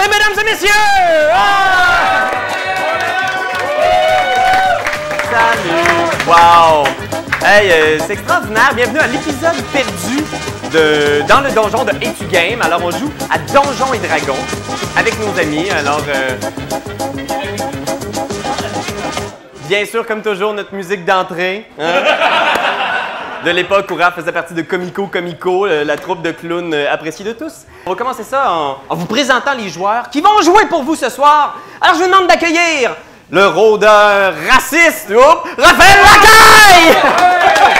mesdames et messieurs! Ah! Salut! Wow! Hey, euh, c'est extraordinaire. Bienvenue à l'épisode perdu de Dans le donjon de Etu Game. Alors, on joue à Donjons et Dragons avec nos amis. Alors, euh, bien sûr, comme toujours, notre musique d'entrée. hein? de l'époque où Raph faisait partie de Comico Comico, euh, la troupe de clowns euh, appréciée de tous. On va commencer ça en, en vous présentant les joueurs qui vont jouer pour vous ce soir. Alors, je vous demande d'accueillir le rôdeur raciste, oups, Raphaël Lacaille!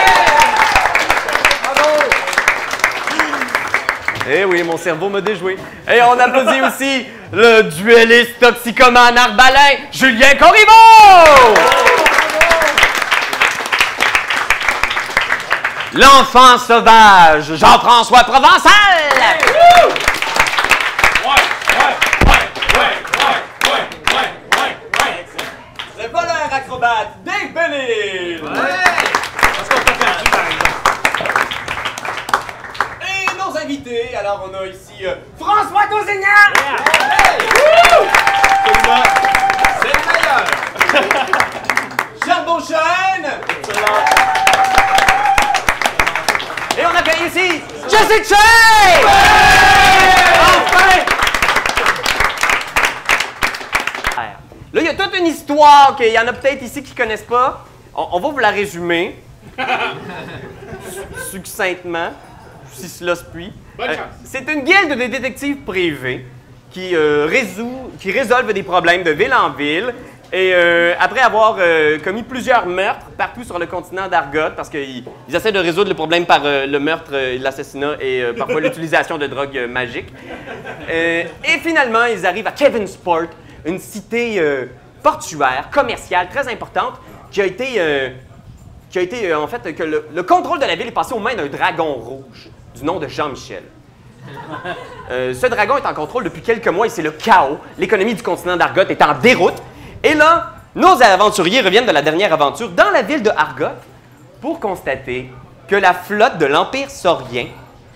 Eh oui, mon cerveau m'a déjoué. Et on applaudit aussi le duelliste toxicomane arbalin, Julien Corriveau! L'enfant sauvage, Jean-François Provençal! Le voleur acrobate, Dave Bellil! Et nos invités, alors on a ici euh, François Cousignat! C'est le meilleur! Charles Beauchesne! Et on accueille ici Jesse Che! Enfin! Là, il y a toute une histoire qu'il y en a peut-être ici qui connaissent pas. On, on va vous la résumer. Su- Succinctement, si cela se puis. Euh, C'est une guilde de détectives privés qui, euh, résout, qui résolvent des problèmes de ville en ville. Et euh, après avoir euh, commis plusieurs meurtres partout sur le continent d'Argot, parce qu'ils ils essaient de résoudre le problème par euh, le meurtre, euh, l'assassinat et euh, parfois l'utilisation de drogues euh, magiques, euh, et finalement, ils arrivent à Kevinsport, une cité euh, portuaire, commerciale, très importante, qui a été, euh, qui a été euh, en fait, que le, le contrôle de la ville est passé aux mains d'un dragon rouge, du nom de Jean-Michel. Euh, ce dragon est en contrôle depuis quelques mois et c'est le chaos. L'économie du continent d'Argot est en déroute. Et là, nos aventuriers reviennent de la dernière aventure dans la ville de Argot pour constater que la flotte de l'Empire saurien,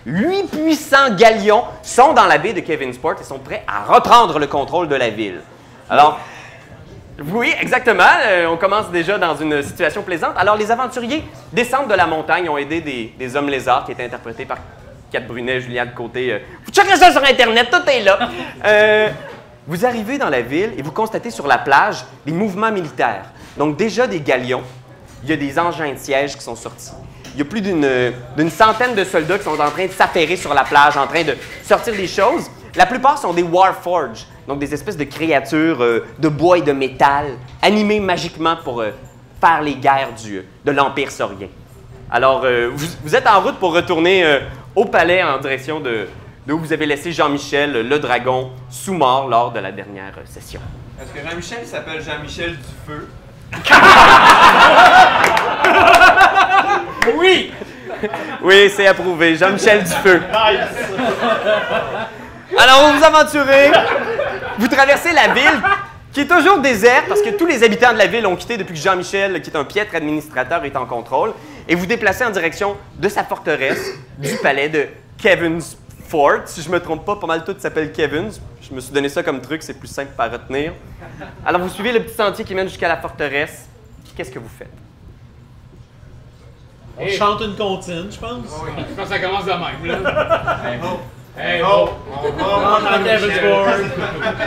huit puissants galions, sont dans la baie de Kevinsport et sont prêts à reprendre le contrôle de la ville. Alors, oui, exactement. Euh, on commence déjà dans une situation plaisante. Alors, les aventuriers descendent de la montagne, ont aidé des, des hommes lézards qui étaient interprétés par Cat Brunet, Julien de Côté. euh, vous checkerez ça sur Internet, tout est là. Euh, vous arrivez dans la ville et vous constatez sur la plage des mouvements militaires. Donc, déjà des galions. Il y a des engins de siège qui sont sortis. Il y a plus d'une d'une centaine de soldats qui sont en train de s'affairer sur la plage, en train de sortir des choses. La plupart sont des Warforges, donc des espèces de créatures euh, de bois et de métal, animées magiquement pour euh, faire les guerres du, de l'Empire saurien. Alors, euh, vous, vous êtes en route pour retourner euh, au palais en direction de, de où vous avez laissé Jean-Michel, euh, le dragon, sous mort lors de la dernière euh, session. Est-ce que Jean-Michel s'appelle Jean-Michel du feu? Oui! oui, c'est approuvé. Jean-Michel Dufeu. Alors, vous vous aventurez. Vous traversez la ville qui est toujours déserte parce que tous les habitants de la ville ont quitté depuis que Jean-Michel, qui est un piètre administrateur, est en contrôle. Et vous déplacez en direction de sa forteresse, du palais de Kevin's Fort. Si je me trompe pas, pas mal tout s'appelle Kevin's. Je me suis donné ça comme truc, c'est plus simple à retenir. Alors, vous suivez le petit sentier qui mène jusqu'à la forteresse. Qu'est-ce que vous faites? On chante une comptine, je pense. Je pense que ça commence de même, là. Hey Oh! ho! On va Dans rentrer Kevin's World.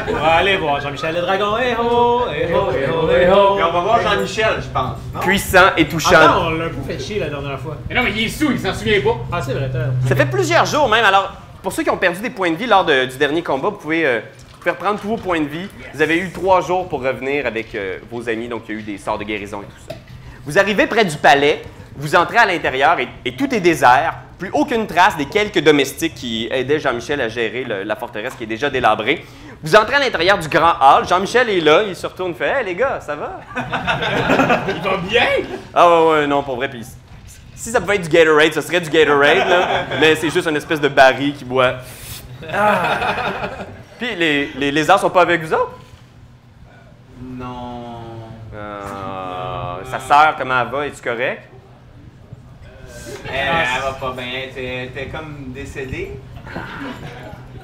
On va aller voir Jean-Michel le dragon. Eh oh, eh oh, eh oh, eh Et on oh. va voir Jean-Michel, je pense. Non? Puissant et touchant. Attends, Ah on l'a un peu fait chier la dernière fois. Mais non, mais il est sous, il s'en souvient pas. Ah, c'est vrai, t'as. Ça fait plusieurs jours même. Alors, pour ceux qui ont perdu des points de vie lors de- du dernier combat, vous pouvez, euh, vous pouvez reprendre tous vos points de vie. Vous avez eu trois jours pour revenir avec euh, vos amis, donc il y a eu des sorts de guérison et tout ça. Vous arrivez près du palais, vous entrez à l'intérieur et, et tout est désert. Plus aucune trace des quelques domestiques qui aidaient Jean-Michel à gérer le- la forteresse qui est déjà délabrée. Vous entrez à l'intérieur du grand hall. Jean-Michel est là, il se retourne, fait Hey les gars, ça va Il va bien! Ah ouais, ouais, non, pour vrai, puis si ça pouvait être du Gatorade, ce serait du Gatorade, là, mais c'est juste une espèce de baril qui boit. Ah. Puis les, les lézards sont pas avec vous autres? Non. Ah, sa sœur, comment elle va? Es-tu correct? Eh, Elle, elle va pas bien. T'es t'es comme décédée.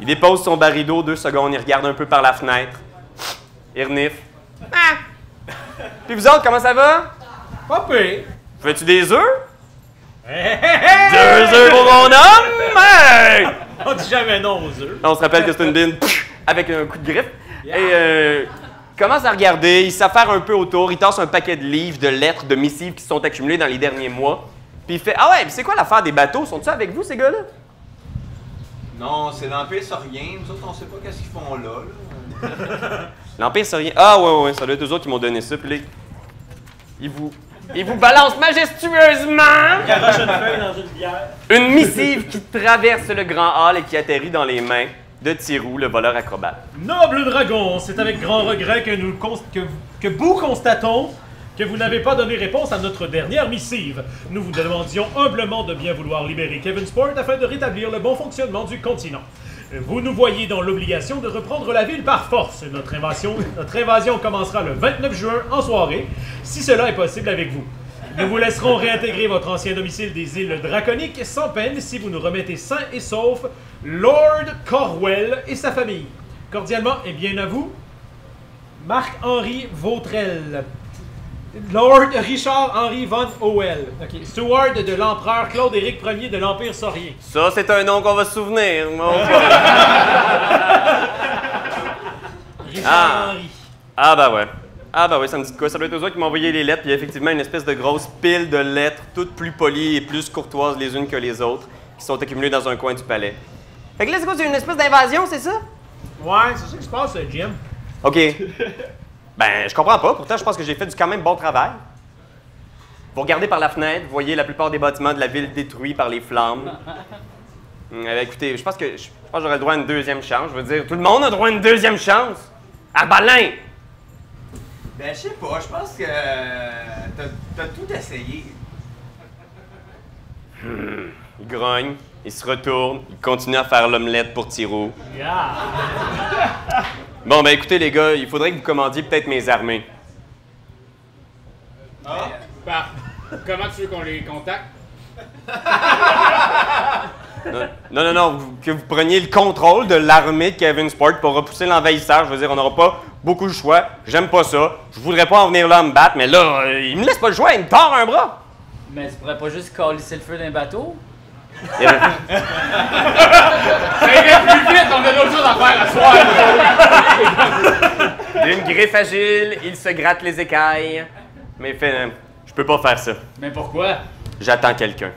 Il dépose son barrido deux secondes, il regarde un peu par la fenêtre. Il renifle. Ah! Puis vous autres, comment ça va? Pas pire. Fais-tu des œufs? Hey, hey, hey! Deux œufs pour mon homme! Hey! On dit jamais non aux œufs. On se rappelle que c'est une bine pff, avec un coup de griffe. Yeah. Et euh, commence à regarder, il s'affaire un peu autour, il tasse un paquet de livres, de lettres, de missives qui se sont accumulées dans les derniers mois. Puis il fait Ah ouais, puis c'est quoi l'affaire des bateaux? Sont-ils avec vous, ces gars-là? Non, c'est dans Pays sur rien. Nous autres, on sait pas qu'est-ce qu'ils font là. là. L'Empire rien. Ah ouais, ouais, ouais, ça doit être eux autres qui m'ont donné ça. Puis là, ils vous, ils vous balancent majestueusement Arrache une feuille dans une bière. une missive qui traverse le grand hall et qui atterrit dans les mains de Tirou, le voleur acrobate. Noble dragon, c'est avec grand regret que nous cons- que, que vous constatons que vous n'avez pas donné réponse à notre dernière missive. Nous vous demandions humblement de bien vouloir libérer Kevin Sport afin de rétablir le bon fonctionnement du continent. Vous nous voyez dans l'obligation de reprendre la ville par force. Notre invasion, notre invasion commencera le 29 juin en soirée, si cela est possible avec vous. Nous vous laisserons réintégrer votre ancien domicile des îles Draconiques sans peine si vous nous remettez sain et sauf Lord Corwell et sa famille. Cordialement et bien à vous, Marc-Henri Vautrel. Lord Richard-Henri von Howell. Ok, Steward de l'empereur Claude-Éric Ier de l'Empire saurien. Ça, c'est un nom qu'on va se souvenir. mon Ah. Richard-Henri. Ah bah ouais. Ah bah ouais, ça me dit de quoi? Ça doit être eux autres qui m'ont envoyé les lettres, puis il y a effectivement une espèce de grosse pile de lettres, toutes plus polies et plus courtoises les unes que les autres, qui sont accumulées dans un coin du palais. Fait que là, c'est quoi? C'est une espèce d'invasion, c'est ça? Ouais, c'est ça qui se passe, euh, Jim. OK. ben, je comprends pas. Pourtant, je pense que j'ai fait du quand même bon travail. Vous regardez par la fenêtre, vous voyez la plupart des bâtiments de la ville détruits par les flammes. Hum, eh ben, écoutez, je pense que je je pense que j'aurais le droit à une deuxième chance. Je veux dire, tout le monde a droit à une deuxième chance. À Balin! ben, je sais pas. Je pense que euh, t'as t'as tout essayé. Il grogne, il se retourne, il continue à faire l'omelette pour Tiro. Yeah. Bon, ben écoutez les gars, il faudrait que vous commandiez peut-être mes armées. Ah, par. Comment tu veux qu'on les contacte? Non, non, non, non, vous- que vous preniez le contrôle de l'armée de Kevin Sport pour repousser l'envahisseur. Je veux dire, on n'aura pas beaucoup de choix. J'aime pas ça. Je voudrais pas en venir là me battre, mais là, euh, il me laisse pas le choix, il me tord un bras. Mais tu pourrais pas juste calisser le feu d'un bateau? Et, euh, Hey, viens Ben, plus vite, on a d'autres choses à faire à soir! D'une griffe agile, il se gratte les écailles. Mais il fait, euh, je peux pas faire ça. Mais pourquoi? J'attends quelqu'un.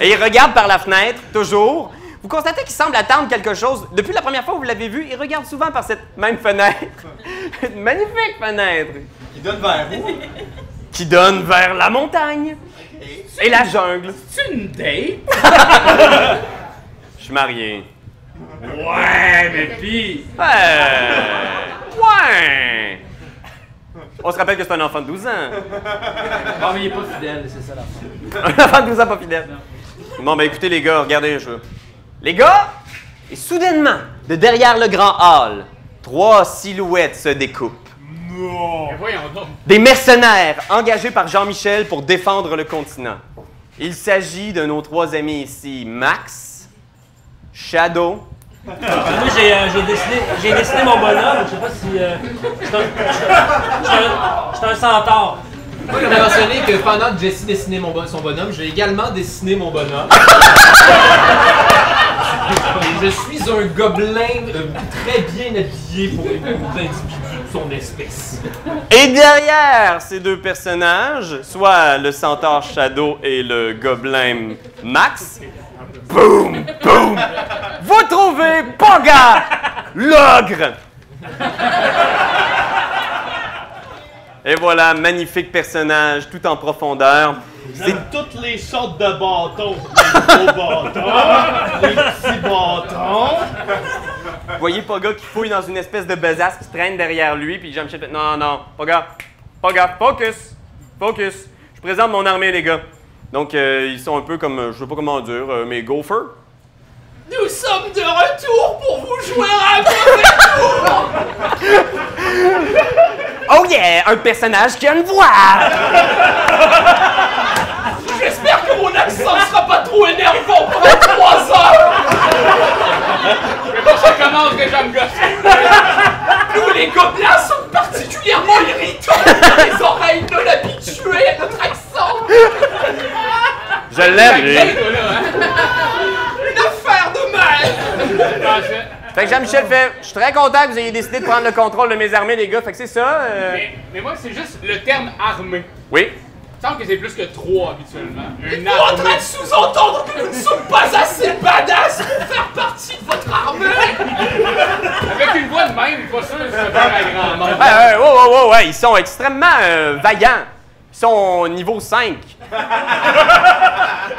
Et il regarde par la fenêtre, toujours. Vous constatez qu'il semble attendre quelque chose. Depuis la première fois où vous l'avez vu, il regarde souvent par cette même fenêtre. Une magnifique fenêtre Ils donnent vers vous. qui donne vers la montagne Et et la jungle. C'est une date? Je suis marié. Ouais, mais pis! Ouais! Ouais! On se rappelle que c'est un enfant de 12 ans. Ah, Non, mais il est pas fidèle, c'est ça la fin. Un enfant de 12 ans pas fidèle. Bon, ben écoutez les gars, regardez, je... Les gars! Et soudainement, de derrière le grand hall, trois silhouettes se découpent. Mais voyons donc! Des mercenaires engagés par Jean-Michel pour défendre le continent. Il s'agit de nos trois amis ici, Max, Shadow. Moi, j'ai euh, j'ai dessiné, j'ai dessiné mon bonhomme, je sais pas si. euh, je suis un- je suis un- je suis un centaure. Moi, j'aimerais mentionner que pendant que Jesse dessinait mon bon- son bonhomme, j'ai également dessiné mon bonhomme. Et je suis un gobelin euh, très bien habillé pour les pauvres individus de son espèce. Et derrière ces deux personnages, soit le centaure Shadow et le gobelin Max, boum, boum, vous trouvez Poga, l'ogre. Et voilà, magnifique personnage, tout en profondeur. C'est J'aime toutes les sortes de bâtons. Les gros bâtons, les petits bâtons. Vous voyez Poga qui fouille dans une espèce de besace qui traîne derrière lui, puis Jean-Michel fait Non, non, Poga, Poga, focus, focus. Je présente mon armée, les gars. Donc, euh, ils sont un peu comme, euh, je sais pas comment dire, euh, mais gophers. Nous sommes de retour pour vous jouer à Oh yeah, un personnage qui a une voix! J'espère que mon accent sera pas trop énervant pendant 3 heures! C'est pour ça que je commence déjà à me gosser. Nous, les gobelins, sont particulièrement irritants par les oreilles non habituées à notre accent. Je l'aime, Hey, lui. toi, là, hein? Une affaire de mal. Ah, c'est- Fait que Jean-Michel fait Je suis très content que vous ayez décidé de prendre le contrôle de mes armées, les gars. Fait que c'est ça. euh, Mais, mais moi, c'est juste le terme armé. Oui. Il me semble que c'est plus que trois habituellement. Une Vous êtes en train armée. de sous-entendre que nous ne sommes pas assez badass pour faire partie de votre armée. Avec une voix de même, pas sûr que ça faire à grand monde. Ouais, ouais, ouais, ouais, ouais, ouais, Ils sont extrêmement euh, vaillants. Ils sont niveau 5.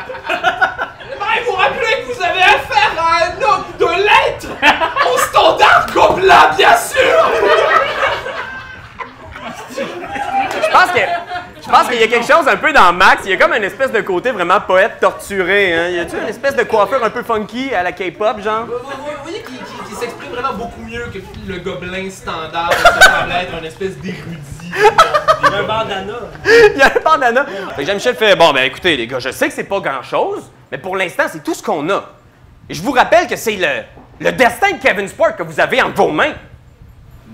J'aimerais vous rappeler que vous avez affaire à un homme de lettres Au standard gobelin, bien sûr Je pense que. Je pense qu'il y a quelque chose un peu dans Max. Il y a comme une espèce de côté vraiment poète torturé. Hein. Y a-tu une espèce de coiffure un peu funky à la K-pop, genre? Vous voyez qu'il qui, s'exprime vraiment beaucoup mieux que le gobelin standard qui semble être un espèce d'érudit. Un bandana. Il y a un bandana. Fait que Jean-Michel fait Bon, ben écoutez, les gars, je sais que c'est pas grand-chose, mais pour l'instant, c'est tout ce qu'on a. Et je vous rappelle que c'est le, le destin de Kevin Sport que vous avez entre vos mains.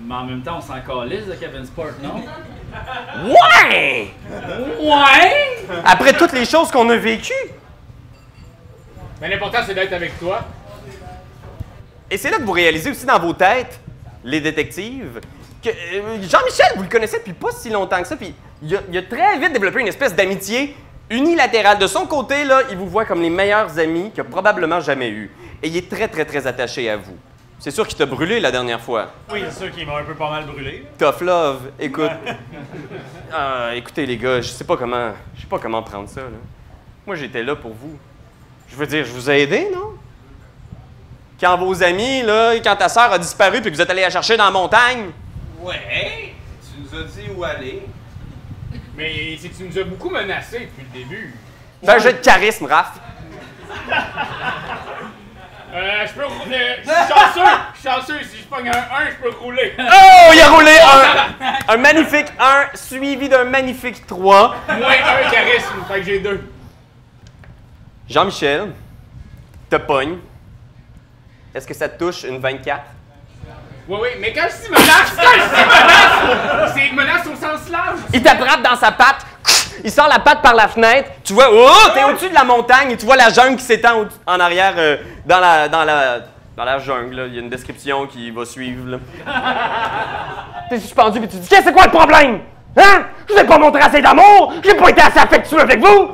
Mais en même temps, on s'en calisse de Kevin Sport, non? Ouais! Ouais! Après toutes les choses qu'on a vécues. Mais l'important, c'est d'être avec toi. Et c'est là que vous réalisez aussi dans vos têtes, les détectives, que euh, Jean-Michel, vous le connaissez depuis pas si longtemps que ça, puis il a, il a très vite développé une espèce d'amitié unilatérale. De son côté, là, il vous voit comme les meilleurs amis qu'il a probablement jamais eu. Et il est très, très, très attaché à vous. C'est sûr qu'il t'a brûlé la dernière fois. Oui, c'est sûr qu'il m'a un peu pas mal brûlé. Tough love, écoute. Ah, écoutez les gars, je sais pas comment, je sais pas comment prendre ça. Là. Moi j'étais là pour vous. Je veux dire, je vous ai aidé, non Quand vos amis là, quand ta sœur a disparu puis que vous êtes allé la chercher dans la montagne. Ouais, tu nous as dit où aller. Mais si tu nous as beaucoup menacés depuis le début. Fais un jeu de charisme, Raph. Euh, je peux rouler. Je suis chanceux. Je suis chanceux. Si je pogne un 1, je peux rouler. Oh, il a roulé un, un magnifique 1 suivi d'un magnifique 3. Moins un charisme. Fait que j'ai deux. Jean-Michel te pogne. Est-ce que ça te touche une 24 Oui, oui, mais quand je dis menace, quand je dis menace, c'est menace au sens large. Il t'attrape dans sa patte. Il sort la patte par la fenêtre. Tu vois, oh, t'es au-dessus de la montagne et tu vois la jungle qui s'étend au- en arrière euh, dans, la, dans, la, dans la jungle. là. Il y a une description qui va suivre. là. t'es suspendu puis tu dis Qu'est-ce que c'est quoi le problème Hein Je vous ai pas montré assez d'amour J'ai pas été assez affectueux avec vous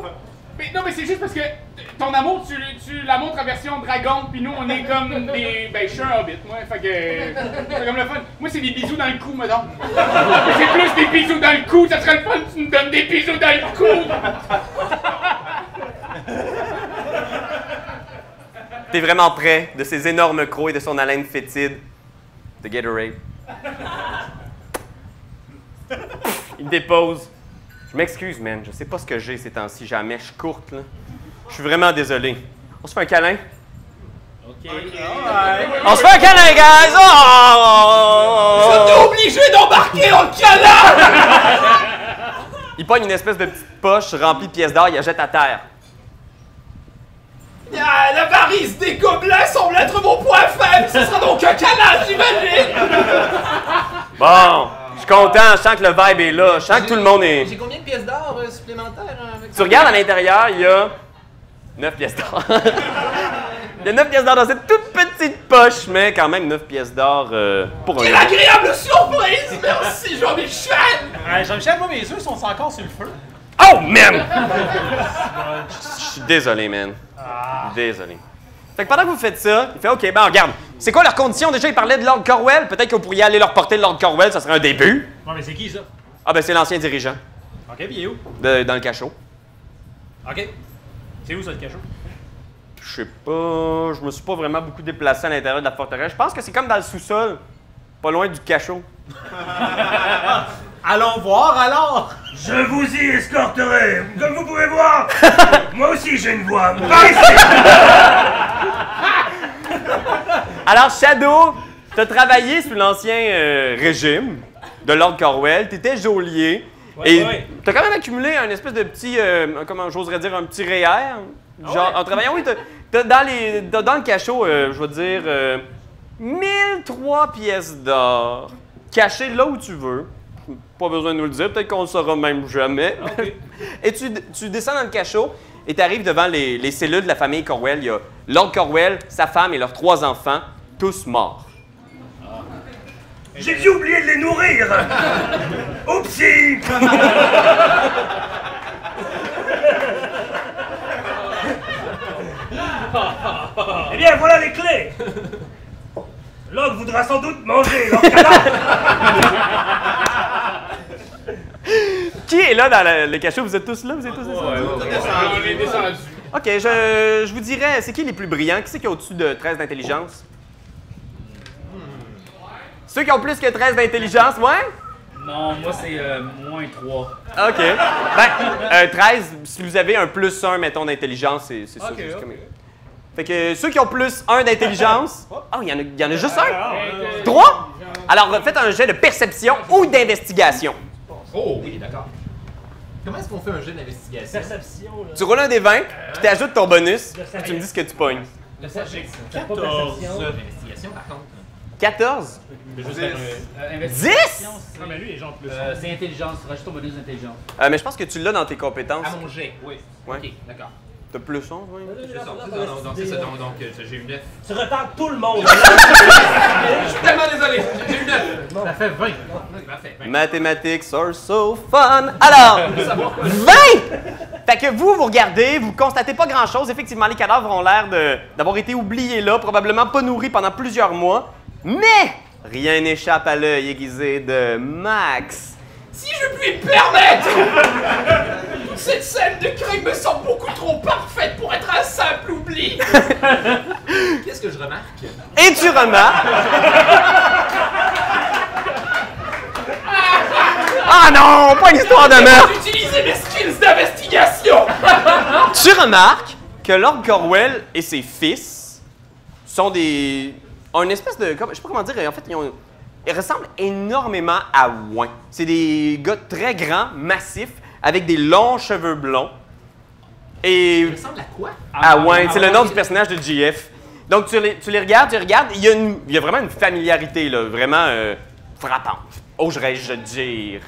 Mais non, mais c'est juste parce que t- ton amour, tu, le- tu la montres en version dragon, puis nous, on est comme des. Ben, je suis un hobbit, moi, fait que. C'est comme le fun. Moi, c'est des bisous dans le cou, mettons. Mais c'est plus des bisous dans le cou, ça serait le fun que tu me donnes des bisous dans le cou! T'es vraiment près de ses énormes crocs et de son haleine fétide de Gatorade. Il dépose. Je m'excuse, man. Je sais pas ce que j'ai ces temps-ci. J'ai la mèche courte, là. Je suis vraiment désolé. On se fait un câlin? On se fait un câlin, guys! Oh! On est obligé d'embarquer en canard Il pogne une espèce de petite poche remplie de pièces d'or, il la jette à terre. Ah, L'avarice des gobelins semble être mon point faible Ce sera donc un canard, j'imagine Bon! Je suis content, je sens que le vibe est là. Je sens que tout le monde est. J'ai combien de pièces d'or euh, supplémentaires hein, avec Tu regardes à l'intérieur, il y a 9 pièces d'or. il y a 9 pièces d'or dans cette toute petite poche, mais quand même 9 pièces d'or euh, pour un. Quelle agréable surprise Merci Jean-Michel Euh, Jean-Michel, moi, mes yeux sont encore sur le feu. Oh, man! Je suis désolé, man. Désolé. Fait que pendant que vous faites ça, il fait OK, ben regarde, c'est quoi leur condition déjà? Ils parlaient de Lord Corwell. Peut-être que vous pourriez aller leur porter le Lord Corwell, ça serait un début. Non, mais c'est qui, ça? Ah, ben c'est l'ancien dirigeant OK, puis il est où? de- dans le cachot. OK. C'est où, ça, le cachot? Je sais pas, je me suis pas vraiment beaucoup déplacé à l'intérieur de la forteresse. Je pense que c'est comme dans le sous-sol, pas loin du cachot. Allons voir, alors! Je vous y escorterai. Comme vous pouvez voir, moi aussi j'ai une voix. Par ici. Alors, Shadow, t'as travaillé sous l'ancien euh, régime de Lord Corwell. T'étais geôlier. Ouais, et ouais. t'as quand même accumulé un espèce de petit, euh, comment j'oserais dire, un petit REER. Genre, en travaillant, oui, t'as- t'as dans, les, t'as dans le cachot, euh, je vais te dire, euh, 1003 pièces d'or cachées là où tu veux. Pas besoin de nous le dire, peut-être qu'on le saura même jamais. et tu, tu descends dans le cachot et tu arrives devant les, les cellules de la famille Corwell. Il y a Lord Corwell, sa femme et leurs trois enfants, tous morts. J'ai dû oublier de les nourrir Oupsie Eh bien, voilà les clés Locke voudra sans doute manger leur cadavre Qui est là dans le, le cachot? Vous êtes tous là? Vous êtes tous là? On est descendu. Ok, je, je vous dirais, c'est qui les plus brillants? Qui c'est qui a au-dessus de 13 d'intelligence? Ceux qui ont plus que 13 d'intelligence, ouais? Non, moi c'est euh, moins 3. OK. Ben, euh, 13, si vous avez un plus 1, mettons, d'intelligence, c'est c'est ça. Ok, c'est ok. comme- Fait que ceux qui ont plus 1 d'intelligence... Ah, il y, en a- il y en a juste Ah, un? Hey, euh, t'es- Trois? Alors, faites un jet de perception ou d'investigation. Oh, oui, d'accord. Comment est-ce qu'on fait un jeu d'investigation? Perception, là. Tu roules un des 20, puis t'ajoutes ton bonus, puis tu me dis ce que tu pognes. Le sagesse. T'as pas perception. L'investigation, par contre. 14? Juste Euh, investigation, 10? c'est- Non, mais lui, il est genre plus. euh, c'est intelligence, rajoute ton bonus d'intelligence. Euh, mais je pense que tu l'as dans tes compétences. Ah À mon jet, oui. Ouais. Ok, d'accord. T'as plus 11, oui. C'est ça, c'est ça, donc- donc c'est ça, donc donc, euh, j'ai eu 9. Tu retardes tout le monde. Je suis tellement désolé, j'ai eu 9. Ça fait 20. Parfait. Mathématiques are so fun. Alors, 20! Fait que vous, vous regardez, vous constatez pas grand-chose. Effectivement, les cadavres ont l'air de- d'avoir été oubliés là, probablement pas nourris pendant plusieurs mois. Mais rien n'échappe à l'œil aiguisé de Max. Si je puis me permettre Cette scène de crime me semble beaucoup trop parfaite pour être un simple oubli Qu'est-ce que je remarque? Et tu remarques... Ah non, pas une histoire de meurtre! J'utilisais mes skills d'investigation Tu remarques que Lord Corwell et ses fils sont des. ont une espèce de. comme- Je sais pas comment dire, en fait, ils, ont- ils ressemblent énormément à Wayne. C'est des gars très grands, massifs, avec des longs cheveux blonds. Et. Il ressemble à quoi? À Ah, Ah Wayne, Ah, c'est le nom du personnage de GF. Donc tu les, tu les regardes, tu les regardes, il y, a une- il y a vraiment une familiarité, là, vraiment euh, frappante. Oserais-je dire?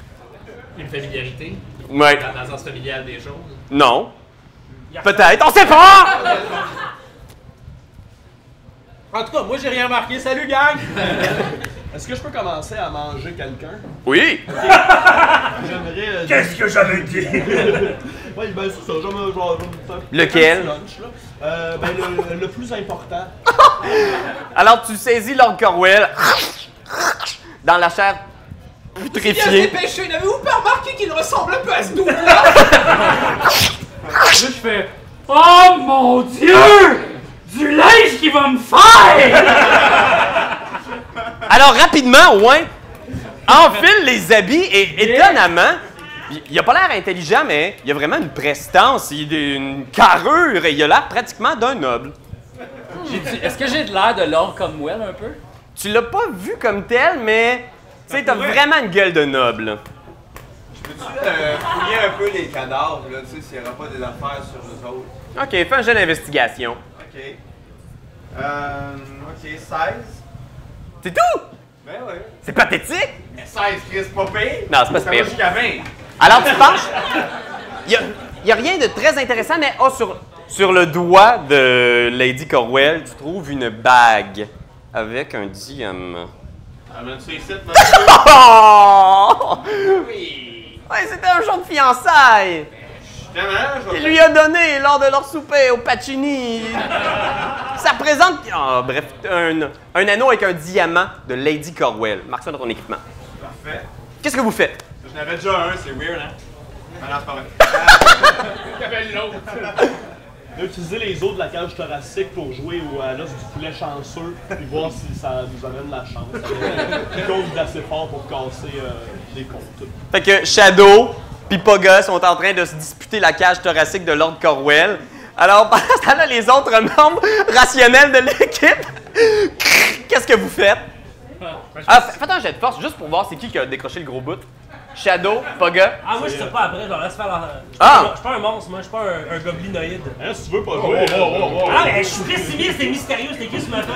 Une familiarité? Ouais. Dans dans le sens familial des choses? Non. Peut-être, on sait pas! Ah, En tout cas, moi j'ai rien remarqué. Salut gang! Est-ce que je peux commencer à manger quelqu'un? Oui! J'aimerais. euh, Qu'est-ce que j'avais dit Ouais, ben c'est ça, je vais me- je vais- je vais me- Lequel? Un petit lunch, là. Euh, ben le, le plus important. Alors tu saisis Lord Corwell dans la chair Bien se putréfiée. dépêcher, n'avez-vous pas remarqué qu'il ressemble un peu à ce double Là, je fais Oh mon dieu! Du linge qui va me faire! Alors rapidement, Ouin enfile les habits et étonnamment, il- il a pas l'air intelligent, mais il a vraiment une prestance, il a une carrure et il a l'air pratiquement d'un noble. Est-ce que j'ai de l'air de l'or comme Well un peu? Tu l'as pas vu comme tel, mais tu sais, t'as vraiment une gueule de noble. Euh, fouiller un peu les cadavres, là, tu sais, s'il n'y aura pas des affaires sur nous autres. Ok, fais un jeu d'investigation. Ok. Euh, ok, 16. C'est tout! Ben ouais. C'est pathétique! Mais 16, Chris, pas pire. Non, c'est pas si Ça pire. va jusqu'à 20. Alors tu penches. Il n'y a, rien de très intéressant, mais ah, sur, sur le doigt de Lady Corwell, tu trouves une bague avec un diamant. Ah, Amène-tu ici, man. Oh! Ouais, c'était un jour de fiançailles! Justement, je Il vais lui a donné lors de leur souper au Pacini. Ça présente. Ah, bref, un, un anneau avec un diamant de Lady Corwell. Marque ça dans ton équipement. Parfait. Qu'est-ce que vous faites? J'en avais déjà un, c'est weird, hein? Mais non, c'est pas vrai. T'appelles l'autre. On a utilisé les os de la cage thoracique pour jouer au euh, l'os du poulet chanceux puis voir si ça nous amène la chance. Qui compte assez fort pour casser euh, des comptes. Fait que Shadow puis Poga sont en train de se disputer la cage thoracique de Lord Corwell. Alors, pendant ce temps-là, les autres membres rationnels de l'équipe, qu'est-ce que vous faites? Ah, fa- faites un jet de force juste pour voir c'est qui qui a décroché le gros bout. Shadow, Poga. Ah, moi, je sais pas après, je leur laisse faire leur. Ah! Je suis pas un monstre, moi, je suis pas un, un gobelinoïde. Hein, si tu veux pas Oh, jouer, là, Ah, mais je suis pessimiste et mystérieux, c'est qui ce matin?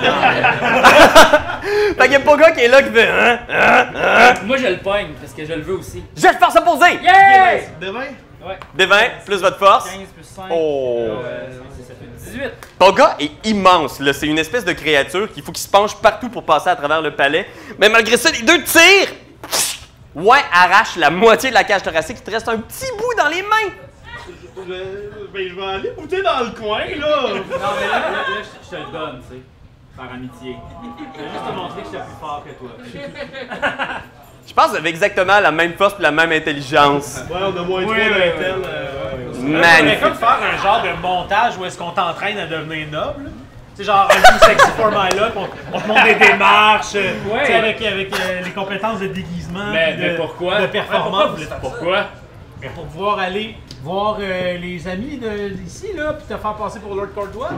Fait qu'il y a Poga qui est là qui fait. Hein? Hein? Hein? Moi, je le pogne parce que je le veux aussi. J'ai le force opposée! Yeah! Demain? Ouais. Des 20 plus votre force. 15 plus 5. Oh! Ça fait 18. Poga est immense, là. C'est une espèce de créature qu'il faut qu'il se penche partout pour passer à travers le palais. Mais malgré ça, les deux tirs! Ouais, arrache la moitié de la cage thoracique. Il te reste un petit bout dans les mains. Je- Ben, je vais aller bouter dans le coin, là. Non, mais là, là, là, je je te le donne, tu sais. Par amitié. Je vais juste te montrer que je suis plus fort que toi. Je pense que vous avez exactement la même force et la même intelligence. Ouais, on a moins de trois Oui, oui, vingtaines. oui. euh, ouais. On pourrait Magnifique. comme faire un genre de montage où est-ce qu'on t'entraîne à devenir noble. C'est genre un coup sexy for my love, on, on te montre des démarches, euh, Ouais. tu sais, avec, avec euh, les compétences de déguisement, Mais- puis de, mais pourquoi? de Ouais, pourquoi performance. vous voulez faire Pourquoi? ça? Mais pour pouvoir aller voir euh, les amis de- d'ici, là, puis te faire passer pour Lord Cordois.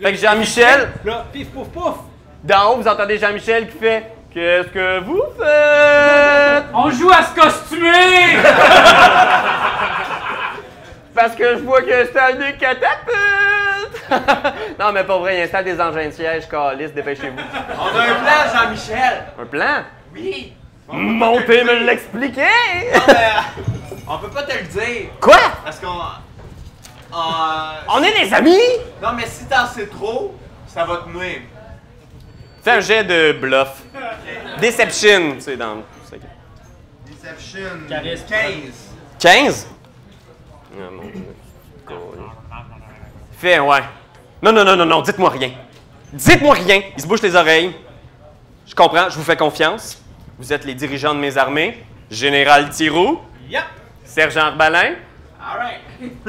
Fait que Jean-Michel, Là, pif pouf pouf! d'en haut, vous entendez Jean-Michel qui fait Qu'est-ce que vous faites? On joue à se costumer! Parce que je vois qu'il installe des catapultes! non, mais pas vrai, il installe des engins de siège, calice, dépêchez-vous. On a un plan, Jean-Michel! Un plan? Oui! Montez me l'expliquer! Non, mais, on peut pas te le dire! Quoi? Parce qu'on. euh, On est des amis? Non, mais si t'en sais trop, ça va te nuire. Fais un jet de bluff. Deception, c'est dans le. c'est- Deception. Charisme. 15. 15? Ah, mon Dieu. Cool. Fais, ouais. Non, non, non, non, non, dites-moi rien. Dites-moi rien. Il se bouche les oreilles. Je comprends, je vous fais confiance. Vous êtes les dirigeants de mes armées. Général Thiroux, Yep! sergent Arbalin. Alright!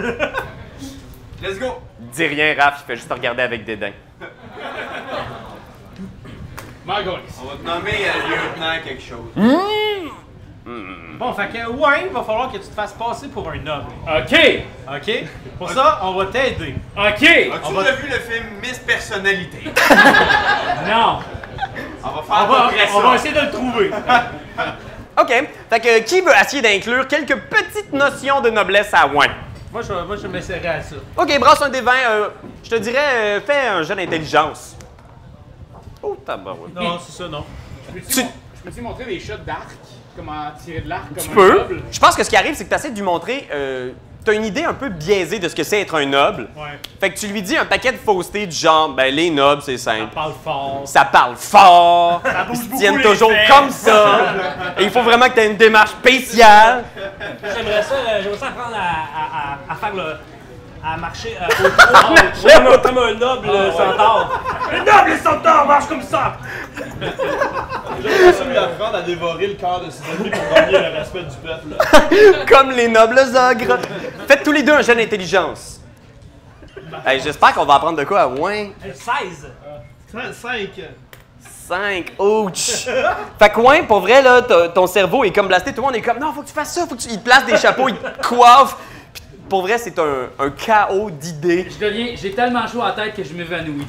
Let's go! Dis rien, Raph, il fait juste te regarder avec dédain. My God. On va te nommer euh, lieutenant quelque chose. Bon, fait que, ouais, il va falloir que tu te fasses passer pour un noble. OK! OK? Pour ça, on va t'aider. OK! As-tu On va- déjà vu le film Miss Personnalité? Non! On va faire On va, à peu près Ah, on va ça. essayer de le trouver. OK. Fait que euh, qui veut essayer d'inclure quelques petites notions de noblesse à Wayne? moi, je, moi, je m'essaierai à ça. OK, brasse un des vins. euh, je te dirais, euh, fais un jeu d'intelligence. Oh, tabarouette. Non, c'est ça, non. Je peux-tu Tu- mon- je peux-tu montrer des shots d'arc? Comment tirer de l'arc comme Tu un peux. noble? Je pense que ce qui arrive, c'est que tu essaies de lui montrer. Euh, tu as une idée un peu biaisée de ce que c'est être un noble. Ouais. Fait que tu lui dis un paquet de faussetés du genre, ben les nobles, c'est simple. Parle fort. Ça parle fort, ils se beaucoup tiennent les toujours fesses. comme ça. Et il faut vraiment que tu aies une démarche spéciale. J'aimerais ça, euh, j'aimerais ça apprendre à, à, à, à faire le. à marcher euh, au trône, comme, un- comme un noble euh, Ah, centaure. Le noble centaure marche comme ça J'aimerais ça lui apprendre à dévorer le corps de ses amis pour gagner le respect du peuple. comme les nobles ogres. Faites tous les deux un jeu d'intelligence. Hey, J'espère qu'on va apprendre de quoi à moins Euh, 16. 35. 5. Ouch! fait que, ouais, pour vrai, là, ton- ton cerveau est comme blasté. Tout le monde est comme, non, faut que tu fasses ça, faut que tu. Il te place des chapeaux, il te coiffe. Puis, pour vrai, c'est un, un chaos d'idées. Je deviens. J'ai tellement chaud à la tête que je m'évanouis.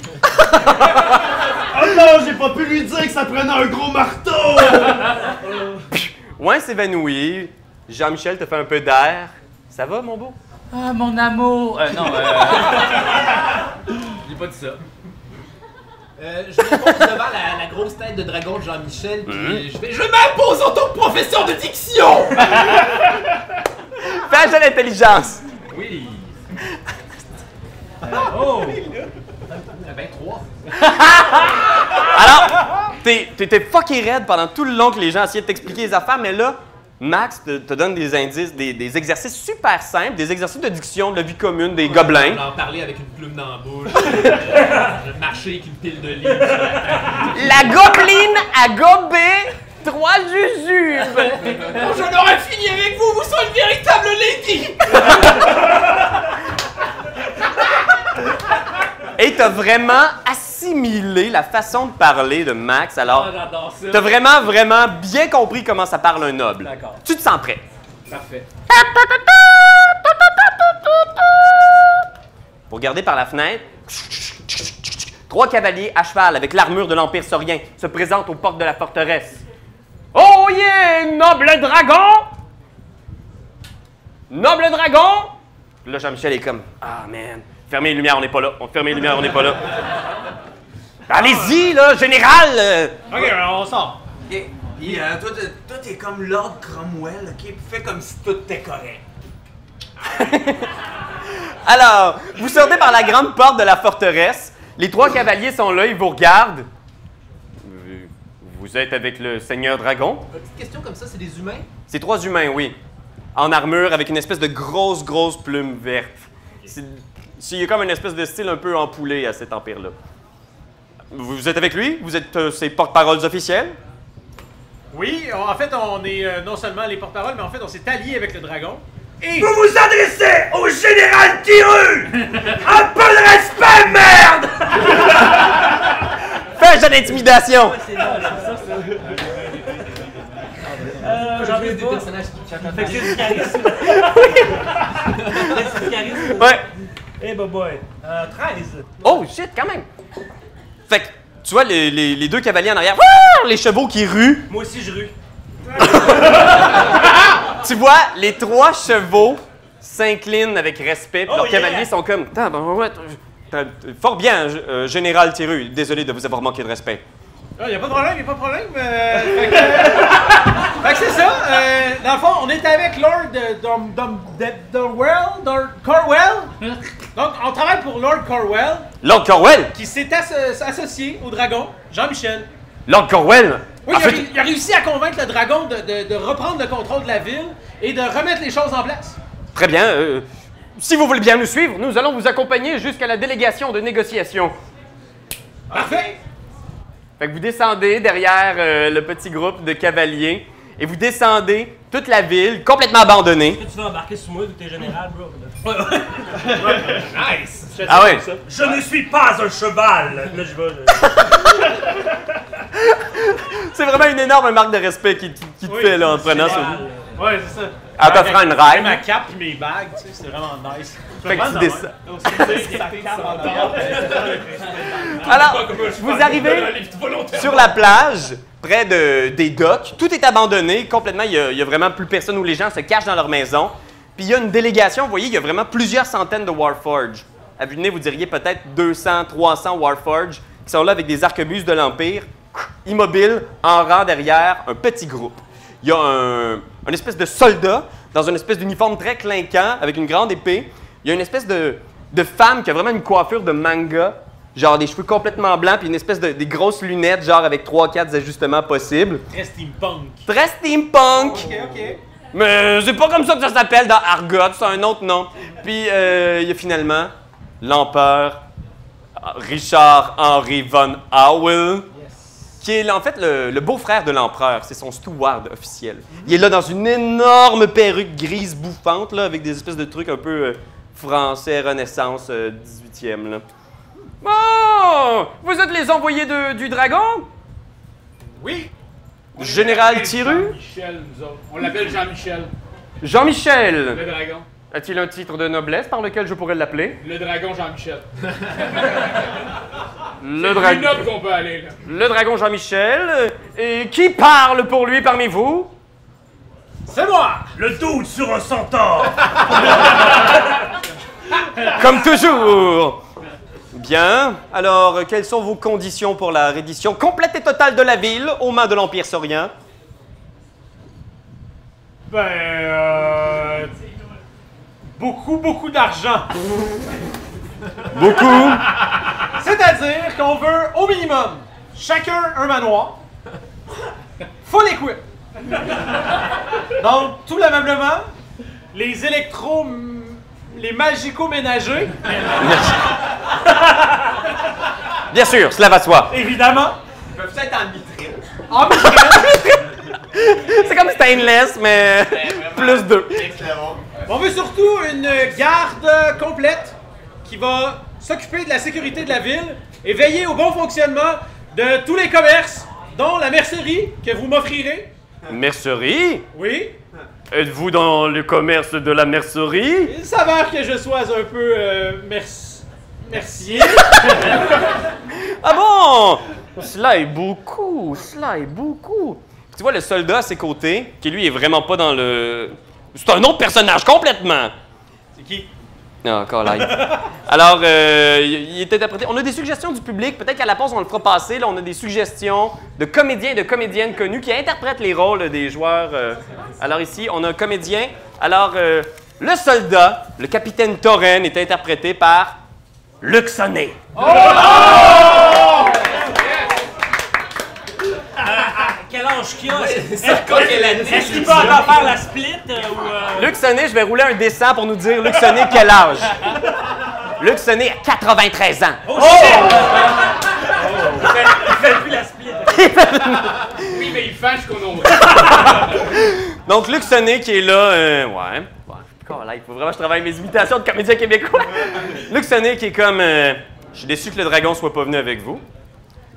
Oh non, j'ai pas pu lui dire que ça prenait un gros marteau! Ouais, s'évanouit. Jean-Michel te fait un peu d'air. Ça va, mon beau? Ah, mon amour! Euh, non, euh. J'ai pas dit ça. Euh, je me pose devant la, la grosse tête de dragon de Jean-Michel, puis euh, je fais Je m'impose en tant que professeur de diction Fais un jeu d'intelligence! Oui! Eh ben, trois. Alors, t'es- t'étais fucking raide pendant tout le long que les gens essayaient de t'expliquer les affaires, mais là, Max te, te donne des indices, des, des exercices super simples, des exercices de diction, de la vie commune, des Je gobelins. vais en parler avec une plume dans la bouche, euh, marcher avec une pile de livres. La gobeline a gobé trois jujubes. J'en aurais fini avec vous, vous serez une véritable lady Et t'as vraiment assimilé la façon de parler de Max. Alors, Ah, j'adore ça! t'as vraiment, vraiment bien compris comment ça parle un noble. D'accord. Tu te sens prêt. Parfait. Vous regardez par la fenêtre. Trois cavaliers à cheval avec l'armure de l'Empire saurien se présentent aux portes de la forteresse. Oh yeah, noble dragon! Noble dragon! Puis Là, Jean-Michel est comme Ah, man, fermez les lumières, on n'est pas là. On ferme les lumières, on n'est pas là. Allez-y, là, général! euh, Ok, alors on sort. Ok. Puis euh, toi, t'es- toi, t'es comme Lord Cromwell, ok? Puis fais comme si tout était correct. Alors, vous sortez par la grande porte de la forteresse. Les trois cavaliers sont là, ils vous regardent. Euh, Vous êtes avec le seigneur dragon? Petite question comme ça, c'est des humains? C'est trois humains, oui. En armure, avec une espèce de grosse, grosse plume verte. C'est- c'est- Il y a comme une espèce de style un peu empoulé à cet empire-là. Vous êtes avec lui? Vous êtes euh, ses porte-paroles officiels? Oui, on- en fait, on est euh, non seulement les porte-paroles, mais en fait, on s'est alliés avec le dragon. Et... Vous vous adressez au général Kiru Un peu de respect, merde Fais jeu d'intimidation! Euh, j'en ai des pas. personnages Fait que c'est du charisme. c'est du charisme. Ouais. Eh, bah, boy. Euh, 13. Oh shit, quand même! Fait que, tu vois, les, les- les deux cavaliers en arrière, Wouah! les chevaux qui ruent, Moi aussi, je rue. Tu vois, les trois chevaux s'inclinent avec respect, puis Oh, leurs yeah! cavaliers sont comme. Tain, ben, ouais, t'as- t'as- Fort bien, g- euh, Général Thiru. Désolé de vous avoir manqué de respect. Ah, y a pas de problème, y a pas de problème. euh, fait que, fait que c'est ça. euh, dans le fond, on est avec Lord euh, Dom, Dom, de- Dorwell, Dor- Corwell. Donc, on travaille pour Lord Corwell, Lord Corwell qui s'est asso- associé au dragon, Jean-Michel. Lord Corwell Oui, En il a, fait- ré- il a réussi à convaincre le dragon de, de- de reprendre le contrôle de la ville et de remettre les choses en place. Très bien. euh, si vous voulez bien nous suivre, nous allons vous accompagner jusqu'à la délégation de négociation. Parfait! Fait que vous descendez derrière euh, le petit groupe de cavaliers et vous descendez toute la ville complètement abandonnée. Est-ce que tu vas embarquer sous moi vu que t'es général, bro? Nice Ah ouais. Je ne suis pas un cheval Là, je vais. là. C'est vraiment une énorme marque de respect qui, qui- qui te fait là, en prenant ce. Ah, Ouais, c'est ça. Elle t'offre une J'ai ride. ma cape et mes bagues, tu sais, c'est vraiment nice. Fait que tu descends. Alors, Alors, vous arrivez sur la plage, près de, des docks. Tout est abandonné complètement. Il n'y a, il y a vraiment plus personne où les gens se cachent dans leur maison. Puis il y a une délégation, vous voyez, il y a vraiment plusieurs centaines de Warforge. À vue de nez, vous diriez peut-être 200, 300 Warforge qui sont là avec des arquebuses de l'Empire, immobiles, en rang derrière un petit groupe. Il y a un, un espèce de soldat dans une espèce d'uniforme très clinquant avec une grande épée. Il y a une espèce de, de femme qui a vraiment une coiffure de manga, genre des cheveux complètement blancs, puis une espèce de des grosses lunettes, genre avec 3-4 ajustements possibles. Très steampunk. Très steampunk! Ok, ok. Mais euh, c'est pas comme ça que ça s'appelle dans Argot, c'est un autre nom. Puis euh, il y a finalement l'empereur Richard Henry von Howell, qui est en fait le, le beau-frère de l'empereur, c'est son steward officiel. Il est là dans une énorme perruque grise bouffante, là, avec des espèces de trucs un peu euh, français, renaissance, euh, 18e. Là. Bon, vous êtes les envoyés de- du dragon? Oui! Général Thiru? Jean-Michel, nous autres. On l'appelle Jean-Michel. Jean-Michel! Le dragon. A-t-il un titre de noblesse par lequel je pourrais l'appeler? Le dragon Jean-Michel. Le C'est dragon. plus noble qu'on peut aller, là. Le dragon Jean-Michel. Et qui parle pour lui parmi vous? C'est moi! Le doute sur un centaure Comme toujours! Bien. Alors, quelles sont vos conditions pour la reddition complète et totale de la ville aux mains de l'Empire saurien? Ben, euh, beaucoup, beaucoup d'argent. Beaucoup. C'est-à-dire qu'on veut au minimum chacun un manoir, full equip. Donc, tout l'ameublement, les électro... les magico-ménagers, Bien sûr, cela va de soi. évidemment, Ils peuvent être en vitrine. en migrant. C'est comme stainless, mais plus deux. Excellent. On veut surtout une garde complète qui va s'occuper de la sécurité de la ville et veiller au bon fonctionnement de tous les commerces, dont la mercerie que vous m'offrirez. Mercerie? Oui, Êtes-vous dans le commerce de la mercerie? il s'avère que je sois un peu euh, merci. Mercier. Ah bon? Cela est beaucoup, cela est beaucoup. Tu vois le soldat à ses côtés, qui lui est vraiment pas dans le C'est un autre personnage complètement. C'est qui? Non, encore live. Alors, euh, il il est interprété. On a des suggestions du public. Peut-être qu'à la pause, on le fera passer. Là, on a des suggestions de comédiens et de comédiennes connus qui interprètent les rôles des joueurs. euh. Alors, ici, on a un comédien. Alors, euh, le soldat, le capitaine Torren, est interprété par Luc Sonnet. Quel âge qu'il a? c'est quoi quelle année, Est-ce qu'il j'ai peut dit? encore faire la split euh, ou. euh, Luc Sonnet, je vais rouler un dessin pour nous dire Luc Sonnet, quel âge? Luc Sonnet a 93 ans. Oh, shit! Il fait- Il fait plus la split. Oui, mais il fâche qu'on en Donc, Luc Sonnet qui est là, euh, ouais. Bon, encore là, il faut vraiment que je travaille mes imitations de comédien québécois. Luc Sonnet qui est comme. euh, je suis déçu que le dragon soit pas venu avec vous.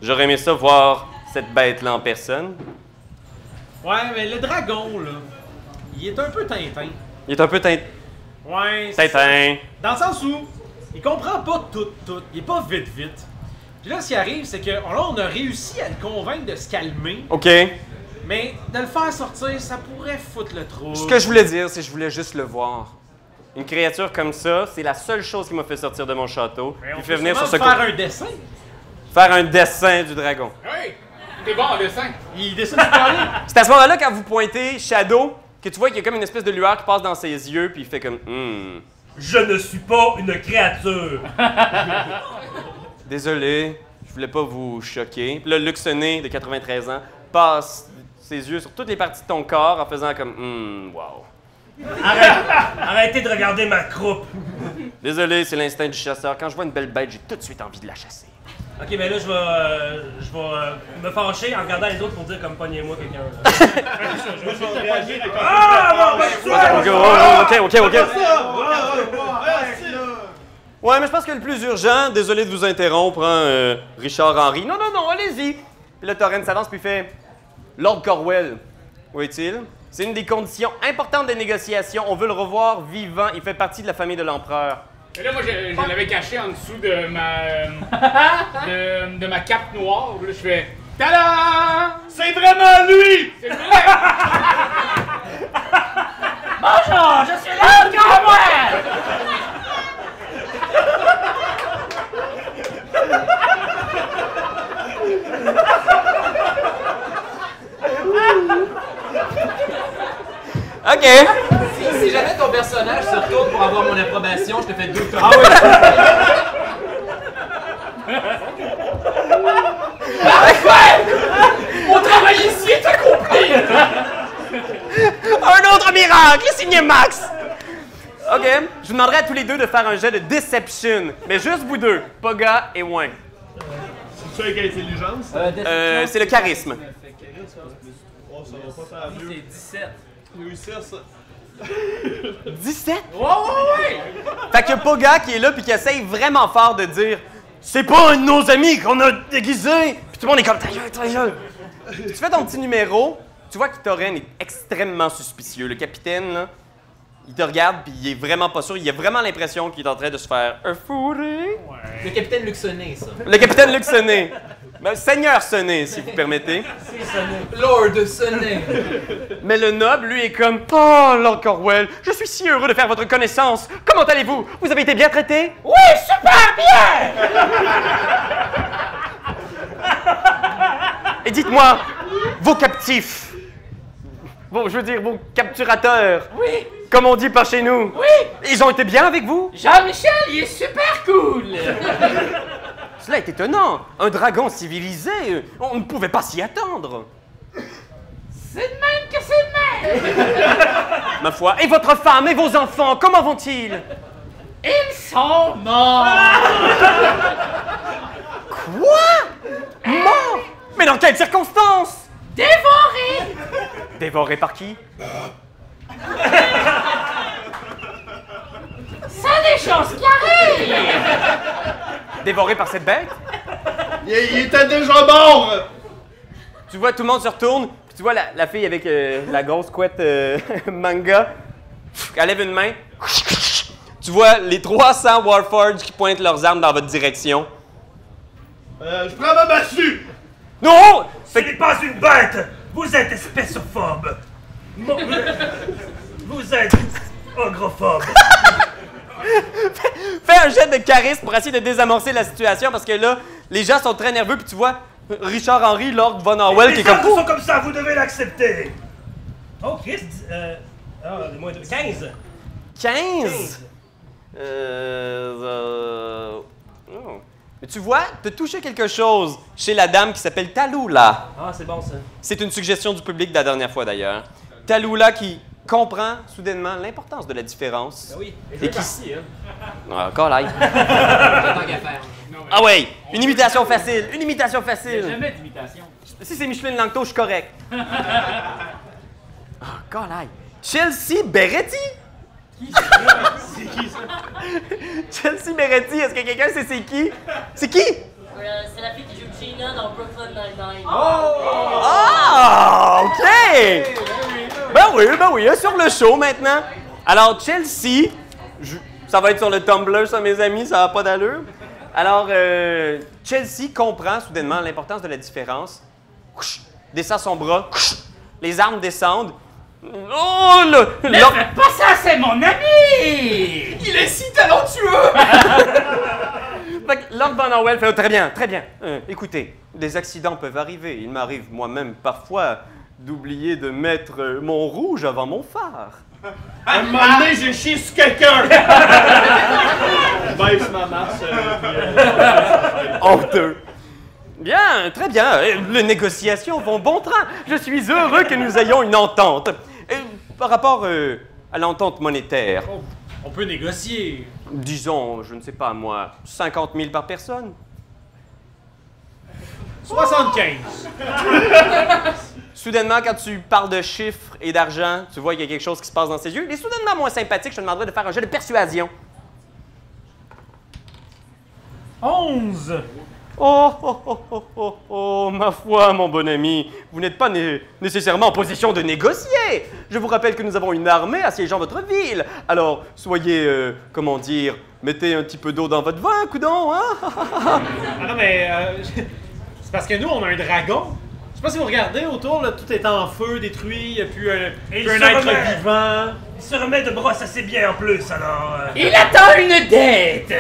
J'aurais aimé ça voir cette bête-là en personne. Ouais, mais le dragon, là, il est un peu Tintin. Il est un peu teint. Ouais. c'est Tintin. ça. Dans le sens où, il comprend pas tout, tout. Il est pas vite, vite. Puis là, ce qui arrive, c'est que là, on a réussi à le convaincre de se calmer, OK. mais de le faire sortir, ça pourrait foutre le trou. Ce que je voulais dire, c'est que je voulais juste le voir. Une créature comme ça, c'est la seule chose qui m'a fait sortir de mon château. Il fait venir sur ce faire côté- un dessin. Faire un dessin du dragon. Oui! T'es bon en dessin! Il dessine du carré. C'est à ce moment-là, quand vous pointez Shadow, que tu vois qu'il y a comme une espèce de lueur qui passe dans ses yeux, puis il fait comme. Hmm. Je ne suis pas une créature. Désolé, je voulais pas vous choquer. Puis là, Luc Sonnet, de 93 ans, passe ses yeux sur toutes les parties de ton corps en faisant comme. Hmm, wow. Arrêtez de regarder ma croupe. Désolé, c'est l'instinct du chasseur. Quand je vois une belle bête, j'ai tout de suite envie de la chasser. Ok, ben là, je vais, euh, je vais euh, me fâcher en regardant les autres pour dire comme pognez-moi quelqu'un. là. Ah, bon, ben, tu vois, Ok, ok, ok, ok. ok. Ah, Ouais, mais je pense que le plus urgent, désolé de vous interrompre, hein, euh, Richard Henry. Non, non, non, allez-y. Puis là, Torren s'avance puis fait Lord Corwell, où est-il C'est une des conditions importantes des négociations. On veut le revoir vivant. Il fait partie de la famille de l'empereur. Mais là, moi, je, je l'avais caché en dessous de ma. euh, de, de ma cape noire. Là, je fais. Tada! C'est vraiment lui! C'est vrai! Bonjour, je suis là, Cornwell! OK. Si, si jamais ton personnage se retourne pour avoir mon approbation, je te fais deux tomes. On travaille ici, t'as compris! Un autre miracle, signé Max. OK. Je vous demanderai à tous les deux de faire un jet de Deception. Mais juste vous deux, Poga et Wayne. C'est avec intelligence? Euh, c'est le charisme. Oh, ça va pas faire euh, mieux. C'est 17. Réussir ça. 17? Ouais, ouais, Fait que Poga qui est là puis qui essaye vraiment fort de dire C'est pas un de nos amis qu'on a déguisé! Puis tout le monde est comme Ta gueule, ta gueule! tu fais ton petit numéro, tu vois que Torren est extrêmement suspicieux. Le capitaine, là, il te regarde puis il est vraiment pas sûr. Il a vraiment l'impression qu'il est en train de se faire un fourré. Le capitaine Luxonné, ça. Le capitaine Luc Sonnet. Ben, Seigneur Sonnet, si vous permettez. Lord Sonnet. Mais le noble, lui, est comme Oh, Lord Corwell, je suis si heureux de faire votre connaissance. Comment allez-vous? Vous avez été bien traité? Oui, super bien! Et dites-moi, vos captifs, bon, je veux dire vos capturateurs, Oui, comme on dit par chez nous, oui! ils ont été bien avec vous Jean-Michel, il est super cool! Cela est étonnant. Un dragon civilisé, euh, on ne pouvait pas s'y attendre. C'est de même que c'est de même! Ma foi. Et votre femme et vos enfants, comment vont-ils Ils sont morts! Quoi Mort Mais dans quelles circonstances Dévorés! Dévorés par qui C'est des choses qui arrivent! Dévorés par cette bête Il, était déjà mort! Tu vois, tout le monde se retourne, puis tu vois la, la fille avec euh, la grosse couette euh, manga. Elle lève une main. Tu vois les 300 Warforges qui pointent leurs armes dans votre direction. Euh, je prends ma massue! Non! Ce n'est pas une bête! Vous êtes espècophobe! Mon- Vous êtes ogrophobe. Fais un jet de charisme pour essayer de désamorcer la situation parce que là, les gens sont très nerveux puis tu vois Richard Henry, Lord Von Orwell Les qui est comme femmes sont comme ça, vous devez l'accepter. Oh, Christ, euh... Ah, moins de... 15. 15. Euh, euh, oh. Mais tu vois, t'as touché quelque chose chez la dame qui s'appelle Taloula. Ah, c'est bon ça. C'est une suggestion du public de la dernière fois d'ailleurs. Taloula qui comprend soudainement l'importance de la différence. Ben oui, Et je vais qui- partir, hein. Ah, encore live. qu'à faire. Ah ouais, une imitation facile, une imitation facile. Jamais d'imitation. Si c'est Micheline Langto, je suis correct. Ah, colaille. Chelsea Beretti? C'est qui ça? Chelsea Beretti, est-ce que quelqu'un sait c'est qui? C'est qui? Euh, c'est la fille qui joue Gina dans Brooklyn Nine-Nine. Ah, OK! Ben oui, ben oui, sur le show maintenant. Alors, Chelsea, je- ça va être sur le Tumblr, ça, mes amis, ça n'a pas d'allure. Alors, euh, Chelsea comprend soudainement l'importance de la différence. Couch, descend son bras, couch, les armes descendent. Oh, le... Mais l'or- faites pas ça, c'est mon ami! Il est si talentueux! Fait que Lord Von Orwell fait Oh, très bien, très bien. Euh, écoutez, des accidents peuvent arriver. Il m'arrive moi-même parfois d'oublier de mettre euh, mon rouge avant mon phare. À un moment donné, j'ai chié sur quelqu'un! Je baisse ma masse. euh, puis, euh, Honteux. Bien, très bien. Euh, Les négociations vont bon train. Je suis heureux que nous ayons une entente. Euh, par rapport euh, à l'entente monétaire, On peut négocier. disons, je ne sais pas moi, 50 000 par personne. Oh! 75. Soudainement, quand tu parles de chiffres et d'argent, tu vois qu'il y a quelque chose qui se passe dans ses yeux. Et soudainement moins sympathique, je te demanderais de faire un jeu de persuasion. 11. Oh, oh, oh, oh, oh, oh, ma foi, mon bon ami, vous n'êtes pas né- nécessairement en position de négocier. Je vous rappelle que nous avons une armée assiégeant votre ville. Alors, soyez, euh, comment dire, mettez un petit peu d'eau dans votre vin, coudon, hein? Ah non, mais euh, c'est parce que nous, on a un dragon. Je sais pas si vous regardez autour, là, tout est en feu, détruit, il n'y a plus un, Et plus il un se être remet. vivant. Il se remet de brosse assez bien en plus, alors... euh. Il attend une dette!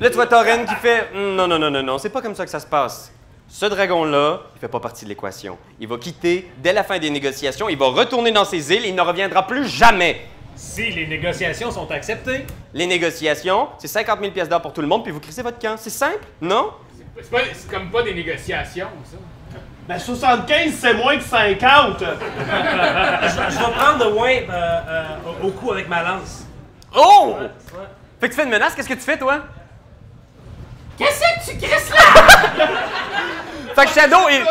Là, tu vois Torren qui fait Hum, Non, non, non, non, non, c'est pas comme ça que ça se passe. Ce dragon-là, il fait pas partie de l'équation. Il va quitter dès la fin des négociations, il va retourner dans ses îles et il ne reviendra plus jamais. Si les négociations sont acceptées. Les négociations, c'est 50 000 pièces d'or pour tout le monde, puis vous crissez votre camp. C'est simple, non? C'est pas- c'est comme pas des négociations, ça. Ben 75, c'est moins que 50! je, je vais prendre le win euh, euh, au- au coup avec ma lance. Oh! Fait que tu fais une menace, qu'est-ce que tu fais, toi? Qu'est-ce que tu crisses là? Fait que Shadow est.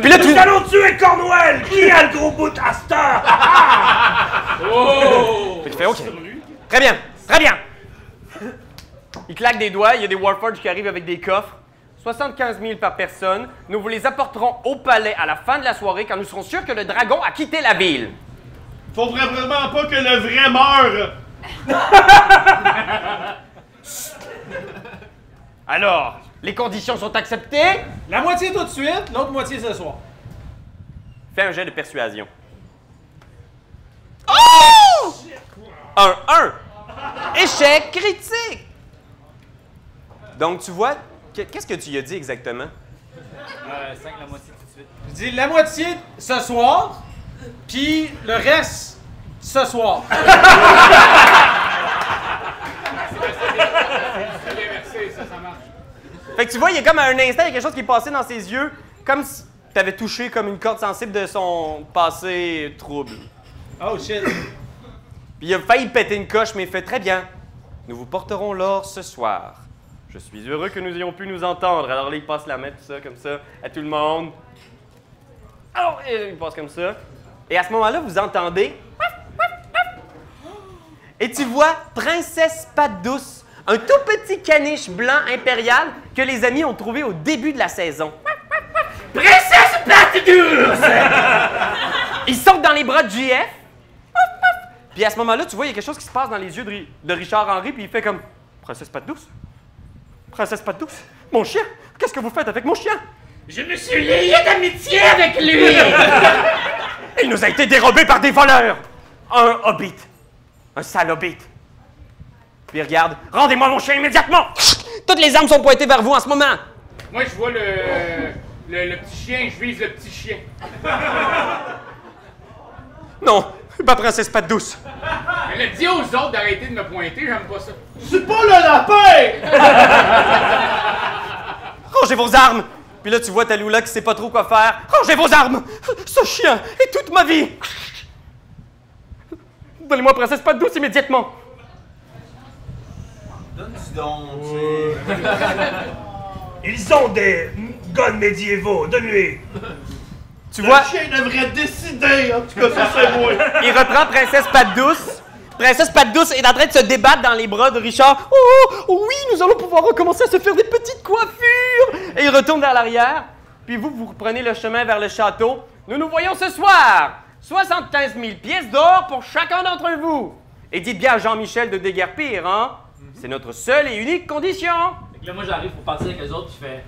Puis là, tu- Nous allons tuer Cornwell! Qui a le gros bout à cette heure? Ah! Oh! Fait que tu fais OK. Très bien, très bien. Il claque des doigts, il y a des Warforges qui arrivent avec des coffres. 75 000 par personne. Nous vous les apporterons au palais à la fin de la soirée quand nous serons sûrs que le dragon a quitté la ville. Faut vraiment pas que le vrai meure! Alors, les conditions sont acceptées? La moitié tout de suite, l'autre moitié ce soir. Fais un jet de persuasion. Oh! Un 1. Échec critique. Donc, tu vois, que- qu'est-ce que tu y as dit exactement? Euh, 5 la moitié tout de suite. Je dis la moitié ce soir, puis le reste ce soir. C'est l'inversé, ça, ça marche. Fait que tu vois, il y a comme à un instant, il y a quelque chose qui est passé dans ses yeux, comme si t'avais touché comme une corde sensible de son passé trouble. Oh shit. Puis il a failli péter une coche, mais il fait très bien. Nous vous porterons l'or ce soir. Je suis heureux que nous ayons pu nous entendre. Alors là, il passe la main, tout ça, comme ça, à tout le monde. Oh, et il passe comme ça. Et à ce moment-là, vous entendez. Et tu vois Princesse Patte Douce, un tout petit caniche blanc impérial que les amis ont trouvé au début de la saison. Princesse Patte Douce! Ils sautent dans les bras de JF. Puis à ce moment-là, tu vois, il y a quelque chose qui se passe dans les yeux de, Ri- de Richard Henry, puis il fait comme Princesse Patte Douce? Princesse Patte Douce? Mon chien? Qu'est-ce que vous faites avec mon chien? Je me suis lié d'amitié avec lui! Il nous a été dérobé par des voleurs! Un hobbit. Un sale hobbit. Puis il regarde. Rendez-moi mon chien immédiatement! Toutes les armes sont pointées vers vous en ce moment! Moi, je vois le, le, le petit chien, je vise le petit chien. Non! Ma princesse pas douce! Elle a dit aux autres d'arrêter de me pointer, j'aime pas ça. C'est pas le lapin! Rangez vos armes! Puis là, tu vois Taloula qui sait pas trop quoi faire. Rangez vos armes! Ce chien est toute ma vie! Donnez-moi princesse pas douce immédiatement! Donne-tu donc, tu sais. Ils ont des guns médiévaux, donne-lui. Tu vois? Le chien devrait décider, en tout cas, ça c'est moi. Il reprend Princesse Patte Douce. Princesse Patte Douce est en train de se débattre dans les bras de Richard. Oh, oh, oui, nous allons pouvoir recommencer à se faire des petites coiffures. Et il retourne vers l'arrière. Puis vous, vous reprenez le chemin vers le château. Nous nous voyons ce soir. 75 000 pièces d'or pour chacun d'entre vous. Et dites bien à Jean-Michel de déguerpir, hein? C'est notre seule et unique condition. Fait que là, moi, j'arrive pour partir avec les autres, puis je fais.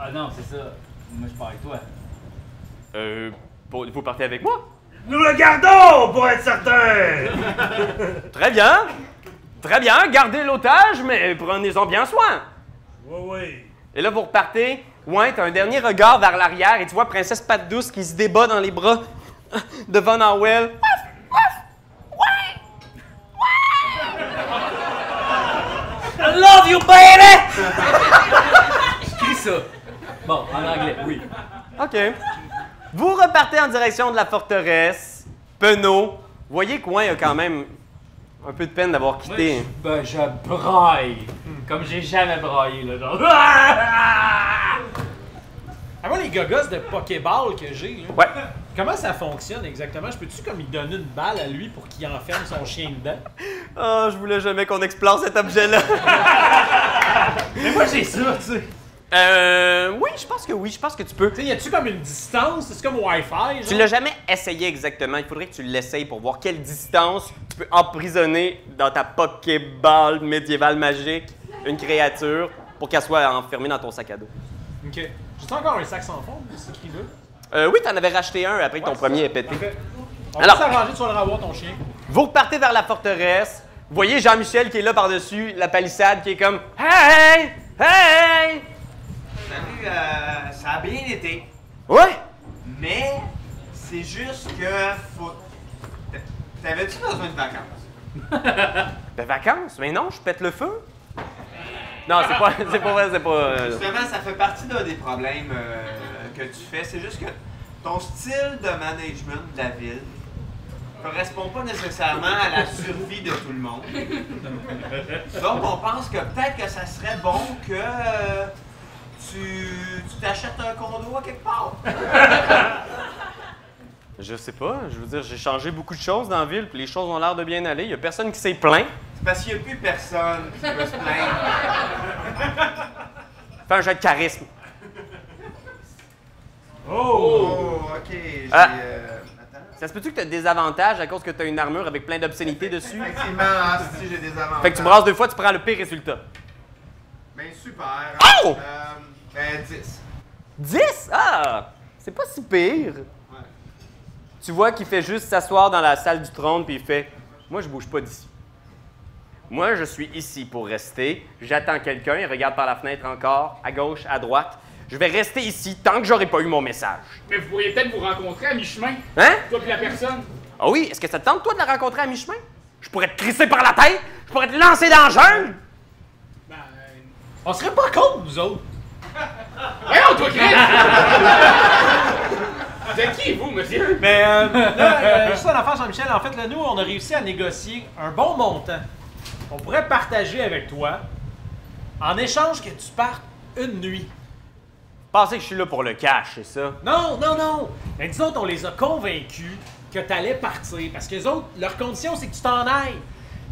Ah non, c'est ça. Moi, je pars avec toi. Euh, pour- vous partez avec moi? Nous le gardons pour être certain. Très bien. Très bien, gardez l'otage, mais prenez-en bien soin. Oui, oui. Et là, vous repartez. Ouais, t'as un dernier regard vers l'arrière et tu vois Princesse Patte Douce qui se débat dans les bras de Van Howell. I love you, baby! Je crie ça. Bon, en anglais, oui. OK. Vous repartez en direction de la forteresse. Penaud. Voyez que Wayne a quand même un peu de peine d'avoir Moi, quitté. je, ben, je braille. Comme j'ai jamais braillé, là, genre. Avant les gogos de Pokéball que j'ai, là, Ouais. comment ça fonctionne exactement? Je peux-tu comme il donne une balle à lui pour qu'il enferme son chien dedans? Ah, je voulais jamais qu'on explore cet objet-là. Mais moi j'ai ça, tu sais. Euh. Oui, je pense que oui, je pense que tu peux. Tu sais, y a-tu comme une distance? C'est comme Wi-Fi? Genre? Tu l'as jamais essayé exactement. Il faudrait que tu l'essayes pour voir quelle distance tu peux emprisonner dans ta Pokéball médiévale magique une créature pour qu'elle soit enfermée dans ton sac à dos. Ok. J'ai encore un sac sans fond, c'est qui là? Euh, oui, t'en avais racheté un après que ton premier est pété. Parfait. On Alors- peut s'arranger sur le ravoir ton chien. Vous repartez vers la forteresse. Vous voyez Jean-Michel qui est là par-dessus la palissade qui est comme Hey! Hey! Salut, euh, ça a bien été. Ouais! Mais c'est juste que faut. T'a- T'avais-tu besoin de vacances? De vacances? Mais non, je pète le feu! Non, c'est pas, c'est pas vrai, c'est pas. euh, Justement, ça fait partie d'un des problèmes euh, que tu fais. C'est juste que ton style de management de la ville correspond pas nécessairement à la survie de tout le monde. Donc, on pense que peut-être que ça serait bon que euh, tu tu t'achètes un condo à quelque part. Je sais pas, je veux dire, j'ai changé beaucoup de choses dans la ville, puis les choses ont l'air de bien aller. Il y a personne qui s'est plaint. C'est parce qu'il n'y a plus personne qui peut se plaindre. Fais un jeu de charisme. Oh! ok. j'ai, Ah. euh, Ça se peut-tu que t'as des avantages à cause que t'as une armure avec plein d'obscénités dessus? Effectivement, hein, si j'ai des avantages. Fait que tu brasses deux fois, tu prends le pire résultat. Ben super. Oh! Euh, ben 10. 10? Ah! C'est pas si pire. Tu vois qu'il fait juste s'asseoir dans la salle du trône, puis il fait Moi, je bouge pas d'ici. Moi, je suis ici pour rester. J'attends quelqu'un, il regarde par la fenêtre encore, à gauche, à droite. Je vais rester ici tant que j'aurai pas eu mon message. Mais vous pourriez peut-être vous rencontrer à mi-chemin, Hein? toi puis la personne. Ah oui, est-ce que ça te tente, toi, de la rencontrer à mi-chemin? Je pourrais te crisser par la tête, je pourrais te lancer dans le jungle! On serait pas contre, nous autres! Voyons, toi, Chris! C'est qui, vous, monsieur? Mais euh, là, euh, juste en affaire, Jean-Michel, en fait, là, nous, on a réussi à négocier un bon montant qu'on pourrait partager avec toi en échange que tu partes une nuit. Pensez que je suis là pour le cash, c'est ça? Non, non, non! Mais disons, on les a convaincus que t'allais partir parce que les autres, leur condition, c'est que tu t'en ailles.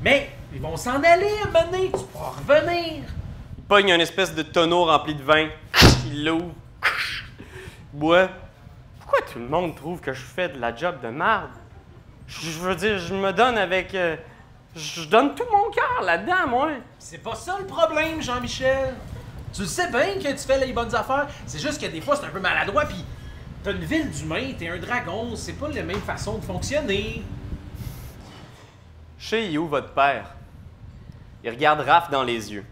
Mais ils vont s'en aller à un moment donné, tu pourras revenir. Il pogne une espèce de tonneau rempli de vin. Il l'ouvre. Bois. Pourquoi tout le monde trouve que je fais de la job de marde? Je je veux dire, je me donne avec. euh, je donne tout mon cœur là-dedans, moi. C'est pas ça le problème, Jean-Michel. Tu le sais bien que tu fais les bonnes affaires. C'est juste que des fois, c'est un peu maladroit, puis T'as une ville d'humains, t'es un dragon, c'est pas la même façon de fonctionner. Chez You, votre père, il regarde Raph dans les yeux.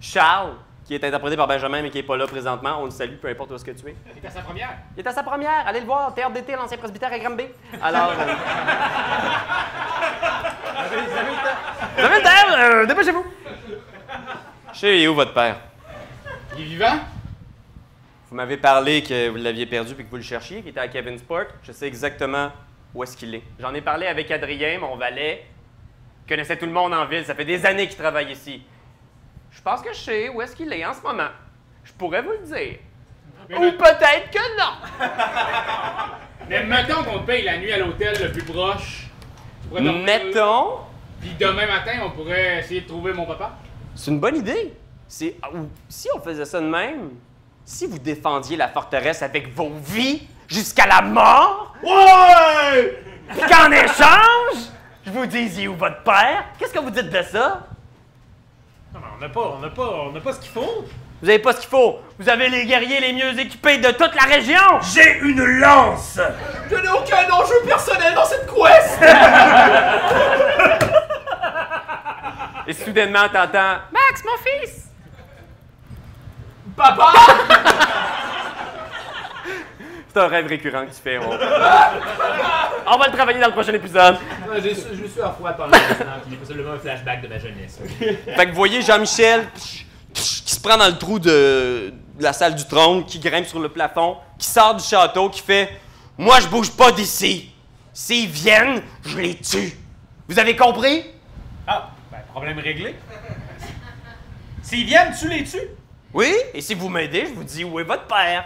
Charles, qui est interprété par Benjamin, mais qui n'est pas là présentement, on le salue, peu importe où est-ce que tu es. C'était sa première. Il est à sa première, allez le voir, théâtre d'été, l'ancien presbytère à Granby. Alors. euh, vous avez le temps, euh, dépêchez-vous. Chez You, votre père, Il est vivant? vous m'avez parlé que vous l'aviez perdu puis que vous le cherchiez, qui était à Kevin Sport. Je sais exactement où est-ce qu'il est. J'en ai parlé avec Adrien, mon valet. Il connaissait tout le monde en ville, ça fait des années qu'il travaille ici. Je pense que je sais où est-ce qu'il est en ce moment. Je pourrais vous le dire. Ou peut-être que non! Mais mettons qu'on te paye la nuit à l'hôtel le plus proche. Tu pourrais dormir là. Mettons, Puis demain matin, on pourrait essayer de trouver mon papa. c'est une bonne idée. C'est ah, ou- si on faisait ça de même, si vous défendiez la forteresse avec vos vies jusqu'à la mort, ouais! Qu'en échange, je vous disiez où votre père. Qu'est-ce que vous dites de ça? Non, mais on n'a pas, on n'a pas, on n'a pas ce qu'il faut. Vous avez pas ce qu'il faut. Vous avez les guerriers les mieux équipés de toute la région. J'ai une lance! Je n'ai aucun enjeu personnel dans cette quest! Et soudainement, t'entends Max, mon fils! Papa! C'est un rêve récurrent que tu fais. On... On va le travailler dans le prochain épisode. Ouais, j'ai su- je me suis enfoué pendant l'instant, puis j'ai possiblement un flashback de ma jeunesse. Fait que vous voyez Jean-Michel psh, psh, qui se prend dans le trou de, de la salle du trône, qui grimpe sur le plafond, qui sort du château, qui fait Moi, je bouge pas d'ici. S'ils viennent, je les tue. Vous avez compris? Ah, ben, problème réglé. S'ils viennent, tu les tues. Oui? Et si vous m'aidez, je vous dis où est votre père.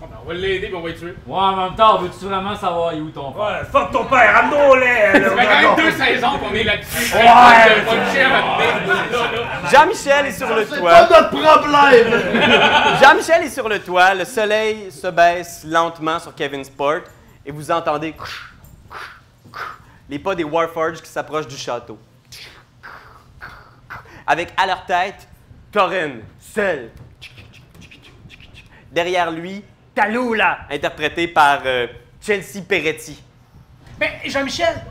On va l'aider puis on va le tuer. Ouais, en même temps, veux-tu vraiment savoir où est ton père? Ouais, fuck ton père, amenons au lait! Ça Ben, fait quand même deux saisons qu'on est là-dessus. Ouais. On a pas de chien à tenir. Jean-Michel est sur le toit. pas notre problème. Jean-Michel est sur le toit. Le soleil se baisse lentement sur Kevin Sport et vous entendez les pas des Warforges qui s'approchent du château. Avec à leur tête Corinne, seule. Derrière lui, Talula, interprété par euh, Chelsea Peretti. Ben, Jean-Michel,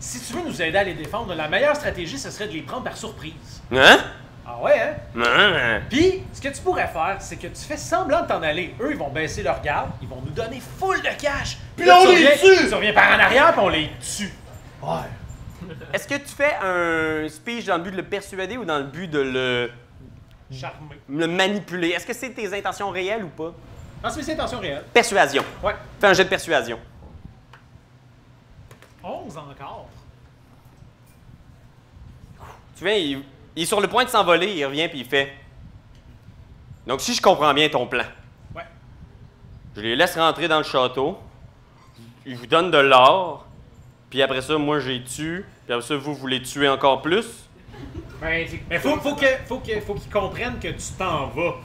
si tu veux nous aider à les défendre, la meilleure stratégie, ce serait de les prendre par surprise. Hein? Ah ouais, hein? Hein? Puis, ce que tu pourrais faire, c'est que tu fais semblant de t'en aller. Eux, ils vont baisser leur garde, ils vont nous donner full de cash. Puis là, on tu les reviens- tue! Tu reviens par en arrière, puis on les tue. Ouais. Est-ce que tu fais un speech dans le but de le persuader ou dans le but de le, Charmé. le manipuler? Est-ce que c'est tes intentions réelles ou pas? Non, c'est mes intentions réelles. Persuasion. Ouais. Fais un jet de persuasion. 11 encore. Tu viens, il, il est sur le point de s'envoler, il revient puis il fait. Donc, si je comprends bien ton plan, Ouais. je les laisse rentrer dans le château, ils vous donnent de l'or, puis après ça, moi, je les tue, puis après ça, vous, vous les tuez encore plus. Mais faut, faut que, faut que, faut qu'ils comprennent que tu t'en vas.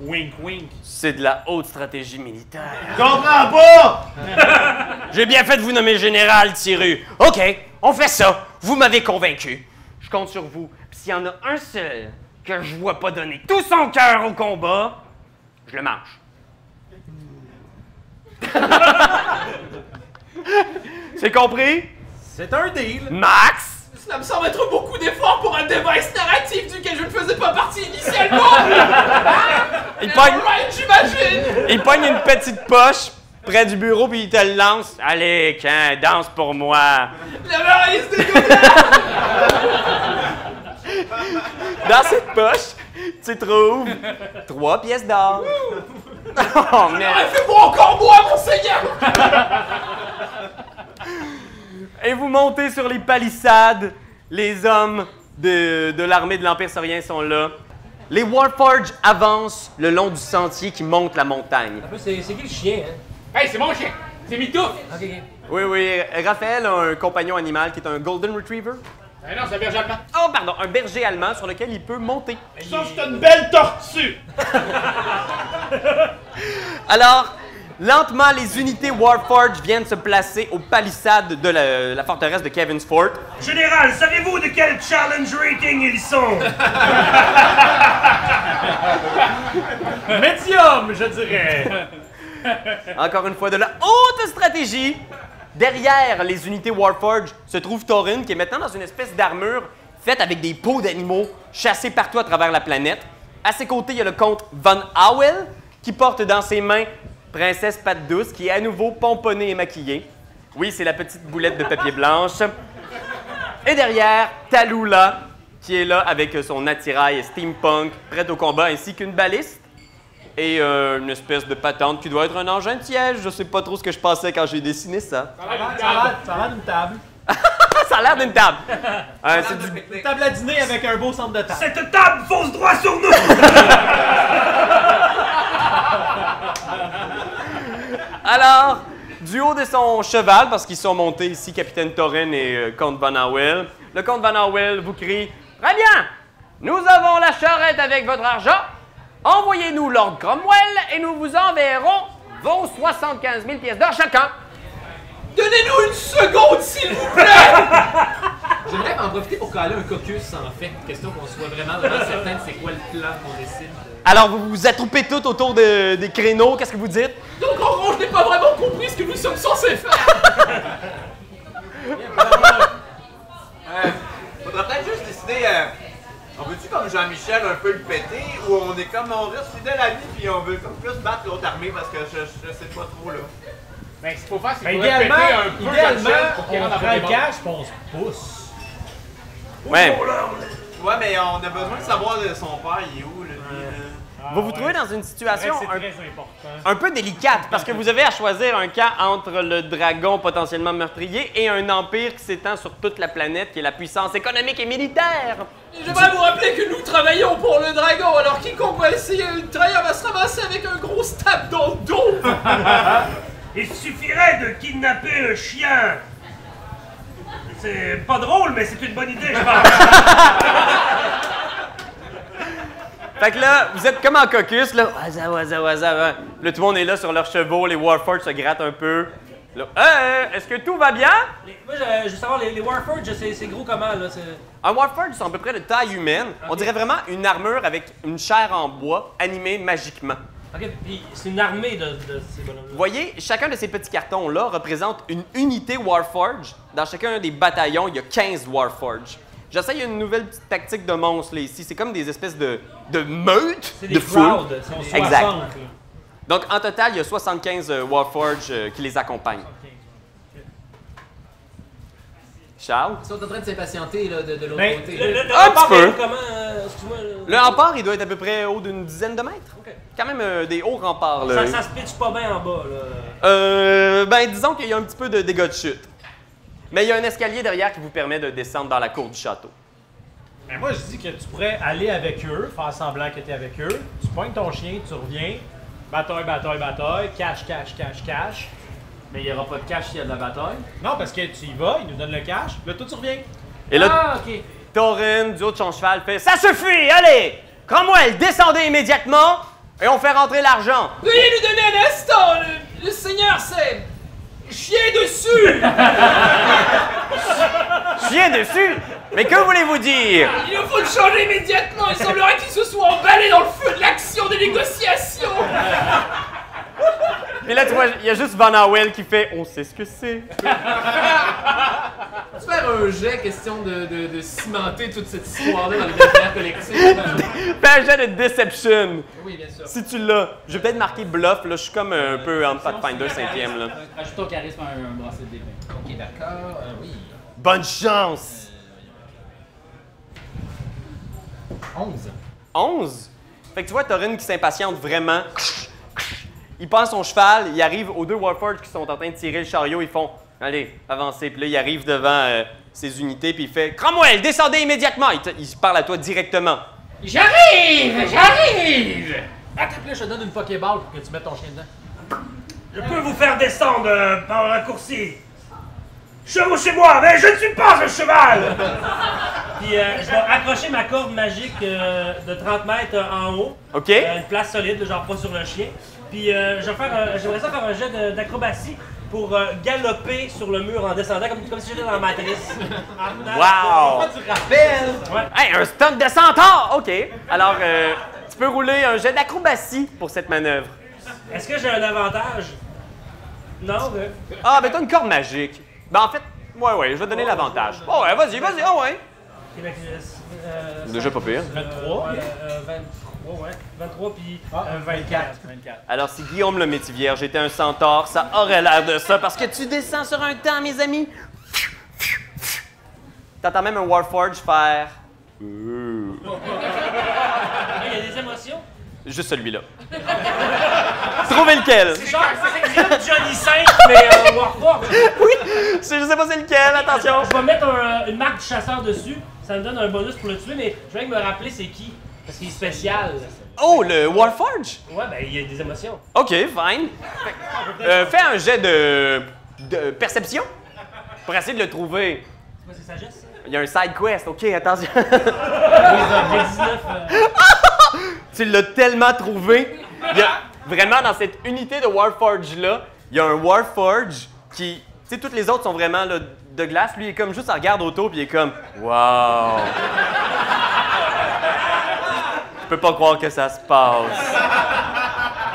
Wink, wink. C'est de la haute stratégie militaire. Comprends pas! J'ai bien fait de vous nommer général, Tiru. OK, on fait ça. Vous m'avez convaincu. Je compte sur vous. Puis s'il y en a un seul que je vois pas donner tout son cœur au combat, je le mange. C'est compris? C'est un deal. Max? Cela me semble être beaucoup d'efforts pour un device narratif duquel je ne faisais pas partie initialement! Il pogne, Alright, j'imagine! il pogne une petite poche près du bureau puis il te le lance. Allez, quand danse pour moi. La varice des Dans cette poche, tu trouves trois pièces d'or. Oh, merde. Fais-moi encore moi, mon seigneur! Et vous montez sur les palissades. Les hommes de, de l'armée de l'Empire saurien sont là. Les Warforges avancent le long du sentier qui monte la montagne. C'est c'est qui le chien, hein? Hey, c'est mon chien. C'est Mitouf. Ok, ok. Oui, oui. Raphaël a un compagnon animal qui est un Golden Retriever. Ah non, c'est un berger allemand. Oh, pardon, un berger allemand sur lequel il peut monter. Sauf que c'est une belle tortue. Alors, lentement, les unités Warforges viennent se placer aux palissades de la, la forteresse de Kevin's Fort. Général, savez-vous de quel challenge rating ils sont? Médium, je dirais. Encore une fois, de la haute stratégie. Derrière les unités Warforge se trouve Thorin, qui est maintenant dans une espèce d'armure faite avec des peaux d'animaux chassés partout à travers la planète. À ses côtés, il y a le comte Von Howell, qui porte dans ses mains Princesse Patte Douce, qui est à nouveau pomponnée et maquillée. Oui, c'est la petite boulette de papier blanche. Et derrière, Talula, qui est là avec son attirail steampunk, prête au combat, ainsi qu'une baliste et euh, une espèce de patente qui doit être un engin de siège. Je sais pas trop ce que je pensais quand j'ai dessiné ça. Ça a l'air d'une table. Ah, ça a l'air d'une table. Euh, c'est du- Une table à dîner avec un beau centre de table. Cette table fonce droit sur nous! Alors, du haut de son cheval, parce qu'ils sont montés ici, Capitaine Torren et euh, Comte Van Howell, le Comte Van Howell vous crie Très bien Nous avons la charrette avec votre argent. Envoyez-nous Lord Cromwell et nous vous enverrons vos 75 000 pièces d'or chacun. Donnez-nous une seconde, s'il vous plaît! J'aimerais en profiter pour caler un caucus en fait, question qu'on soit vraiment, vraiment certain de c'est quoi le plan qu'on décide. Alors, vous vous attroupez tout autour de- des créneaux. Qu'est-ce que vous dites Donc, en gros, je n'ai pas vraiment compris ce que nous sommes censés faire! Euh, faudrait peut-être juste décider. euh, on veut-tu comme Jean-Michel un peu le péter ou on est comme on reste fidèle à lui puis on veut comme plus battre l'autre armée parce que je, je sais pas trop là. Ben, ce qu'il faut faire, c'est Ben, qu'il faudrait idéalement, péter un peu idéalement, Jean-Michel pour qu'il on rentre dans prend les le bancs. cash, puis on se pousse. Ouais. Ouais, mais on a besoin de savoir de son père, il est où là. euh, lui, là. Vous vous trouvez dans une situation C'est un- très important. un peu délicate parce que vous avez à choisir un camp entre le dragon potentiellement meurtrier et un empire qui s'étend sur toute la planète qui est la puissance économique et militaire. J'aimerais vous rappeler que nous travaillons pour le dragon, alors quiconque va essayer de le trahir va se ramasser avec un gros stab dans le dos! Il suffirait de kidnapper le chien. C'est pas drôle, mais c'est une bonne idée, je pense. Fait que là, vous êtes comme en caucus, là. Waza, waza, waza, waza. hein. Là, tout le monde est là sur leurs chevaux, les Warfords se grattent un peu. Là, Hey, est-ce que tout va bien? Les- Moi, je je veux savoir, les, les Warfords, je sais- c'est gros comment, là? c'est- Un Warford, ils sont à peu près de taille humaine. On dirait vraiment une armure avec une chair en bois animée magiquement. Ok, puis c'est une armée de, de ces bonhommes-là. Vous voyez, chacun de ces petits cartons-là représente une unité Warforge. Dans chacun des bataillons, il y a 15 Warforge. J'essaye une nouvelle petite tactique de monstre là, ici. C'est comme des espèces de, de meutes. C'est des de foule. crowds, c'est des 60, Exact. là. Donc, en total, il y a 75 euh, Warforge euh, qui les accompagnent. Charles? Ils sont en train de s'impatienter là, de, de l'autre Ben, côté. le- le- le Un rapport petit peu. est Comment, euh, excuse-moi. là? Le rempart, il doit être à peu près haut d'une dizaine de mètres. Quand même euh, des hauts remparts. Là. Ça, ça se pitche pas bien en bas, là. Euh, ben, disons qu'il y a un petit peu de dégâts de chute. Mais il y a un escalier derrière qui vous permet de descendre dans la cour du château. Mais Ben, moi, je dis que tu pourrais aller avec eux, faire semblant que t'es avec eux. Tu pointes ton chien, tu reviens. Bataille, bataille, bataille. Cash, cash, cash, cash. Mais il n'y aura pas de cash s'il y a de la bataille. Non, parce que tu y vas, ils nous donnent le cash. Là, toi, tu reviens. Et là, Ah, ok. Thorin, du haut de son cheval, fait Ça suffit, allez Cromwell, descendez immédiatement et on fait rentrer l'argent. Veuillez nous donner un instant, le, le seigneur c'est... Chier dessus! Chier dessus Mais que voulez-vous dire Il nous faut le changer immédiatement, il semblerait qu'il se soit emballé dans le feu de l'action des négociations! Et là, tu vois, il y a juste Van Howell qui fait On sait ce que c'est. Tu peux faire un jet question de, de, de cimenter toute cette histoire-là dans le mystère collectif. Fais un jet de Deception. Oui, bien sûr. Si tu l'as, je vais peut-être marquer bluff, là, je suis comme un peu en Pathfinder 5e. Là. Rajoute ton charisme à un, un bracelet de début. Ok, d'accord, euh, oui. Bonne chance! 11. 11? Fait que tu vois Thorin qui s'impatiente vraiment. Il pense son cheval, il arrive aux deux Warfords qui sont en train de tirer le chariot, ils font Allez, avancez. Puis là, il arrive devant euh, ses unités, puis il fait Cromwell, descendez immédiatement! Il, te- il parle à toi directement. J'arrive! J'arrive! Attends, puis là, je te donne une Pokéball pour que tu mettes ton chien dedans. Je peux vous faire descendre euh, par un raccourci. Chevauchez-moi, mais je ne suis pas un cheval! Puis euh, je vais accrocher ma corde magique euh, de 30 mètres euh, en haut. OK. Euh, une place solide, genre pas sur le chien. Puis euh, je vais faire un- j'aimerais ça faire un jet de- d'acrobatie pour euh, galoper sur le mur en descendant, comme, comme si j'étais dans la matrice. Wow! Tu rappelles? Ouais. Hey, un stunt de centaure! OK. Alors, euh, tu peux rouler un jet d'acrobatie pour cette manœuvre. Est-ce que j'ai un avantage? Non, mais... Ah, ben t'as une corde magique. Ben en fait, ouais, ouais, je vais te donner l'avantage. Oh ouais, vas-y, vas-y, oh ouais. Ok, ben, euh, Déjà pas pire. 23? Euh, euh, 23, ouais. 23 puis Ah. euh, 24. 24. Alors, si Guillaume le métivier était un centaure, ça aurait l'air de ça parce que tu descends sur un temps, mes amis. T'entends même un Warforge faire. Euh, Ah, Il y a des émotions? Juste celui-là. Trouvez lequel. C'est genre, c'est comme Johnny 5, mais on va revoir. Oui, je sais pas c'est lequel, attention. Je vais mettre un, euh, une marque de chasseur dessus, ça me donne un bonus pour le tuer, mais je vais me rappeler c'est qui, parce qu'il est spécial. Oh, le Warforge? Ouais, ben il y a des émotions. Ok, fine. Euh, fais un jet de, de perception pour essayer de le trouver. C'est quoi, c'est sagesse? ça? Il y a un side quest, ok, attention. J'ai 19, euh, tu l'as tellement trouvé. Il y a- vraiment, dans cette unité de Warforge-là, il y a un Warforge qui. Tu sais, toutes les autres sont vraiment là, de glace. Lui, il est comme juste, il regarde autour, puis il est comme Wow! Je peux pas croire que ça se passe.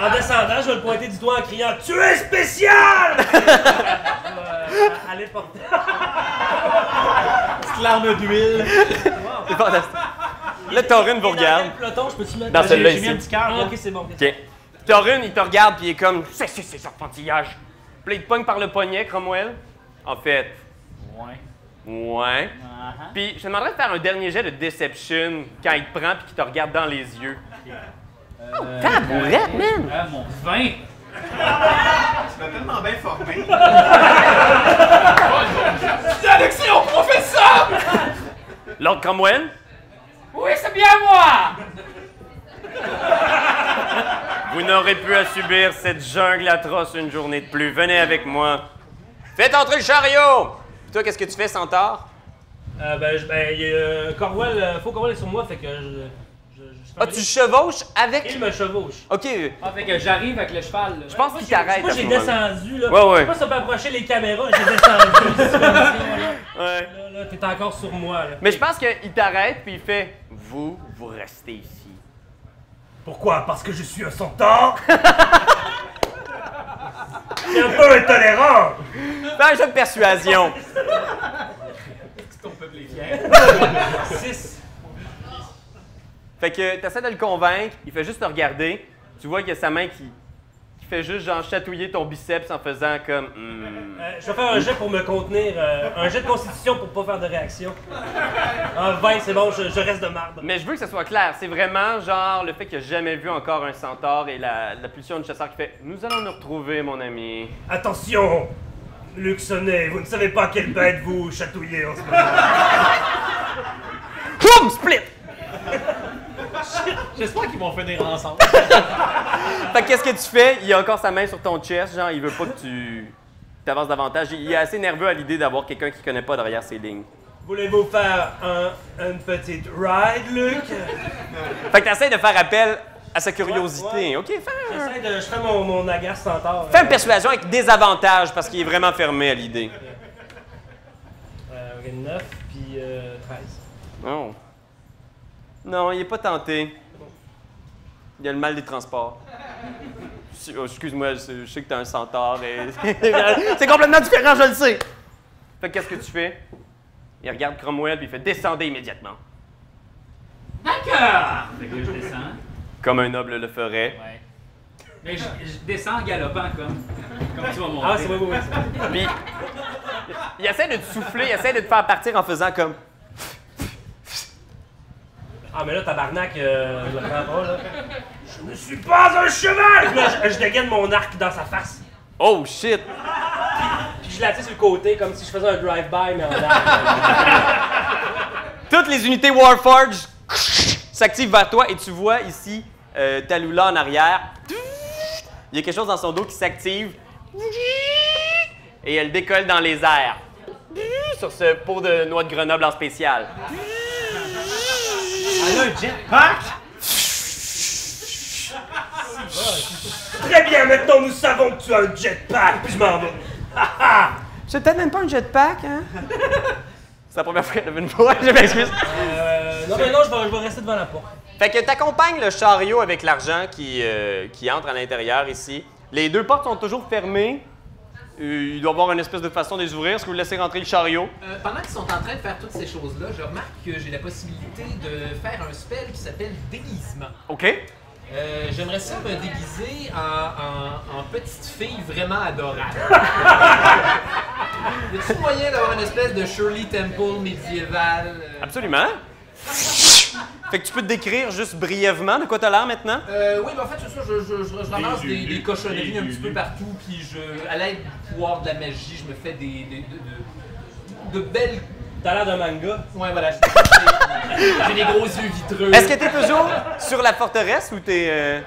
En descendant, je vais le pointer du doigt en criant Tu es spécial! Je vais, euh, aller porter. Petite larme d'huile. C'est fantastique. Là, Taurine vous regarde. Dans quel peloton je peux-tu mettre Dans celui-là J'ai- j'ai mis ici. un petit cœur. Ah, ok, c'est bon. OK. Taurine, il te regarde, puis il est comme Cessez ces serpentillages. Puis là, il te pogne par le poignet, Cromwell. En fait. Ouais. Ouais. Puis je te demanderais de faire un dernier jet de Deception quand il te prend, puis qu'il te regarde dans les yeux. Oh, tabourette, man! Ah, mon 20! Tu m'as tellement bien formé. Oh, C'est un excellent professeur! Lord Cromwell? Oui, c'est bien moi! Vous n'aurez plus à subir cette jungle atroce une journée de plus. Venez avec moi. Faites entrer le chariot! Toi, qu'est-ce que tu fais, Centaure? Euh, ben, je- ben, il y a, euh, Corwell, euh, faux Corwell est sur moi, fait que je. je, je- je Ah, tu chevauches avec. Il me chevauche. OK. Ah, fait que j'arrive avec le cheval. là. Je pense qu'il t'arrête. Moi, à ce j'ai moment-là. descendu, là. Ouais, ouais. Je sais pas si ça peut approcher les caméras, j'ai descendu. ici, là. Là, là, t'es encore sur moi, là. Mais je pense qu'il t'arrête puis il fait Vous, vous restez ici. Pourquoi Parce que je suis un centaure C'est un peu intolérant Fais un jeu de persuasion. Ton peuple est Six. Fait que t'essaies de le convaincre, il fait juste te regarder. Tu vois qu'il y a sa main qui, qui fait juste genre chatouiller ton biceps en faisant comme. Hmm. Euh, je vais faire un jet pour me contenir, euh, un jet de constitution pour pas faire de réaction. Un 20, c'est bon, je, je reste de marbre. Mais je veux que ça soit clair, c'est vraiment genre le fait qu'il a jamais vu encore un centaure et la, la pulsion du chasseur qui fait Nous allons nous retrouver, mon ami. Attention Luxonnet, vous ne savez pas quelle bête vous chatouillez en ce moment. Boum! Split! J'espère qu'ils vont finir ensemble. Fait que qu'est-ce que tu fais? Il a encore sa main sur ton chest, genre il veut pas que tu t'avances davantage. Il est assez nerveux à l'idée d'avoir quelqu'un qui connaît pas derrière ses lignes. Voulez-vous faire un, une petite ride, Luc Fait que t'essaies de faire appel à sa curiosité. OK, fais un... J'essaie de. Je fais mon, mon agace hein. centaure. Fais une persuasion avec des avantages parce qu'il est vraiment fermé à l'idée. Euh, 9 puis euh, 13. Non. Non, il est pas tenté. Il a le mal des transports. Si- oh, Excuse-moi, je sais- je sais que t'es un centaure et. C'est complètement différent, je le sais! Fait que qu'est-ce que tu fais? Il regarde Cromwell puis il fait descendez immédiatement. D'accord! Fait que là, je descends. Comme un noble le ferait. Mais je, je descends en galopant comme, comme tu vas monter. Ah, c'est vrai, oui, Puis, il essaie de te souffler, il essaie de te faire partir en faisant comme. Ah, mais là, tabarnak, euh, je le prends pas, là. Je ne suis Pas un cheval! Là, je, je dégaine mon arc dans sa face. Oh shit! Puis je l'attire sur le côté comme si je faisais un drive-by, mais en arc. Toutes les unités Warforge s'activent vers toi et tu vois ici euh, Talula en arrière. Il y a quelque chose dans son dos qui s'active et elle décolle dans les airs. Sur ce pot de noix de Grenoble en spécial. Elle a un jetpack? Très bien, maintenant nous savons que tu as un jetpack, puis je m'en vais. C'est peut-être même pas un jetpack, hein? C'est la première fois qu'elle avait une voix, je m'excuse. Euh, non, mais non, je vais, je vais rester devant la porte. Fait que t'accompagnes le chariot avec l'argent qui, euh, qui entre à l'intérieur ici. Les deux portes sont toujours fermées. Euh, Il doit y avoir une espèce de façon de les ouvrir. Est-ce que vous laissez rentrer le chariot? Euh, pendant qu'ils sont en train de faire toutes ces choses-là, je remarque que j'ai la possibilité de faire un spell qui s'appelle déguisement. OK. Euh, J'aimerais ça me déguiser en, en- en petite fille vraiment adorable. y a-t-il moyen d'avoir une espèce de Shirley Temple médiévale? euh? Absolument. Fait que tu peux te décrire juste brièvement de quoi t'as l'air maintenant? Euh, oui, ben en fait, c'est ça, je, je, je, je ramasse Des des, des lulus, cochonneries des un petit peu lulus. partout, puis je, à l'aide du pouvoir de la magie, je me fais des, des- de, de- de belles... T'as l'air d'un manga. Ouais, voilà. j'ai- J'ai des gros yeux vitreux. Est-ce que t'es toujours sur la forteresse ou t'es. euh,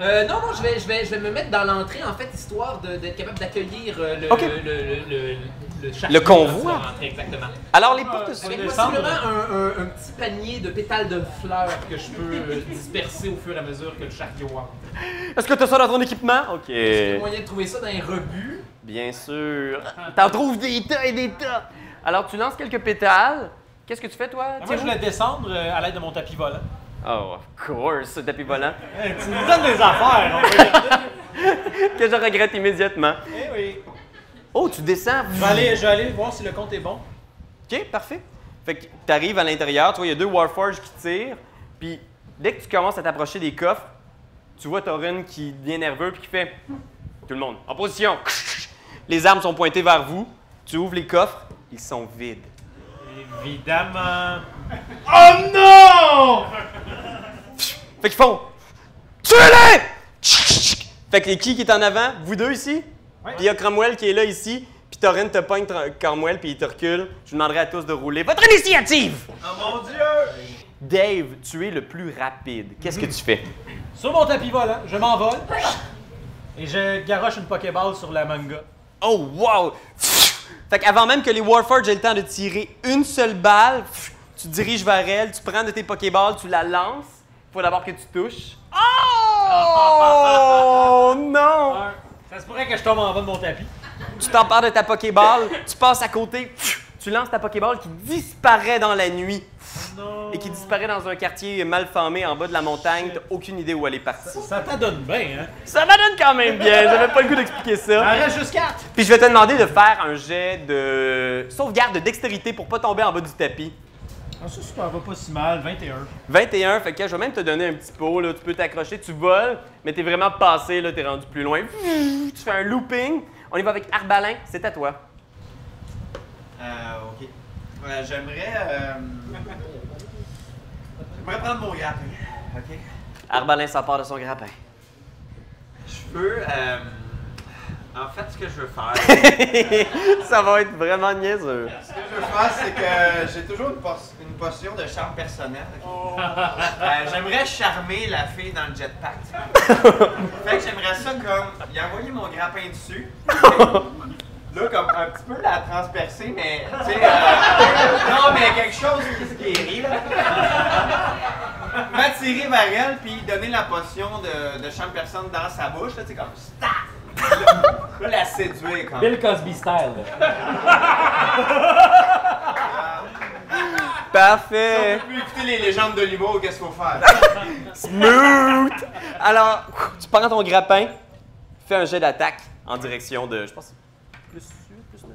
Euh, non, non, je vais, je, vais, je vais me mettre dans l'entrée, en fait, histoire de- d'être capable d'accueillir euh, le, Ok. le, le, le, le, Le convoi. là, sur l'entrée, Exactement. Alors, les portes se Avec descendent. possiblement un, un, un petit panier de pétales de fleurs que je peux euh, disperser au fur et à mesure que le chariot entre. Est-ce que t'as ça dans ton équipement? Ok. Est-ce qu'il y a moyen de trouver ça dans les rebuts? Bien sûr. T'en trouves des tas et des tas. Alors, tu lances quelques pétales. Qu'est-ce que tu fais, toi? Ah, Ben, Moi, je Thierry? voulais descendre euh, à l'aide de mon tapis volant. Oh, of course, ce tapis volant. tu nous donnes des affaires, on que je regrette immédiatement. Eh oui. Oh, tu descends. Je vais, aller, je vais aller voir si le compte est bon. OK, parfait. Fait que t'arrives à l'intérieur, tu vois, il y a deux Warforges qui tirent. Puis dès que tu commences à t'approcher des coffres, tu vois Torin qui devient nerveux puis qui fait Tout le monde, en position. Les armes sont pointées vers vous. Tu ouvres les coffres, ils sont vides. Évidemment. Oh non! Fait qu'ils font Tuez-les! Fait que les qui qui est en avant? Vous deux ici? Puis il y a Cromwell qui est là ici. Puis Torin te pogne tra- Cromwell puis il te recule. Je vous demanderai à tous de rouler. Votre initiative! Oh mon dieu! Dave, tu es le plus rapide. Qu'est-ce que tu fais? Sur mon tapis volant, je m'envole. Et je garoche une Pokéball sur la manga. Oh, wow! Fait qu'avant même que les Warforges aient le temps de tirer une seule balle, pff, tu te diriges vers elle, tu prends de tes Pokéballs, tu la lances. Faut d'abord que tu touches. Oh non! Ça se pourrait que je tombe en bas de mon tapis. Tu t'empares de ta Pokéball, tu passes à côté, pff, tu lances ta Pokéball qui disparaît dans la nuit. pff, Et qui disparaît dans un quartier mal formé en bas de la montagne. T'as aucune idée où elle est partie. Ça, t'adonne bien, hein? Ça m'adonne quand même bien. J'avais pas le goût d'expliquer ça. Il en reste juste quatre. Puis je vais te demander de faire un jet de sauvegarde de dextérité pour pas tomber en bas du tapis. Ah, ça, ça va pas si mal, 21. 21, fait que je vais même te donner un petit pot, là. Tu peux t'accrocher, tu voles, mais t'es vraiment passé, là. T'es rendu plus loin. Tu fais un looping. On y va avec Arbalin, c'est à toi. Euh, ok. Ouais, j'aimerais. euh, J'aimerais prendre mon grappin. Ok. Arbalin s'empare de son grappin. Je peux. euh, En fait, ce que je veux faire. Ça va être vraiment niaiseux. Ce que je veux faire, c'est que j'ai toujours une, pos- une posture de charme personnel. Euh, j'aimerais charmer la fille dans le jetpack. fait que j'aimerais ça comme. y envoyer mon grappin dessus. Là, comme un petit peu la transpercer, mais. Tu sais. euh, non, mais quelque chose qui se guérit, là. M'attirer vers elle, puis donner la potion de, de charme personne dans sa bouche, là, tu sais, comme. Stack! Là, la séduire, quand même. Bill Cosby style. Si Parfait. on peut plus écouter les légendes de l'humour, qu'est-ce qu'il faut faire? Smooth! Alors, tu prends ton grappin, fais un jet d'attaque en direction de. Je pense. Plus 8, plus 9.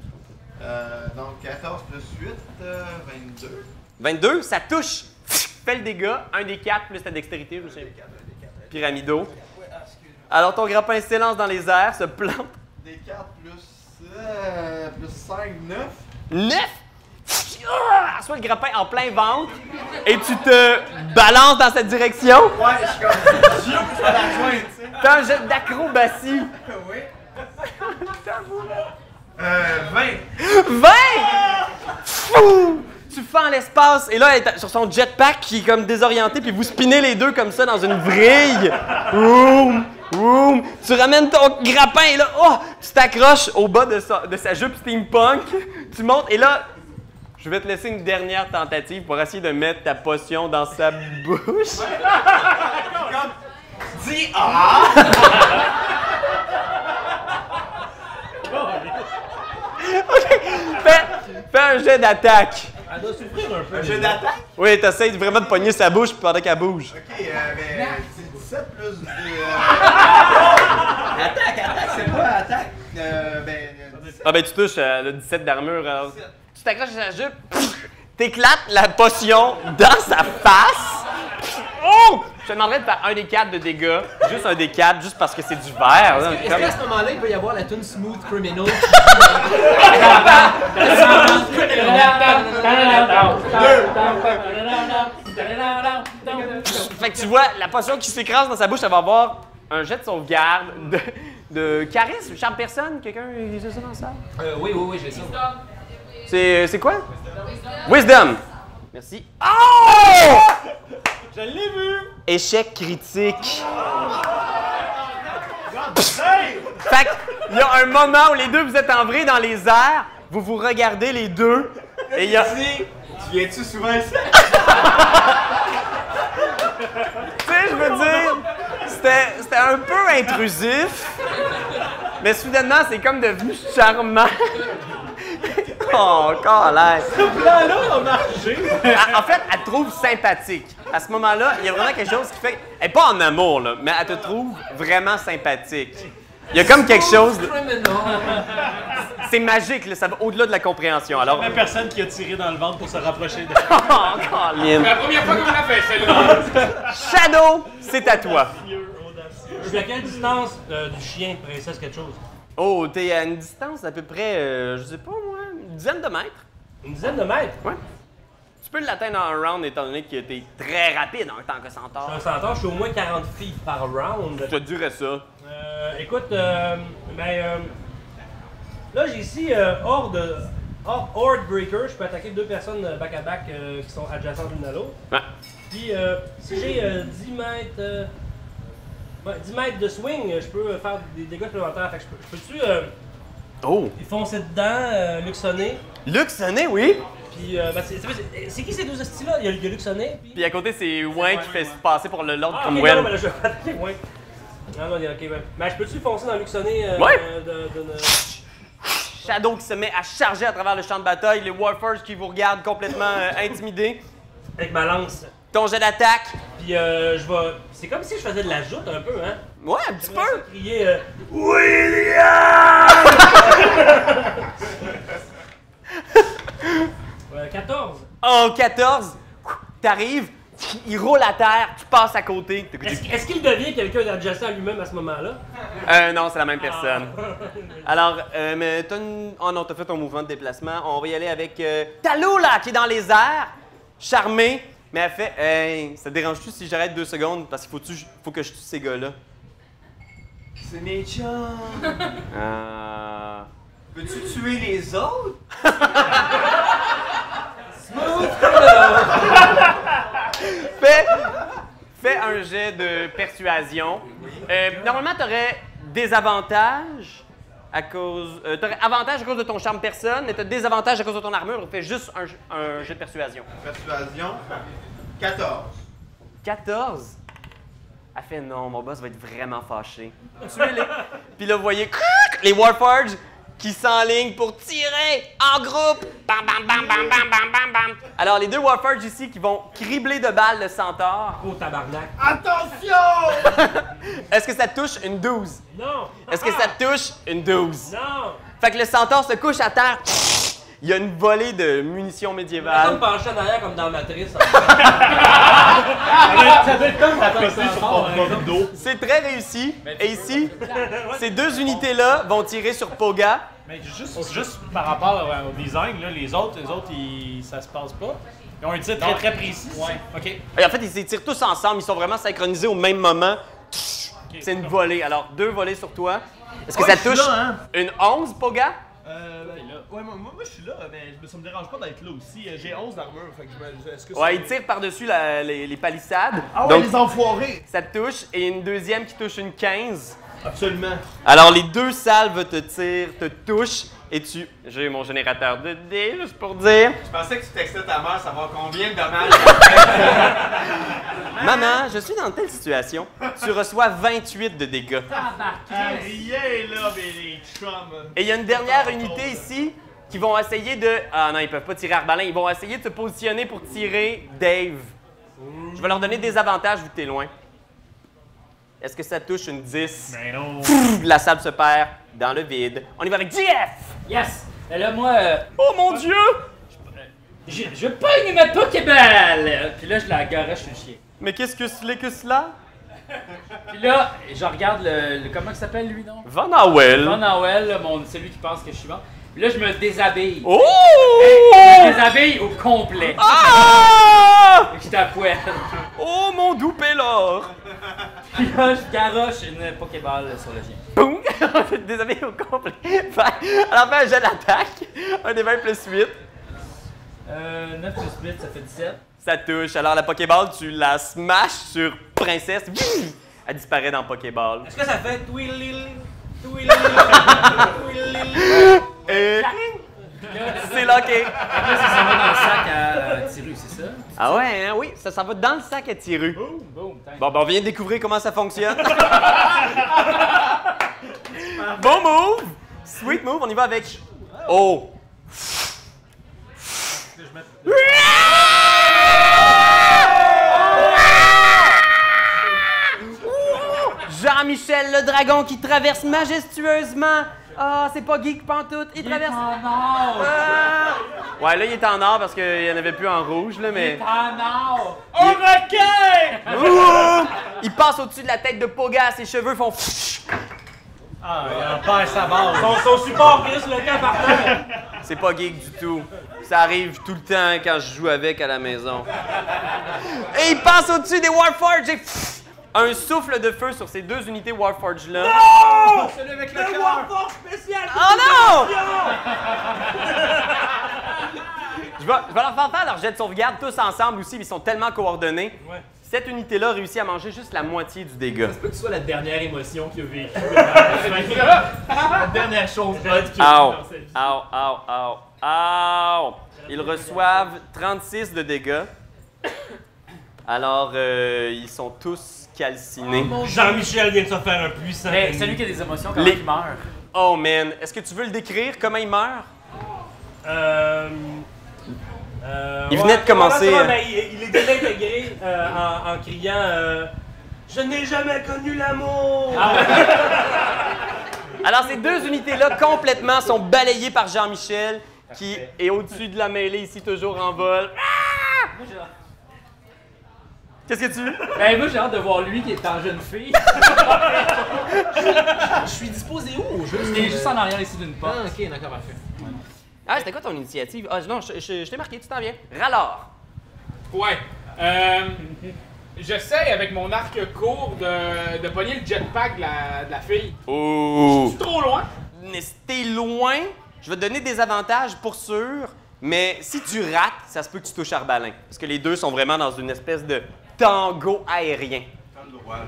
Euh, donc 14 plus 8, euh, 22. 22, ça touche! Fais le dégât, un des 4 plus ta dextérité, je me souviens. Pyramido. Alors, ton grappin s'élance dans les airs, se plante. Des 4 plus, euh, plus 5, 9. 9! Ah, Soit le grappin en plein ventre et tu te balances dans cette direction. Ouais, je suis comme. Dieu, je vais la joindre, tu sais. Fais un jet d'acrobatie. Oui. Euh, 20. 20! Fou! Tu fends l'espace et là, elle est sur son jetpack qui est comme désorienté, puis vous spinez les deux comme ça dans une vrille. Vroom, vroom. Tu ramènes ton grappin et là, oh, tu t'accroches au bas de sa, de sa jupe steampunk. Tu montes et là, je vais te laisser une dernière tentative pour essayer de mettre ta potion dans sa bouche. Comme. Dis ah! Fais, fais un jet d'attaque. Elle doit souffrir un peu. Un jeu d'attaque? Oui, t'essayes vraiment de pogner sa bouche pendant qu'elle bouge. Ok, euh, ben, c'est 17 plus 2. attaque, attaque, c'est quoi attaque? Euh, ben, euh, Ah ben tu touches euh, le 17 d'armure. alors. Tu t'accroches à sa jupe, pff, t'éclates la potion dans sa face. Pff, Oh! Je te demanderais de faire un des quatre de dégâts. Juste un des quatre, juste parce que c'est du verre. là. Est-ce Comme- qu'à ce moment-là, il peut y avoir la tune Smooth Criminal? Fait que tu vois, la potion qui s'écrase dans sa bouche, elle va avoir un jet de sauvegarde de, de charisme, charme personne. Quelqu'un, il a ça dans ça? Euh, oui, oui, oui, j'ai ça. C'est c'est quoi? Wisdom. Merci. Oh! Je l'ai vu! Échec critique. Hey! Fait que, il y a un moment où les deux, vous êtes envrés dans les airs, vous vous regardez les deux, et il y a... Tu viens-tu souvent ici? Tu sais, je veux dire, c'était c'était un peu intrusif, mais soudainement, c'est comme devenu charmant. oh, calais. Ce plan-là a marché! Elle- en fait, elle te trouve sympathique. À ce moment-là, il y a vraiment quelque chose qui fait. Elle est pas en amour, là, mais elle te trouve vraiment sympathique. Il y a comme quelque chose. de- C'est magique, là, ça va au-delà de la compréhension. Alors, Oh, Il y a personne qui a tiré dans le ventre pour se rapprocher de. Colin. La première fois qu'on l'a fait, celle-là. Shadow, c'est à toi. Je suis à quelle distance euh, du chien, princesse, quelque chose? Oh, t'es à une distance d'à peu près, euh, je sais pas moi, une dizaine de mètres. Une dizaine de mètres? Ouais. Tu peux l'atteindre en un round étant donné que t'es très rapide en tant que centaure. Un centaure, je suis au moins 40 filles par round. Je te dirais ça. Euh, écoute, euh, ben, euh, là j'ai ici euh, Horde, Horde, Horde Breaker, je peux attaquer deux personnes euh, back-à-back euh, qui sont adjacentes l'une à l'autre. Ouais. Puis euh, si j'ai euh, 10 mètres... euh, ouais, 10 mètres de swing, euh, je peux euh, faire des dégâts supplémentaires. Fait que je peux, je peux-tu euh, Oh! foncer dedans, euh, luxonner? Luxonné, oui! Puis, euh, ben, c'est- c'est c'est qui ces deux hosties-là? Il y a, il y a luxonné, puis... Puis à côté, c'est Wayne qui fait se passer pour le Lord Ah, ok, Cromwell. non, mais là, je vais pas attaquer, ouais. Non, non, il y a- ok, ouais. Mais je peux-tu foncer dans Luxonné euh, Ouais. euh, de- de- de- Shadow qui se met à charger à travers le champ de bataille, les Warfers qui vous regardent complètement euh, intimidés. Avec ma lance. Ton jet d'attaque. Puis euh, je vais. C'est comme si je faisais de la joute un peu, hein? Ouais, un petit peu! Crier euh, William! Euh, 14. En 14, Oh, t'arrives, il roule à terre, tu passes à côté. Est-ce est-ce qu'il devient quelqu'un d'adjacent à lui-même à ce moment-là? Ah. Euh, non, c'est la même personne. Alors, euh, mais t'as une- Oh non, t'as fait ton mouvement de déplacement. On va y aller avec euh, Talou, là, qui est dans les airs, charmée. Mais elle fait, hey, ça te dérange-tu si j'arrête deux secondes? Parce qu'il faut, tu- faut que je tue ces gars-là. C'est mes chums. Ah. Veux-tu tuer les autres? Fais, fais un jet de persuasion. Euh, normalement, tu aurais des avantages à cause. euh, t'aurais avantage à cause de ton charme personne et tu as des avantages à cause de ton armure. Fais juste un, un jet de persuasion. Persuasion. 14. 14? Elle fait non, mon boss va être vraiment fâché. Tuez-les. Puis là, vous voyez les Warforges qui s'enlignent pour tirer en groupe. Bam, bam, bam, bam, bam, bam, bam, bam. Alors, les deux Warforges ici qui vont cribler de balles le centaure. Oh, tabarnak. Attention! Est-ce que ça touche une 12? Non! Est-ce que ça touche une 12? Non! Fait que le centaure se couche à terre. Il y a une volée de munitions Je me médiévales. pencher en arrière comme dans Matrice. Ça doit être comme la sur C'est très réussi. Et ici, ces deux unités-là vont tirer sur Poga. Mais juste, juste par rapport euh, au- au design, là, les autres, les autres, ils, ça se passe pas. Ils ont un titre très très précis. Ouais. OK. Et en fait, ils se tirent tous ensemble. Ils sont vraiment synchronisés au même moment. C'est une volée. Alors, deux volées sur toi. Est-ce que Ouais, ça je suis touche là, hein. une 11, Poga? Euh, ben, là. Ouais, moi, moi, moi, je suis là, mais je me- ça me dérange pas d'être là aussi. Euh, J'ai 11 d'armure, fait que je me- est-ce que Ouais, il tire par-dessus la- les, les palissades. Ah ouais, les enfoirés! Ça te touche. Et une deuxième qui touche une 15. Absolument. Alors, les deux salves te tirent, te touchent, et tu... J'ai mon générateur de dés, juste pour dire. Je pensais que tu textais ta mère savoir combien de dommages. Ah! Maman, je suis dans telle situation. Tu reçois 28 de dégâts. Aïe, aïe, Ah, là, mais les chums. Et il y a une dernière unité ici qui vont essayer de. Ah non, ils peuvent pas tirer arbalin. Ils vont essayer de se positionner pour tirer Dave. Je vais leur donner des avantages vu que t'es loin. Est-ce que ça touche une 10? Mais non. La sable se perd dans le vide. On y va avec GF! Yes! Et là, moi. euh, Oh mon dieu! Je, je pogne ma Pokéball! Puis là, je la garoche sur le chien. Mais qu'est-ce que c'est que cela? Puis là, je regarde le. le- comment il s'appelle lui, non? Van Howell. Van Howell, là, mon, celui qui pense que je suis mort. Puis là, je me déshabille. Oh! Je me déshabille au complet. Ah! Je t'appoelle. Oh mon doux pélore! Puis là, je garoche une Pokéball sur le chien. Boum! Désolé au complet. Fait- Alors, fais un jet d'attaque. Un des 20 plus 8. Euh, 9 plus 8, ça fait 17. Ça touche. Alors, la Pokéball, tu la smashes sur Princesse. Bouh! Elle disparaît dans Pokéball. Est-ce que ça fait twilil, twilil, twilil? Et Euh, c'est locké. Après, ça s'en va dans le sac à euh, Tiru, c'est ça? Ah ouais, hein, oui, ça s'en va dans le sac à Tiru. Boom, thank Bon, ben, on vient de découvrir comment ça fonctionne. bon move! Sweet move, on y va avec. Oh! Jean-Michel le dragon qui traverse majestueusement. Ah, c'est pas geek pantoute, il traverse. Ah! Ouais, là, il est en or parce qu'il n'y en avait plus en rouge, là, mais. non! Oh, requin! il passe au-dessus de la tête de Poga, ses cheveux font. Ah, il en perd sa base. Son- support glisse le camp par terre. C'est pas geek du tout. Ça arrive tout le temps quand je joue avec à la maison. Et il passe au-dessus des Warforges et pff, un souffle de feu sur ces deux unités Warforges là. Non! Celui avec Le Warforge spécial! Oh Je vais, je vais leur faire faire leur jet de sauvegarde tous ensemble aussi, mais ils sont tellement coordonnés. Cette unité-là réussit à manger juste la moitié du dégât. Ça se peut que ce soit la dernière émotion qu'il a vécue. la dernière chose bonne qu'il a Ow! vécue dans sa vie. Ow, ow, ow, ow! Ils reçoivent 36 de dégâts. Alors, euh, ils sont tous Ah, calcinés. Jean-Michel vient de se faire un puissant. Mais celui Eh, qui a des émotions, comment Les- il meurt? Oh man, est-ce que tu veux le décrire, comment il meurt? Euh, euh, Il venait de commencer, ouais, hein. mais ben, il, il est désintégré euh, en, en criant euh, Je n'ai jamais connu l'amour! Alors, ces deux unités-là, complètement, sont balayées par Jean-Michel, qui est au-dessus de la mêlée, ici, toujours en vol. Ah! Qu'est-ce que tu veux? Ben, moi, j'ai hâte de voir lui qui est en jeune fille. Je suis disposé où au jeu? J'étais juste en arrière ici d'une porte. Ah, ok, d'accord, parfait. Ah, c'était quoi ton initiative? Ah, non, je, je- je t'ai marqué, tu t'en viens. Ralors. Ouais. Euh, J'essaie avec mon arc court de, de pogner le jetpack de la, de la fille. Oh! Je suis trop loin. Mais si t'es loin, je vais te donner des avantages pour sûr, mais si tu rates, ça se peut que tu touches Arbalin. Parce que les deux sont vraiment dans une espèce de tango aérien. Comme le droit, là.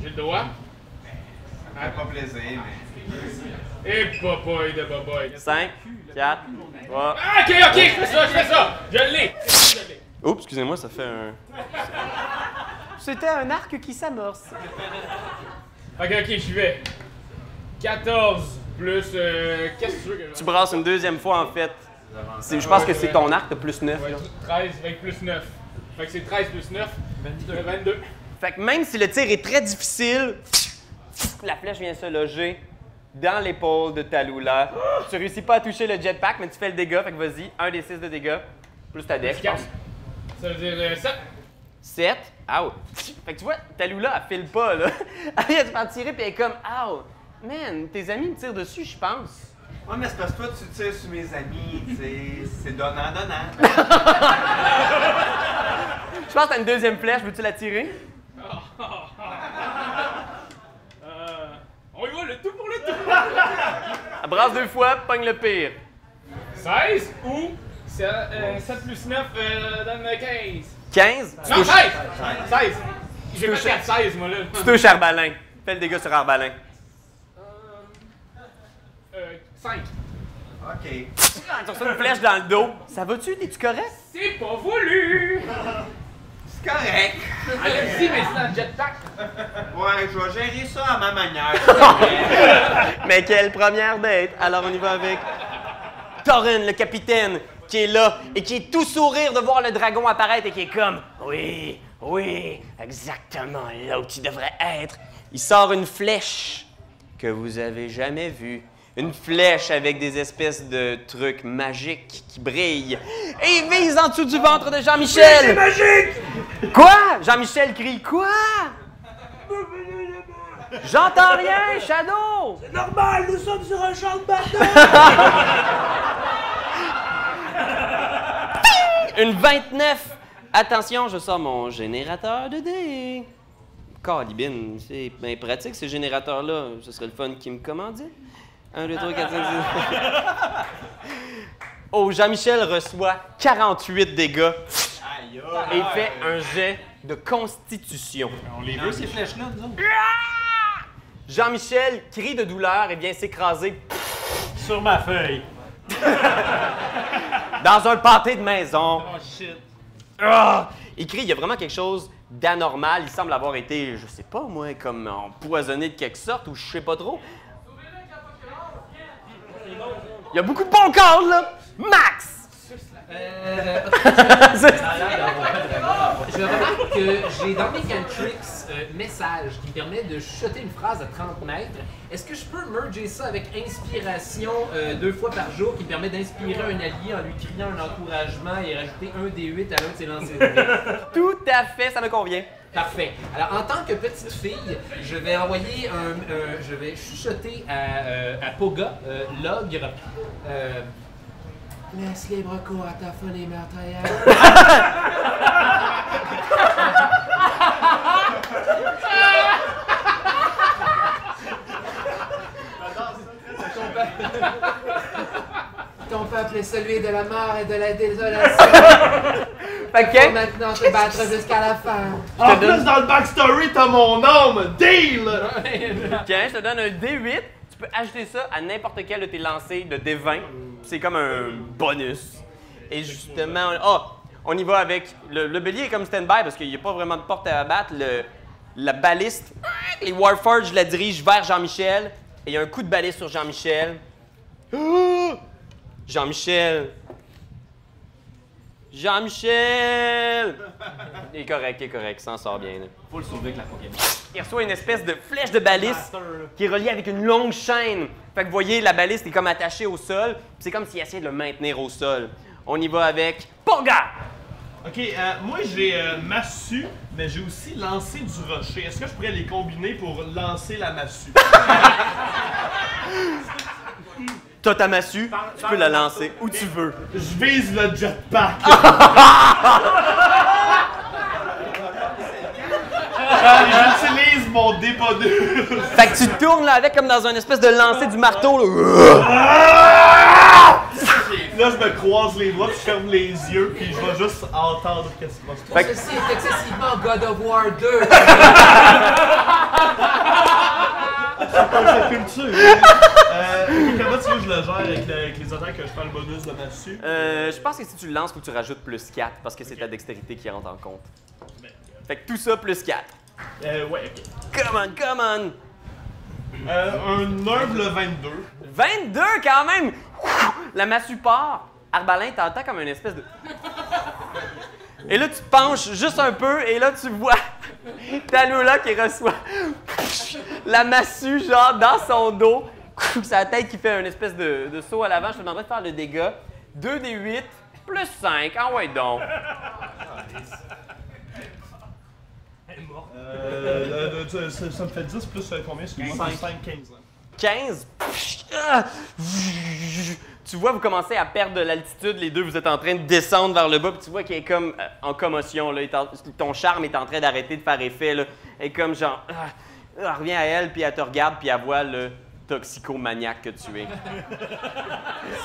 J'ai le doigt. Ça me fait pas plaisir, mais. Et boboy de boboy. 5, 4, 3. Ah, ok, ok, je fais ça, je fais ça. Je l'ai. Je l'ai. Oups, excusez-moi, ça fait un. C'était un arc qui s'amorce. Ok, ok, j'y vais. 14 plus. euh, Qu'est-ce que tu veux que je Tu brasses une deuxième fois en fait. C'est- Je pense que c'est ton arc, t'as plus 9. Ouais, 13 avec plus 9. Fait que c'est 13 plus euh, 9. 22. 22. Fait que même si le tir est très difficile, la flèche vient se loger dans l'épaule de Talula. Tu réussis pas à toucher le jetpack, mais tu fais le dégât. Fait que vas-y, 1 des 6 de dégâts, plus ta deck, je pense. Ça veut dire euh, ça. 7, out. Fait que tu vois, Talula, elle file pas, là. Elle se fait tirer, puis elle est comme, out. Man, tes amis me tirent dessus, je pense. Ouais, mais c'est parce que toi, tu tires sur mes amis, tu sais. C'est donnant-donnant. Je pense que t'as une deuxième flèche, veux-tu la tirer? Euh, on y va, le tout pour le tout. Elle Ah, brasse deux fois, pogne le pire. 16 ou ça, euh, 7 plus 9 euh, donne 15. 15, tu Non, touches, 16! 16! J'ai pas 4 16, moi là. tu touches Arbalin. Fais le dégât sur Arbalin. Euh, 5. Ok. Tu reçois une flèche dans le dos. Ça va-tu? T'es-tu correct? C'est pas voulu! C'est correct. Allez-y, mais c'est dans le jetpack. Ouais, je vais gérer ça à ma manière. Mais quelle première date! Alors on y va avec Torren, le capitaine, qui est là et qui est tout sourire de voir le dragon apparaître et qui est comme Oui, oui, exactement là où tu devrais être. Il sort une flèche que vous avez jamais vue. Une flèche avec des espèces de trucs magiques qui brillent. Et il vise en dessous du ventre de Jean-Michel. C'est magique! Quoi? Jean-Michel crie Quoi? J'entends rien, Shadow! C'est normal, nous sommes sur un champ de bataille! Une 29! Attention, je sors mon générateur de dés. Calibine, c'est bien pratique ces générateurs-là. Ce serait le fun qui me commandait. 1, 2, 3, 4, 5, 6. Oh, Jean-Michel reçoit 48 dégâts Aïe, et fait un jet de constitution. On les veut, ces flèches-là, nous autres? Jean-Michel crie de douleur et vient s'écraser sur ma feuille. dans un pâté de maison. Oh shit. Ah! Il crie, il y a vraiment quelque chose d'anormal. Il semble avoir été, je sais pas moi, comme empoisonné de quelque sorte ou je sais pas trop. Il y a beaucoup de bons cordes, là! Max! C'est- Ah, Je remarque que j'ai dans mes cantrips euh, message qui me permet de chuter une phrase à 30 mètres. Est-ce que je peux merger ça avec inspiration euh, deux fois par jour qui me permet d'inspirer un allié en lui criant un encouragement et rajouter un D8 à l'un de ses lancers de dés? Tout à fait, ça me convient. Parfait. Alors, en tant que petite fille, je vais envoyer un. un- je vais chuchoter à, euh, à Poga, euh, l'ogre. euh, Laisse les brocos à ta folle et Euh, Ton peuple est celui de la mort et de la désolation. Fait que- Faut maintenant te battre jusqu'à la fin. En plus, dans le backstory, t'as mon âme! Deal! Tiens, je te donne un D8. Tu peux ajouter ça à n'importe quel de tes lancers de D20. C'est comme un bonus. Et justement, ah, on y va avec. Le, le bélier est comme stand-by parce qu'il n'y a pas vraiment de porte à abattre. Le- la baliste, les Warforges la dirigent vers Jean-Michel. Et il y a un coup de baliste sur Jean-Michel. Ah! Jean-Michel. Jean-Michel! Il est correct, il est correct, il s'en sort bien. là. Faut le sauver avec la Pokémon. Il reçoit une espèce de flèche de baliste qui est reliée avec une longue chaîne. Fait que vous voyez, la baliste est comme attachée au sol. puis C'est comme s'il essayait de le maintenir au sol. On y va avec Ponga! Ok, euh, moi j'ai euh, massue, mais j'ai aussi lancé du rocher. Est-ce que je pourrais les combiner pour lancer la massue? T'as ta massue, tu peux la lancer où tu veux. Je vise le jetpack. Ah, J'utilise mon dé bonus. Fait que tu tournes là avec comme dans un espèce de lancer du marteau. Là. Là, je me croise les doigts, puis je ferme les yeux, puis je vais juste entendre qu'est-ce qui va se Bon, passer. Ceci est excessivement God of War 2. Sa culture. Euh, ok, comment tu veux que je le gère avec, le- avec les attaques que je fais le bonus de ma dessus? Euh, je pense que si tu le lances, faut que tu rajoutes plus 4 parce que c'est ta dextérité qui rentre en compte. Fait que tout ça plus 4. Euh, ouais, ok. Come on, come on! Euh, un humble 22. 22 quand même! La massue part. Arbalin t'entends comme une espèce de. Et là, tu te penches juste un peu et là, tu vois Talola qui reçoit la massue, genre, dans son dos. Sa tête qui fait une espèce de, de saut à l'avant. Je te demanderais de faire le dégât. 2 des 8 plus 5. Ah ouais, donc. Euh, euh, ça, ça- ça me fait 10 plus euh, combien? Excuse-moi, Quinze. 5, 15. 15. Ah! Tu vois, vous commencez à perdre de l'altitude, les deux, vous êtes en train de descendre vers le bas, puis tu vois qu'il est comme euh, en commotion, là. Il est en- ton charme est en train d'arrêter de faire effet, là. Elle est comme genre, ah, ah, elle revient à elle, puis elle te regarde, puis elle voit le toxicomaniaque que tu es.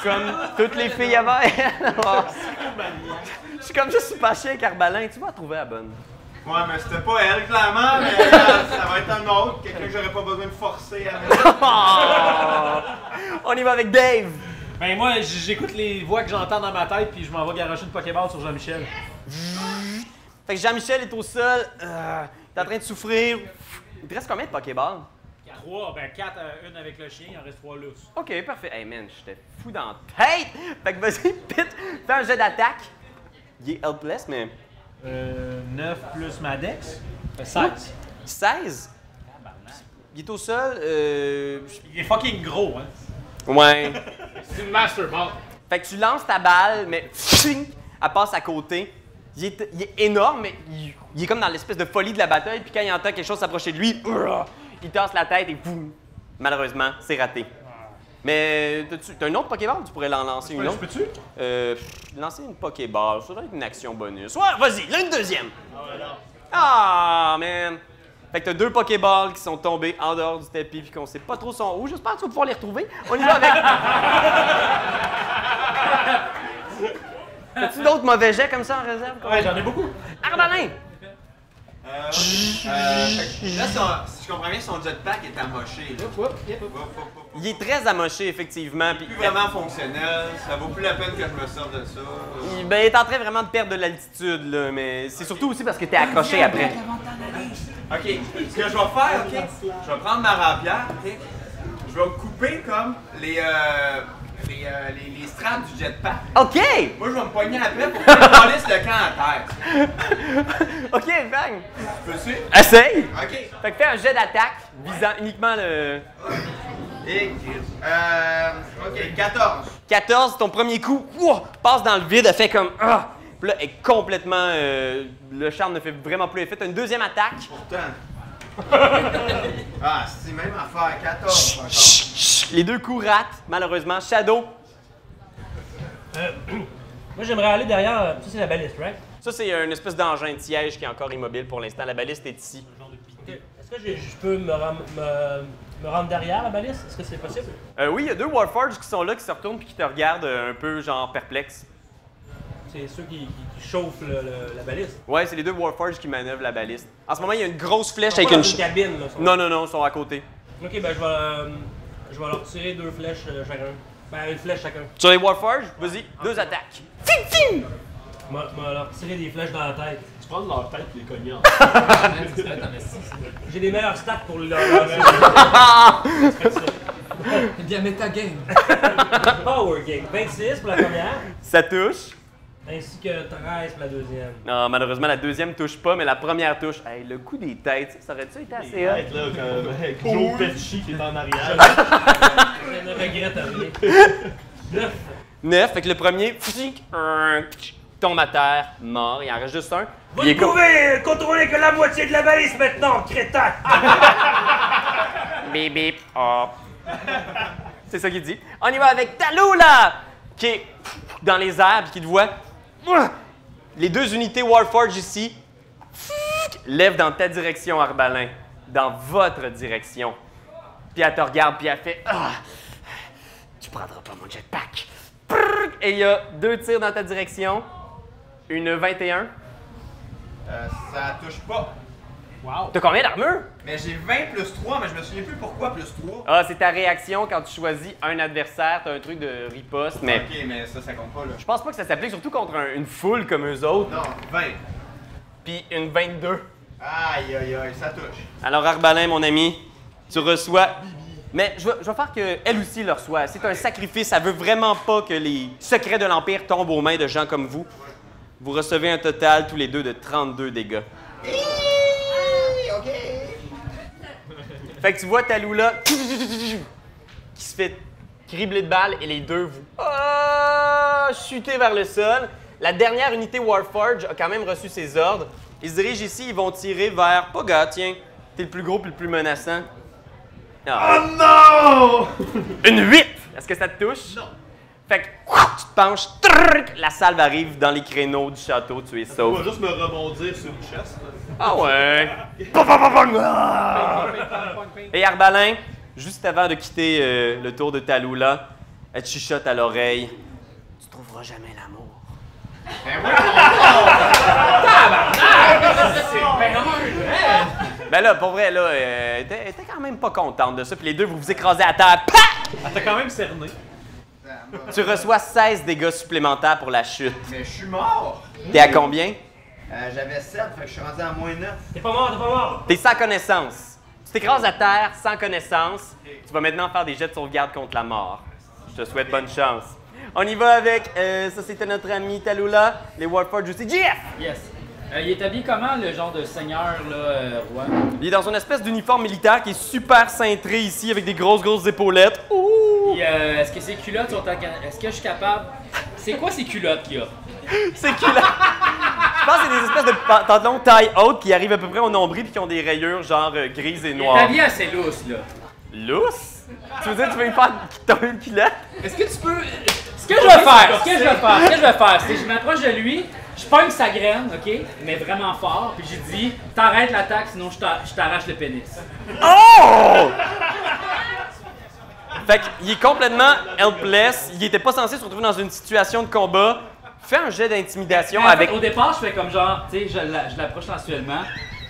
comme toutes les filles avant elle. Oh. Je suis comme juste super chien avec Arbalin, tu vas trouver la bonne. Ouais, mais c'était pas elle, clairement, mais euh, ça va être un autre, quelqu'un que j'aurais pas besoin de forcer à Oh! On y va avec Dave. Ben moi, j- j'écoute les voix que j'entends dans ma tête puis je m'en vais garocher une Pokéball sur Jean-Michel. Fait que Jean-Michel est au sol, euh, t'es en train de souffrir. Il te reste combien de Pokéballs? 3, ben 4, une avec le chien, il en reste 3 lousses. Ok, parfait. Hey man, j'étais fou dans la tête! Fait que vas-y, pit, fais un jet d'attaque. Il est helpless, mais. Euh, 9 plus ma dex, Euh, fait 16. 16? Il est au sol. Euh... Il est fucking gros, hein. Ouais. C'est une master ball. Fait que tu lances ta balle, mais tching, elle passe à côté. Il est, il est énorme, mais il, il est comme dans l'espèce de folie de la bataille. Puis quand il entend quelque chose s'approcher de lui, brrr, il tasse la tête et boum. Malheureusement, c'est raté. Mais t'as-tu- t'as une autre Pokéball? Tu pourrais l'en lancer une peux- je autre? Peux-tu? Euh, pff, lancer une Pokéball, ça doit être une action bonus. Ouais, vas-y, là une deuxième! Ah, man! Fait que t'as deux Pokéballs qui sont tombés en dehors du tapis puis qu'on sait pas trop sont où. J'espère que tu vas pouvoir les retrouver. On y va avec. As-tu d'autres mauvais jets comme ça en réserve? Ouais, j'en ai beaucoup. Arbalin! Euh, euh, fait que là, son- si je comprends bien, son jetpack est amoché. Là. Il est très amoché, effectivement. puis- Plus vraiment fonctionnel, ça vaut plus la peine que je me sorte de ça. Il, ben, il est en train vraiment de perdre de l'altitude, là, mais c'est surtout aussi parce que t'es accroché après. Ok, ce que je vais faire, ok, je vais prendre ma rapière, ok, je vais couper comme les, euh, les, euh, les, les straps du jetpack. Ok! Moi, je vais me poigner après pour que je polisse le camp à terre. ok, bang! Tu peux suivre? Essaye! Ok. Fait que fais un jet d'attaque visant uniquement le. Et, euh, ok, 14. 14, ton premier coup ouah, passe dans le vide, elle fait comme. Ah! Puis là, elle est complètement. euh, le charme ne fait vraiment plus effet. T'as une deuxième attaque. Pourtant. ah, c'est même affaire, 14 encore. Les deux coups ratent, malheureusement. Shadow, Euh, moi, j'aimerais aller derrière. euh, Ça, c'est la baliste, right? ça, c'est euh, une espèce d'engin de siège qui est encore immobile pour l'instant. La baliste est ici. Est-ce que j'ai- je peux me, ram- me, me rendre derrière la baliste? Est-ce que c'est possible? Euh, oui, il y a deux Warforges qui sont là, qui se retournent puis qui te regardent euh, un peu, genre, perplexe. C'est ceux qui, qui- qui chauffent le- le- la baliste. Ouais, c'est les deux Warforges qui manœuvrent la baliste. En ce moment, il y a une grosse flèche Ils sont avec pas une. dans une ch- cabine, là, ils sont- Non, non, non, ils sont à côté. Ok, ben, je vais, euh, je vais leur tirer deux flèches euh, chacun. Ben, une flèche chacun. Sur les Warforges, vas-y, deux attaques. Fing, fing! Je vais- je vais leur tirer des flèches dans la tête. Tu prends leur tête et les cogner J'ai des meilleurs stats pour leur. Eh bien, méta game. Power game. 26 pour la première, Ça touche. ainsi que 13 pour la deuxième. Non, malheureusement, la deuxième touche pas, mais la première touche. Hey, le coup des têtes, ça, ça aurait-tu été assez hot? Arrête, là, comme, avec Joe Pesci qui est en arrière. Je ne regrette rien. Neuf. Neuf, fait que le premier, pfic, un, pfic, tombe à terre, mort. Il en reste juste un. Vous Il est ne comme. pouvez euh, contrôler que la moitié de la balise maintenant, crétin Ah, Bip, bip, hop. C'est ça qu'il dit. On y va avec Talou, là! Qui est dans les airs, puis qui te voit. Les deux unités Warforge ici lèvent dans ta direction, Arbalin. Dans votre direction. Puis elle te regarde, puis elle fait Ah! Tu prendras pas mon jetpack. Prrrr! Et il y a deux tirs dans ta direction. Une 21. Euh, ça touche pas. Wow. T'as combien d'armure? Mais j'ai 20 plus 3, mais je me souviens plus pourquoi plus 3. Ah, c'est ta réaction quand tu choisis un adversaire. T'as un truc de riposte, mais. Ok, mais ça, ça compte pas, là. Je pense pas que ça s'applique surtout contre un- une foule comme eux autres. Non, 20. Puis une 22. Aïe, aïe, aïe, ça touche. Alors, Arbalin, mon ami, tu reçois. Mais je vais, je vais faire qu'elle aussi le reçoit. C'est un sacrifice. Elle veut vraiment pas que les secrets de l'Empire tombent aux mains de gens comme vous. Vous recevez un total, tous les deux, de 32 dégâts. ok. Fait que tu vois Taloula qui se fait cribler de balles et les deux vous ah, chutez vers le sol. La dernière unité Warforge a quand même reçu ses ordres. Ils se dirigent ici, ils vont tirer vers Poga, tiens. T'es le plus gros puis le plus menaçant. Ah. non! Une 8! Est-ce que ça te touche? Non. Fait que tu te penches, trrrc, la salve arrive dans les créneaux du château, tu es On va sauf. juste me rebondir sur une chest. Ah ouais! Pom, pom, pom, pom. Ah! Et Arbalin, juste avant de quitter euh, le tour de Taloula, elle te chuchote à l'oreille. Tu trouveras jamais l'amour. Ben là, pour vrai, là, euh, elle était- elle était quand même pas contente de ça. Puis les deux, vous vous écrasez à terre. Pac! Elle t'a Ah, quand même cerné. Tu reçois 16 dégâts supplémentaires pour la chute. Mais je suis mort. T'es à combien? Euh, J'avais 7, fait que je suis rendu à moins 9. T'es pas mort, t'es pas mort. T'es sans connaissance. Tu t'écrases à terre sans connaissance. Tu vas maintenant faire des jets de sauvegarde contre la mort. Je te souhaite bonne chance. On y va avec, euh, ça c'était notre ami Talula, les Warforges aussi. GF! Yes. Euh, il est habillé comment, le genre de seigneur, là, euh, roi? Il est dans une espèce d'uniforme militaire qui est super cintré ici avec des grosses, grosses épaulettes. Ouh! Puis, euh, est-ce que ses culottes sont en... can- Est-ce que je suis capable... C'est quoi ces culottes qu'il a? C'est qu'il a... Je pense que c'est des espèces de pantalons taille haute qui arrivent à peu près au nombril puis qui ont des rayures genre euh, grises et Il est noires. habillé assez lousse, là. Lousse? Tu veux dire que tu veux y faire tomber une culotte? Est-ce que tu peux... Ce que je vais faire, ce que je vais faire, ce que je vais faire, c'est que je m'approche de lui, je pogne sa graine, OK? Mais vraiment fort, puis je dis, t'arrêtes l'attaque, sinon je t'a- je t'arrache le pénis. Oh! Fait qu'il est complètement helpless. Il était pas censé se retrouver dans une situation de combat. Fais un jet d'intimidation Mais en fait, avec. Au départ, je fais comme genre, tu sais, je la- je l'approche sensuellement,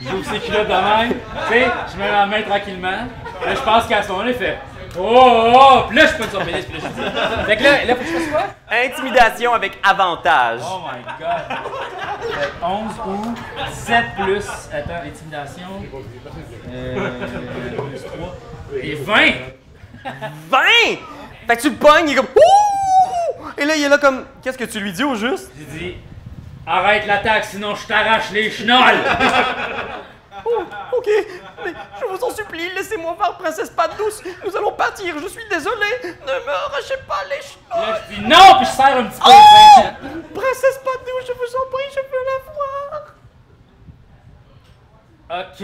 j'ouvre ses culottes de même, tu sais, je mets la main tranquillement. Là, je pense qu'à ce moment-là, il fait Oh, oh, oh, puis là, je peux sur pénis, puis là, je dis. Fait que là, là, faut que je fasse quoi? Intimidation avec avantage. Oh my god! Fait que 11 ou 7 plus. Attends, intimidation. Euh, plus 3. Et 20! 20! Fait que tu le pognes, il est comme. Ouh! Et là, il est là comme. Qu'est-ce que tu lui dis au juste? J'ai dit Arrête l'attaque, sinon je t'arrache les chenolles! Oh, Ok, mais je vous en supplie, laissez-moi voir, princesse pas douce. Nous allons partir, je suis désolé. Ne me arrachez pas les cheveux. Je dis non, puis je serre un petit peu. Oh! Fait que- Princesse Padou, je vous en prie, je veux la voir. Ok.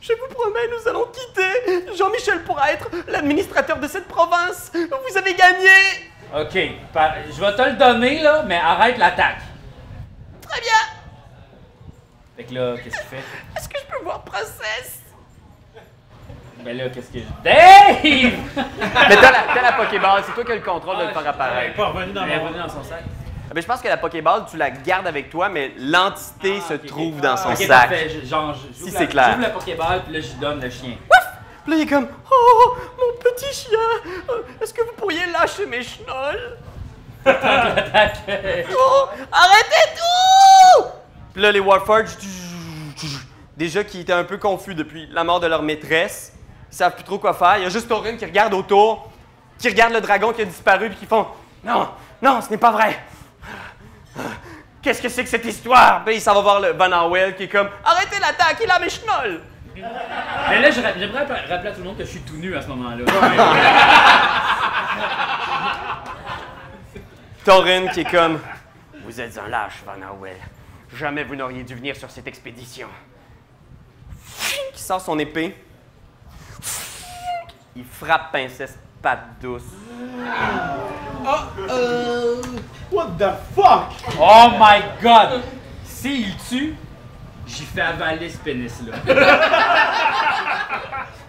Je vous promets, nous allons quitter. Jean-Michel pourra être l'administrateur de cette province. Vous avez gagné. Ok, par- je vais te le donner là, mais arrête l'attaque. Très bien. Fait que là, qu'est-ce qu'il fait? Est-ce que je peux voir princesse Ben là, qu'est-ce que je. Dave! Mais t'as la, t'as la Pokéball, c'est toi qui as le contrôle de le faire Elle est apparaître. Ah, pas revenue dans, son sac. Mais je pense que la Pokéball, tu la gardes avec toi, mais l'entité se trouve dans son Ah, Ok, sac. parfait, je- genre, je- j'ouvre Si la- c'est clair. J'ouvre la Pokéball, puis là, je lui donne le chien. Puis là, il est comme Oh, mon petit chien, euh, est-ce que vous pourriez lâcher mes chenolles Oh, arrêtez tout Puis là, les Warforges, déjà qui étaient un peu confus depuis la mort de leur maîtresse, ils savent plus trop quoi faire. Il y a juste Thorin qui regarde autour, qui regarde le dragon qui a disparu, puis qui font Non, non, ce n'est pas vrai. Qu'est-ce que c'est que cette histoire? Puis il s'en va voir le Van Howell qui est comme Arrêtez l'attaque, il a mes chenolles! Mais là, je ra- j'aimerais rappeler rappeler à tout le monde que je suis tout nu à ce moment-là. Thorin qui est comme Vous êtes un lâche, Van Howell. Jamais vous n'auriez dû venir sur cette expédition. Qui sort son épée. Il frappe Princesse Patte Douce. Oh, euh, What the fuck? oh my god! S'il tue, j'y fais avaler ce pénis-là.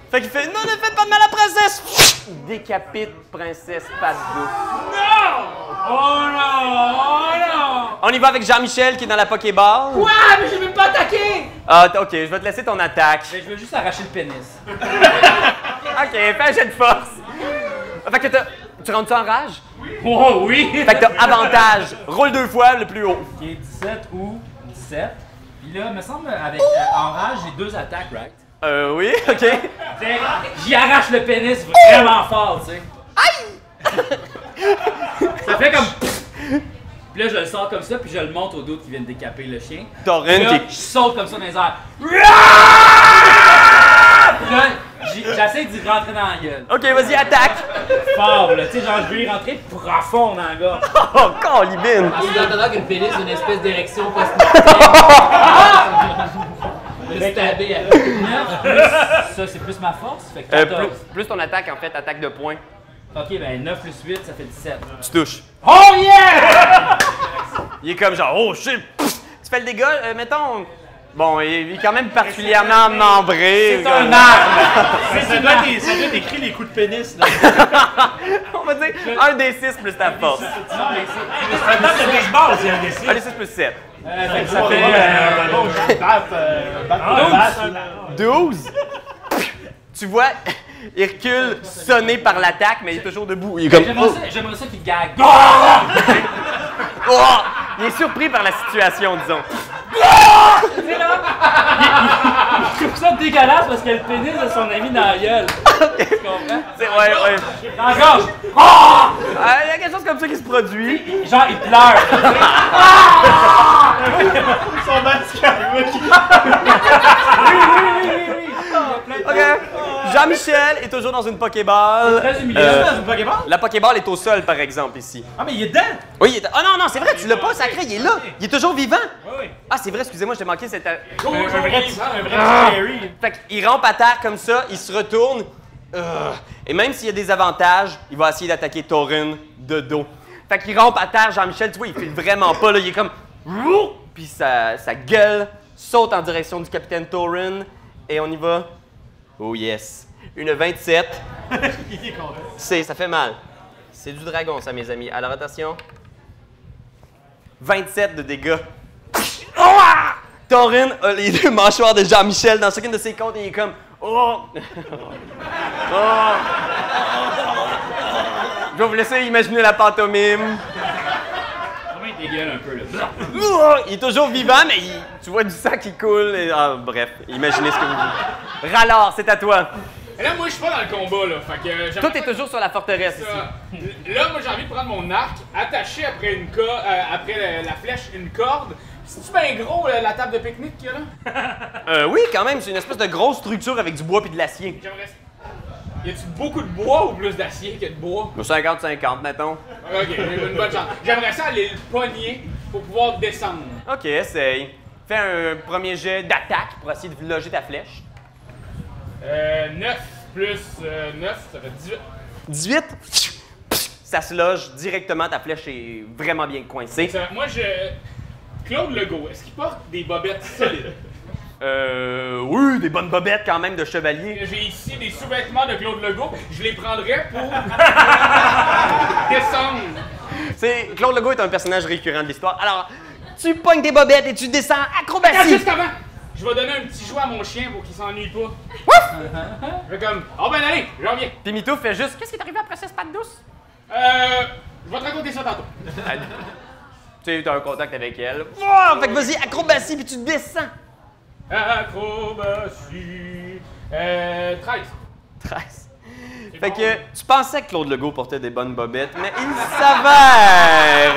Fait qu'il fait Non, ne faites pas de mal à princesse Il Décapite Princesse Patte Douce. Oh non! Oh non! On y va avec Jean-Michel qui est dans la Pokéball. Quoi? Mais j'ai même pas attaqué! Ah, t- ok, je vais te laisser ton attaque. Mais Ben, je veux juste arracher le pénis. ok, fais un jet de force. Fait que t'as. Tu rentres-tu en rage? Oh oui! Fait que t'as avantage. Roule deux fois le plus haut. Ok, 17 ou 17. Puis là, me semble, avec euh, en rage, j'ai deux attaques, right? Euh, oui, ok. Fait que J'y arrache le pénis vraiment fort, tu sais. Aïe! ça fait comme. Puis là, je le sors comme ça, puis je le monte au dos qui vient de décaper le chien. Thorin Puis là, qui- Je saute comme ça dans les airs. Puis là, j'y- j'essaie d'y rentrer dans la gueule. Ok, vas-y, attaque! Fort, là, tu sais, genre, je vais y rentrer profond dans la gorge. Oh, colibine! Ensuite, dans ton que le pénis a une espèce d'érection post Ah! Le stabé à Ça, c'est plus ma force, fait que Euh, 14. plus, plus ton attaque, en fait, attaque de poing. Ok, ben 9 plus 8, ça fait 17. Tu touches. Oh yeah! Il est comme genre, oh shit! Pfff! Tu fais le dégât, euh, mettons. Bon, il est quand même particulièrement membré. C'est un comme- arbre. C'est Ça une doit arme. être- ça doit être écrit les coups de pénis. Là. On va dire un des 6 plus ta force. C'est Ah, un table de baseball, c'est un des six. Un des 6 plus 7. fait que ça fait, euh, Bon, je tape, euh, batte pour Douze. batte. 12! tu vois, il recule sonné par l'attaque, mais il est toujours debout. Il est comme. Ben, J'aimerais Oh! ça- J'aimerais ça, qu'il gague. Oh! Il est surpris par la situation, disons. Tu sais, là, il- il- je trouve ça dégueulasse parce que le pénis de son ami dans la gueule. Tu comprends? C'est ouais, ouais. Dans la gorge. Ah! Ah, Il y a quelque chose comme ça qui se produit. Ah! Genre, il pleure. Son masque arrive. OK. Jean-Michel est toujours dans une Pokéball. Euh, C'est très humiliant. Il est dans une Pokéball? La Pokéball est au sol, par exemple, ici. Ah, mais il est dedans! Oui, il est... Ah non, non, c'est vrai, tu l'as pas sacré, il est là. Il est toujours vivant. Oui, oui. Ah, c'est vrai, excusez-moi, je t'ai manqué cette... euh, Go, un, go, un vrai go, petit- go, un vrai Ah! petit Jerry. Fait qu'il rampe à terre comme ça, il se retourne. Euh, Et même s'il y a des avantages, il va essayer d'attaquer Torin de dos. Fait qu'il rampe à terre, Jean-Michel, tu vois, il file vraiment pas, là, il est comme... Wouh! Puis sa, sa gueule saute en direction du capitaine Torin. Et on y va. Oh yes. Une 27. Il est con, hein? C'est, ça fait mal. C'est du dragon, ça, mes amis. Alors, attention. 27 de dégâts. Ouah! Torin a les deux mâchoires de Jean-Michel dans chacune de ses comptes et il est comme Oh! Oh! Je vais vous laisser imaginer la pantomime. Comment il dégueule un peu, là? Ouah! Il est toujours vivant, mais il- tu vois du sang qui coule. et- ah, bref, imaginez ce que vous voulez. Rallard, c'est à toi. Et là, moi, je suis pas dans le combat, là. Fait que. euh, j'ai Toi, envie t'es toujours sur la forteresse ici. de- Là, moi, j'ai envie de prendre mon arc, attacher après une co- euh, après la, la flèche une corde. C'est-tu bien gros, là, la table de pique-nique qu'il y a là? Euh, oui, quand même, c'est une espèce de grosse structure avec du bois puis de l'acier. J'aimerais. Y a-tu beaucoup de bois ou plus d'acier que de bois? 50-50, mettons. Ok, j'ai une bonne chance. J'aimerais ça aller le pogner pour pouvoir descendre. Ok, essaye. Fais un premier jet d'attaque pour essayer de loger ta flèche. Euh, 9 plus 9, ça fait 18. 18. Ça se loge directement, ta flèche est vraiment bien coincée. Ça- moi, je. Claude Legault, est-ce qu'il porte des bobettes solides? Euh. Oui, des bonnes bobettes quand même de chevalier. J'ai ici des sous-vêtements de Claude Legault, je les prendrais pour descendre. C'est Claude Legault est un personnage récurrent de l'histoire. Alors, tu pognes des bobettes et tu descends Attends, acrobatie. juste avant, je vais donner un petit jouet à mon chien pour qu'il s'ennuie pas. Ouf! Je vais comme, oh ben allez, je reviens. Puis Mito fait juste, qu'est-ce qui est arrivé après cette patte douce? Euh, je vais te raconter ça tantôt. Tu as un contact avec elle. Wow! Fait que vas-y, acrobatie, puis tu descends. Acrobatie. Euh, 13. 13. Fait hein? que tu pensais que Claude Legault portait des bonnes bobettes, mais il s'avère.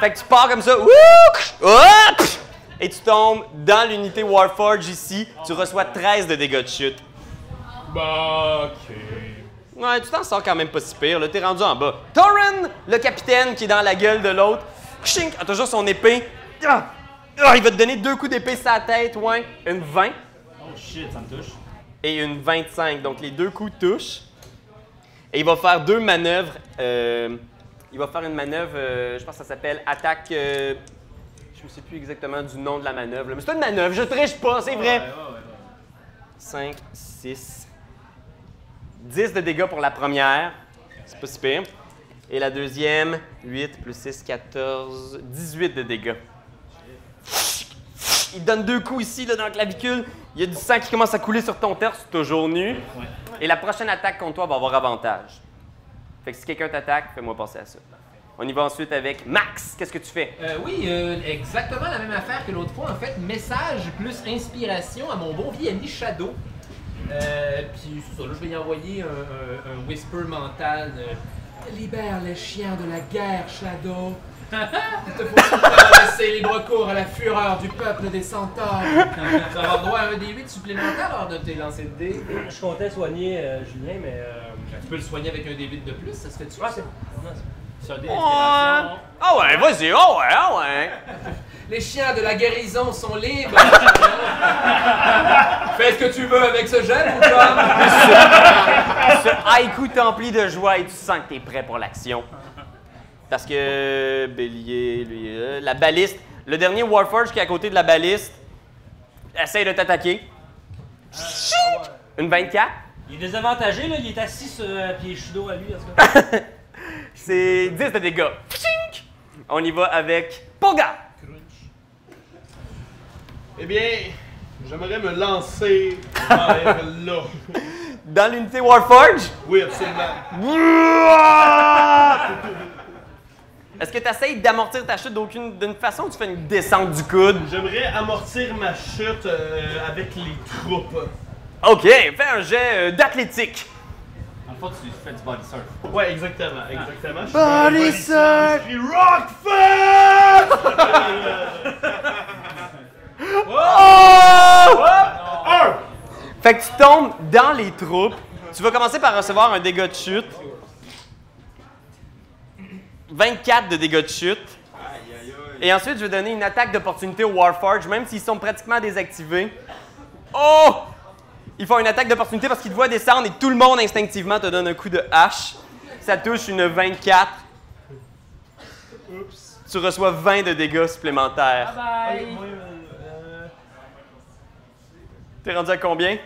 Fait que tu pars comme ça, wouh, ksh, ah, psh, et tu tombes dans l'unité Warforge ici. Tu reçois 13 de dégâts de chute. Bah, ok. Ouais, tu t'en sors quand même pas si pire, là. T'es rendu en bas. Torren, le capitaine qui est dans la gueule de l'autre, kshink, a toujours son épée. Ah! Ah, il va te donner deux coups d'épée sa tête, ouais. Une 20 Oh shit, ça me touche. et une 25. Donc les deux coups touchent. Et il va faire deux manœuvres. euh, il va faire une manœuvre, euh, je pense que ça s'appelle attaque. euh, je ne sais plus exactement du nom de la manœuvre, là, mais c'est une manœuvre, je triche pas, c'est vrai. 5, 6, 10 de dégâts pour la première. C'est pas si pire. Et la deuxième, 8 plus 6, 14, 18 de dégâts. Il donne deux coups ici, là, dans la clavicule. Il y a du sang qui commence à couler sur ton torse, toujours nu. Et la prochaine attaque contre toi va avoir avantage. Fait que si quelqu'un t'attaque, fais-moi passer à ça. On y va ensuite avec Max. Qu'est-ce que tu fais? Euh, oui, euh, exactement la même affaire que l'autre fois. En fait, message plus inspiration à mon bon vieil ami Shadow. Euh, puis c'est ça, là, je vais y envoyer un, un- un whisper mental. de, Libère les chiens de la guerre, Shadow. Il te faut laisser libre cours à la fureur du peuple des centaures. Tu vas avoir droit à un D8 supplémentaire lors de tes lancers de dés. Ben, Je comptais soigner euh, Julien, mais. euh, Ah, Tu peux le soigner avec un D8 de plus, ça se fait-tu? ça? c'est un dé- Ah ouais, vas-y, ah ouais, ah ouais. Les chiens de la guérison sont libres! Fais ce que tu veux avec ce gel, mon Ce haïku t'emplit de joie et tu sens que t'es prêt pour l'action. Parce que Bélier, lui, euh, la baliste, le dernier Warforge qui est à côté de la baliste, essaye de t'attaquer. Chut! Une 24. Il est désavantagé, là, il est assis sur euh, pied chudo à lui, en tout cas. C'est 10 de dégâts. Pchink! On y va avec Poga. Eh bien, j'aimerais me lancer vers là. Dans l'unité Warforge? Oui, absolument. Ouah! Est-ce que tu essayes d'amortir ta chute d'aucune d'une façon ou tu fais une descente du coude? J'aimerais amortir ma chute euh, avec les troupes. OK, fais un jet euh, d'athlétique. En fait, tu fais du body surf. Ouais, exactement, exactement. Je fais un Body surf! Je suis Rockfest! Oh! Fait que tu tombes dans les troupes. Tu vas commencer par recevoir un dégât de chute. 24 de dégâts de chute. Et ensuite, je vais donner une attaque d'opportunité aux Warforge, même s'ils sont pratiquement désactivés. Oh! Ils font une attaque d'opportunité parce qu'ils te voient descendre et tout le monde instinctivement te donne un coup de hache. Ça touche une 24. Tu reçois 20 de dégâts supplémentaires. Bye! T'es rendu à combien?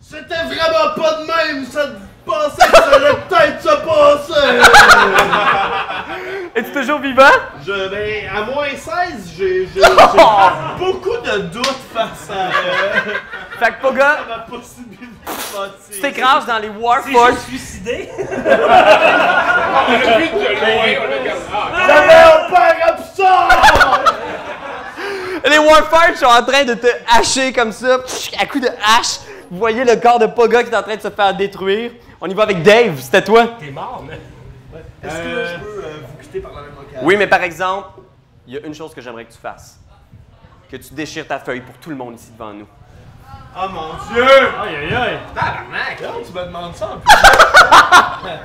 C'était vraiment pas de même, ça te pensait que ça allait peut-être se passer! Es-tu toujours vivant? Je, ben, à moins 16, j'ai j'ai- j'ai beaucoup de doutes face à. euh, Fait que Poga, à ma possibilité de mentir. tu t'écrases dans les Warforge. suicidé? J'avais un père absent! Les Warforges sont en train de te hacher comme ça, psh, à coups de hache. Vous voyez le corps de Poga qui est en train de se faire détruire. On y va avec Dave, c'était toi. T'es mort, mais. Est-ce que je peux euh, vous quitter par la même occasion? Oui, mais par exemple, il y a une chose que j'aimerais que tu fasses. Que tu déchires ta feuille pour tout le monde ici devant nous. Oh mon dieu! Aïe aïe aïe! Tabarnak! tu me demandes ça en plus?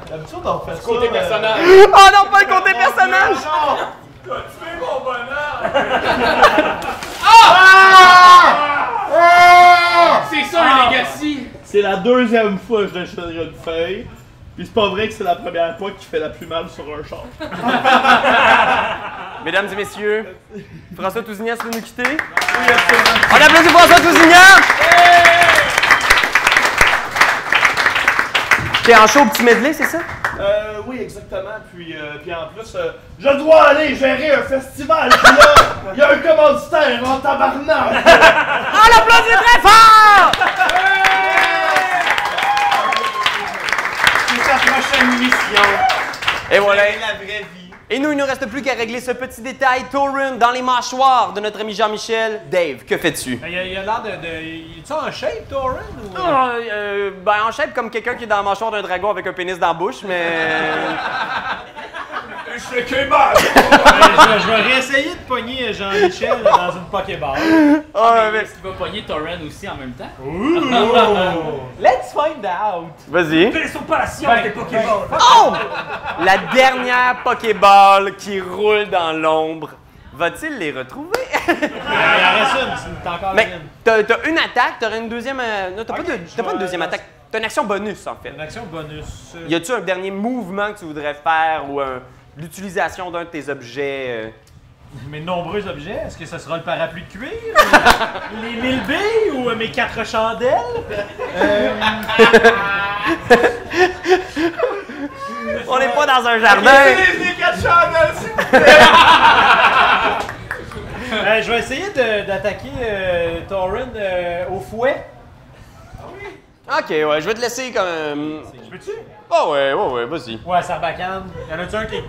D'habitude, on fait ça. euh, côté personnage. Oh non, pas le côté personnage! T'as tué mon bonheur! Ah! C'est ça un legacy! C'est la deuxième fois que je déchirerai une feuille. Puis c'est pas vrai que c'est la première fois qu'il fait la plus mal sur un char. Mesdames et messieurs, François Tousignan veut nous quitter. On applaudit François Tousignan! T'es en show au petit medley, c'est ça? Euh, oui, exactement. Puis, euh, puis en plus, euh, je dois aller gérer un festival. Puis là, il y a un commanditaire en tabarnak. On Ah, l'applaudit très fort! C'est sa prochaine mission. Et voilà. la vraie vie. Et nous, il ne nous reste plus qu'à régler ce petit détail, Torun, dans les mâchoires de notre ami Jean-Michel. Dave, que fais-tu? Il y a, il y a l'air de. de il est en shape, Torren? Ou... Ah, euh, ben, en shape comme quelqu'un qui est dans la mâchoire d'un dragon avec un pénis dans la bouche, mais. Je fais que mal! je, je vais réessayer de pogner Jean-Michel dans une Pokéball. Ah, mais- Tu vas pogner Torren aussi en même temps? Let's find out! Vas-y. Vaisseau patient des Pokémon. Oh! La dernière Pokéball qui roule dans l'ombre. Va-t-il les retrouver? Il en reste une, c'est- t'as encore Mais une. t'as t'as une attaque, t'aurais une deuxième. euh, Non, t'as pas, de- t'as pas une deuxième attaque. T'as une action bonus, en fait. Une action bonus. euh, Y a-tu un dernier mouvement que tu voudrais faire ou un- l'utilisation d'un de tes objets? euh, Mes nombreux objets, est-ce que ça sera le parapluie de cuir? ou les mille billes ou euh, mes quatre chandelles? Euh, euh? On n'est pas dans un jardin! Les quatre chandelles, s'il vous plaît! euh, je vais essayer de- d'attaquer euh, Torren euh, au fouet. Ok, ouais, je vais te laisser comme. euh, Je peux-tu? Ah ouais, ouais, ouais, vas-y. Ouais, Sarbacane. Y'en a-tu un qui.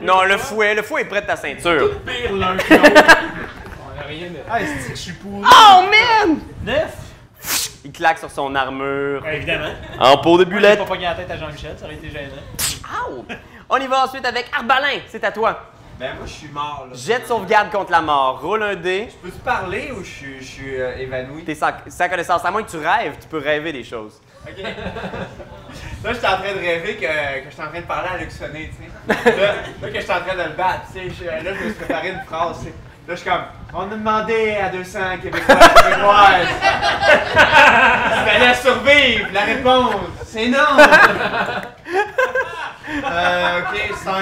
Non, le fouet, le fouet est près de ta ceinture. Pire l'un que l'autre. Ah, est-ce que je suis pourri? Oh man! Neuf? Il claque sur son armure. Ouais, évidemment. En peau de Moi, j'ai bulette. pas pogné la tête à Jean-Michel, ça aurait été gênant. Ow! On y va ensuite avec Arbalin, c'est à toi. Ben moi je suis mort là. Jet de sauvegarde contre la mort, roule un dé. Peux-tu parler ou je suis, je suis euh, évanoui? T'es sans, sans connaissance, à moins que tu rêves, tu peux rêver des choses. Ok. Là, j'étais en train de rêver que, que j'étais en train de parler à Luc Sonnet, tu sais. Là, là, que j'étais en train de le battre, tu sais. je- Là, je me suis préparé une phrase, tu sais. Là, je suis comme, on a demandé à 200 Québécois et Québécoises s'ils allaient survivre. La réponse, c'est non. euh, ok, 5.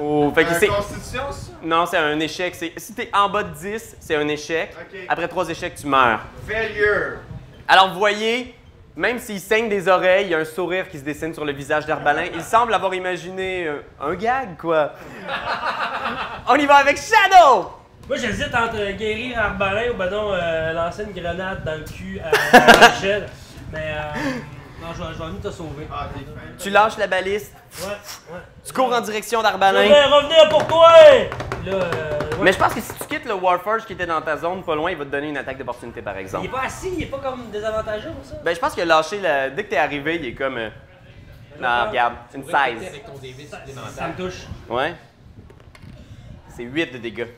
Oh, fait que c'est. Constitution, ça? Non, c'est un échec. C'est- Si t'es en bas de 10, c'est un échec. Ok. Après trois échecs, tu meurs. Failure. Alors, vous voyez, même s'il saigne des oreilles, il y a un sourire qui se dessine sur le visage d'Arbalin. Il semble avoir imaginé euh, un gag, quoi. On y va avec Shadow! Moi, j'hésite entre guérir Arbalin ou ben non, euh, lancer une grenade dans le cul à, à Michel. Mais. euh, Non, j'en- j'en ai te sauvé. Ah. Tu lâches la baliste. Ouais, ouais. Tu cours en direction Je vais d'Arbalin. revenir pour toi! Là, euh, ouais. Mais je pense que si tu quittes le Warforge qui était dans ta zone pas loin, il va te donner une attaque d'opportunité par Il est exemple. pas assis, il est pas comme désavantagé pour ça? Ben je pense que lâcher la... dès que t'es arrivé, il est comme. euh, Non, regarde, une 16. Avec ton D8 Ça me supplémentaire. touche. Ouais. C'est 8 de dégâts.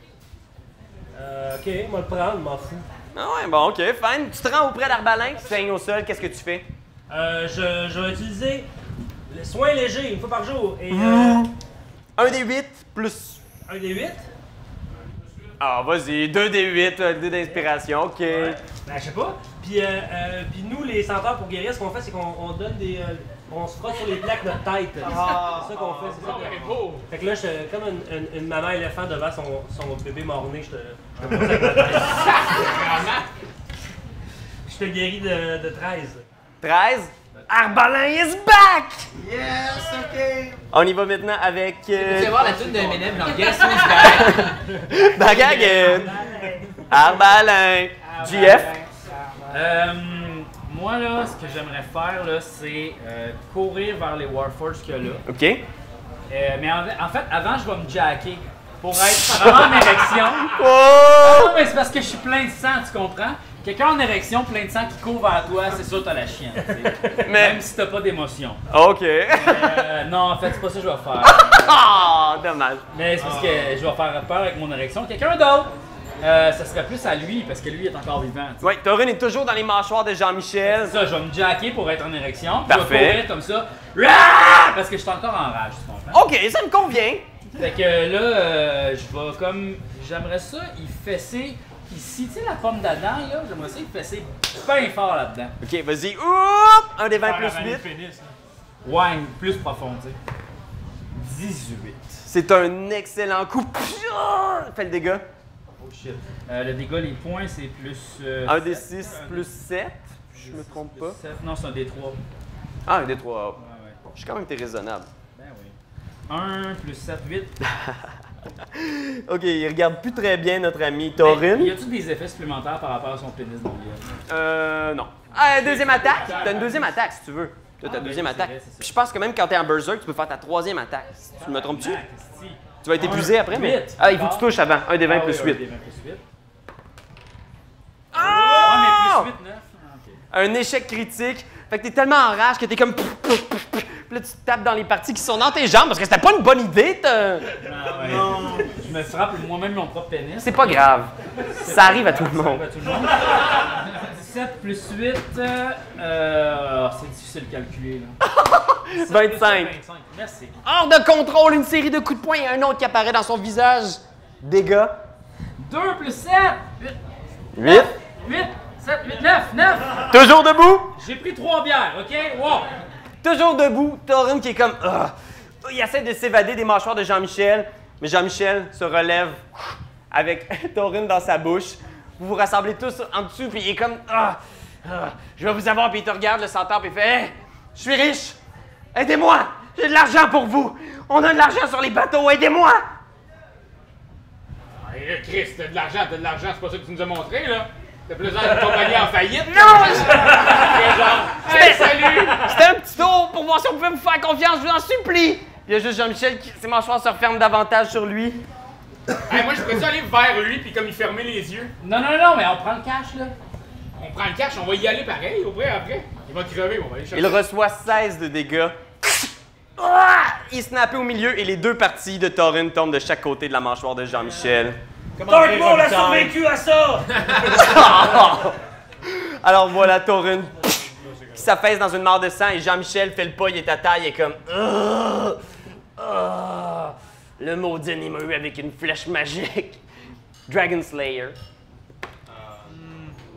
Euh, ok, moi le prendre, m'en fous. Ah ouais, bon, ok, fine. Tu te rends auprès d'Arbalin, tu saignes au sol, qu'est-ce que tu fais? Euh, je, je vais utiliser le soin léger une fois par jour. Et, euh, Un des 8 plus. Un des 8? Ah, vas-y, 2 des 8, 2 d'inspiration, ok. Ben, je sais pas. Puis, euh, euh, puis nous, les centaures, pour guérir, ce qu'on fait, c'est qu'on on donne des. euh, on se frotte sur les plaques de notre tête. Ah, c'est ça qu'on fait. C'est ça ah, qu'on- ben, beau. Fait que là, je, comme une, une- une maman éléphant devant son, son bébé mort-né, je te. Je te, pose avec ma tête. Je te guéris de, de 13. 13. Arbalin is back! Yes, ok. On y va maintenant avec. Vous euh, allez voir la tune de M&M dans Guess Who's Back. Bagagan! Arbalin! GF! Euh, moi, là, ce que j'aimerais faire, là, c'est euh, courir vers les Warforges qu'il y a là. Ok. Euh, mais en, en fait, avant, je vais me jacker pour être vraiment en érection. Oh! Non, mais c'est parce que je suis plein de sang, tu comprends? Quelqu'un en érection, plein de sang qui court vers toi, c'est sûr que t'as la chienne. tu sais. Même si t'as pas d'émotion. Ok. Euh, non, en fait, c'est pas ça que je vais faire. Ah, dommage. Mais c'est parce que je vais faire peur avec mon érection. Quelqu'un d'autre, euh, ça serait plus à lui, parce que lui est encore vivant. tu sais. Ouais, Taurine est toujours dans les mâchoires de Jean-Michel. Ça, je vais me jacker pour être en érection. puis Je vais Parfait. courir comme ça. Rah! Parce que je suis encore en rage, tu comprends? Ok, ça me convient. Fait que là, euh, je vais comme. J'aimerais ça, il fesser ici. Tu sais, la pomme d'Adam, là, j'aimerais ça, il fesser bien fort là-dedans. Ok, vas-y. Oup! Un des 20 Faire plus avaler le 8. pénis, là. Ouais, une plus profond, tu sais. 18. C'est un excellent coup. Pfiou! Fais le dégât. Oh shit. Euh, le dégât, les points, c'est plus. euh, Un des sept. 6 Un plus des- 7. Je me trompe pas. sept. Non, c'est un des 3. Ah, un des 3. Je suis quand même t'es raisonnable. Ben oui. 1 plus Ben, 7, 8. Ok, il regarde plus très bien notre ami Y Taurine. a-tu des effets supplémentaires par rapport à son pénis dans le Euh, non. Ah, deuxième attaque. T'as une deuxième attaque si tu veux. Toi, Ah, t'as ben deuxième oui, c'est attaque. vrai, c'est ça. Puis je pense que même quand t'es en berserk, tu peux faire ta troisième attaque. Tu me trompes-tu? Ah, Tu vas être Un, épuisé après, mais. huit. Ah, il faut que tu touches avant. Un des 20 Ah plus 8. oui, Un des 20 plus 8. Ah! Ouais, mais plus 8, 9. Un échec critique. Fait que t'es tellement en rage que t'es comme. pouf, pouf, pouf, pouf. Puis là, tu te tapes dans les parties qui sont dans tes jambes parce que c'était pas une bonne idée. t'as- Ah ouais. Je me frappe moi-même mon propre pénis. C'est pas grave. C'est Ça pas arrive à grave, tout le ça monde. arrive à tout le monde. 17 plus 8, euh, ah, c'est difficile de calculer. Là. 25. Merci. Hors de contrôle, une série de coups de poing et un autre qui apparaît dans son visage. Dégâts. 2 plus 7, 8, 8. 8, 7, 8, 9, 9. Toujours debout. J'ai pris 3 bières, ok? Wow! Toujours debout. Taurine qui est comme. Ah. Il essaie de s'évader des mâchoires de Jean-Michel. Mais Jean-Michel se relève avec Taurine dans sa bouche. Vous vous rassemblez tous en dessous, puis il est comme. Ah. Ah. Je vais vous avoir, puis il te regarde le centaure, puis il fait. Hey, je suis riche. Aidez-moi. J'ai de l'argent pour vous. On a de l'argent sur les bateaux. Aidez-moi. Hey, là, Ah, euh, Chris, t'as de l'argent, t'as de l'argent, c'est pas ça que tu nous as montré, là. T'as plus l'air d'une compagnie en faillite. Non, je- C'est genre, hey, salut! C'était un petit tour pour voir si on pouvait me faire confiance, je vous en supplie! Il y a juste Jean-Michel qui. Ses mâchoires se referment davantage sur lui. Hey, moi, je pourrais ça aller vers lui, puis comme il fermait les yeux. Non, non, non, mais on prend le cash, là. On prend le cash, on va y aller pareil, au vrai, après. Il va crever, on va aller chercher. Il reçoit 16 de dégâts. Ah! Il est snappé au milieu et les deux parties de Torin tombent de chaque côté de la mâchoire de Jean-Michel. Darkmoor a survécu à ça! Alors voilà Torin pff, qui s'affaisse dans une mare de sang et Jean-Michel fait le pas, il est à taille et comme. Ah! Ah! Le maudit il m'a eu avec une flèche magique. Dragon Slayer.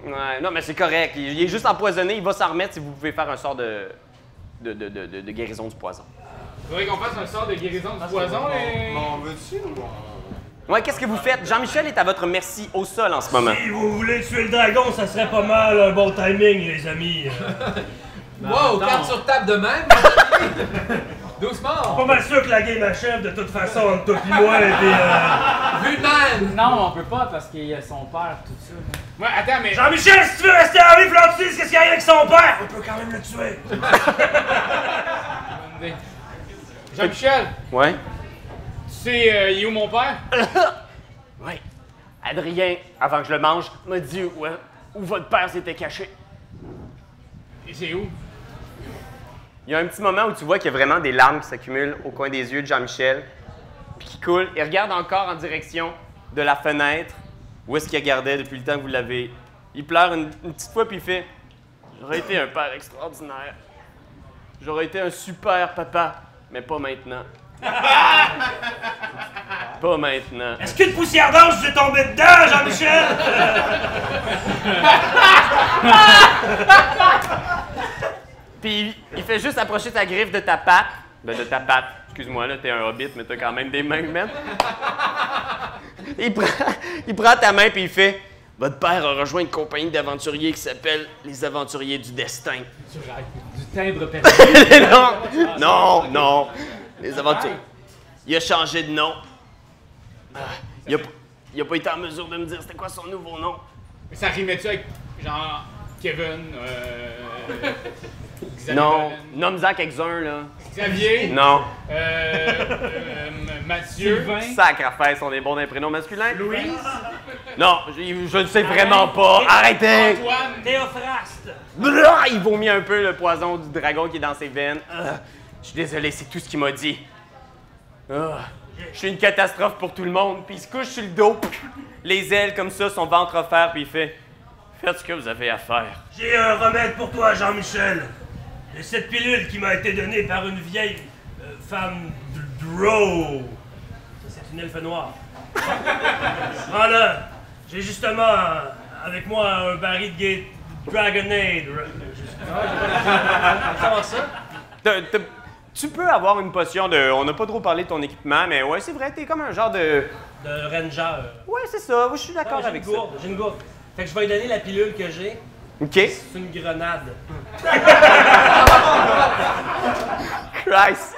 Ouais, non, mais c'est correct. Il, il est juste empoisonné. Il va s'en remettre si vous pouvez faire un sort de, de, de- de- de- de guérison du poison. Faudrait qu'on fasse un sort de guérison du poison, et... Bon, veux-tu ou Ouais, qu'est-ce que vous faites? Jean-Michel est à votre merci au sol en ce moment. Si vous voulez tuer le dragon, ça serait pas mal un bon timing, les amis. Euh, Wow, carte sur table de même. 12 morts! Pas mal sûr que la game achève de toute façon entre toi pis moi et puis. Euh... Vu de même! Non, on peut pas parce qu'il y a son père, tout ça. Ouais, attends, mais. Jean-Michel, si tu veux rester en vie, Fleur, tu dises qu'est-ce qu'il y a avec son père! On peut quand même le tuer! Jean-Michel, Ouais? tu sais, euh, il est où mon père? ouais. Adrien, avant que je le mange, m'a dit où, hein, où votre père s'était caché. Et c'est où? Il y a un petit moment où tu vois qu'il y a vraiment des larmes qui s'accumulent au coin des yeux de Jean-Michel, puis qui coulent. Il regarde encore en direction de la fenêtre où est-ce qu'il regardait depuis le temps que vous l'avez. Il pleure une, une petite fois, puis il fait J'aurais été un père extraordinaire. J'aurais été un super papa, mais pas maintenant. Pas maintenant. Est-ce qu'une poussière d'ange s'est tombée dedans, Jean-Michel? Puis il fait juste approcher ta griffe de ta patte. Ben, de ta patte. Excuse-moi, là, t'es un hobbit, mais t'as quand même des mains humaines. il, prend, il prend ta main, puis il fait Votre père a rejoint une compagnie d'aventuriers qui s'appelle Les Aventuriers du Destin. Du timbre Ah, perdu. non, non, non. Les aventures. Il a changé de nom. Ah, il, a, il a pas été en mesure de me dire c'était quoi son nouveau nom. Mais ça rimait-tu avec, genre, Kevin, euh. Xavier Non, Dolan, nomme-en quelques-uns, là. Xavier? Non. Euh. euh, Mathieu? Sacre-fesse, on est bon dans les prénoms masculins. Louise? Non, je, je ne sais vraiment pas. Arrêtez! Antoine! Théophraste! Blah! Il vomit un peu le poison du dragon qui est dans ses veines. Ah, je suis désolé, c'est tout ce qu'il m'a dit. Ah, je suis une catastrophe pour tout le monde. Puis il se couche sur le dos, les ailes comme ça, son ventre offert, puis il fait Faites ce que vous avez à faire. J'ai un remède pour toi, Jean-Michel. Et cette pilule qui m'a été donnée par une vieille euh, femme d- dro. Ça, C'est une elfe noire. Prends-le. J'ai justement euh, avec moi un baril de gate Dragonade. Comment ça? T'as- t'as- Tu peux avoir une potion de. On n'a pas trop parlé de ton équipement, mais ouais, c'est vrai, t'es comme un genre de. De euh, ranger. Ouais, c'est ça, je suis d'accord avec ça. J'ai une gourde. Fait que je vais lui donner la pilule que j'ai. Ok. C'est une grenade. Christ!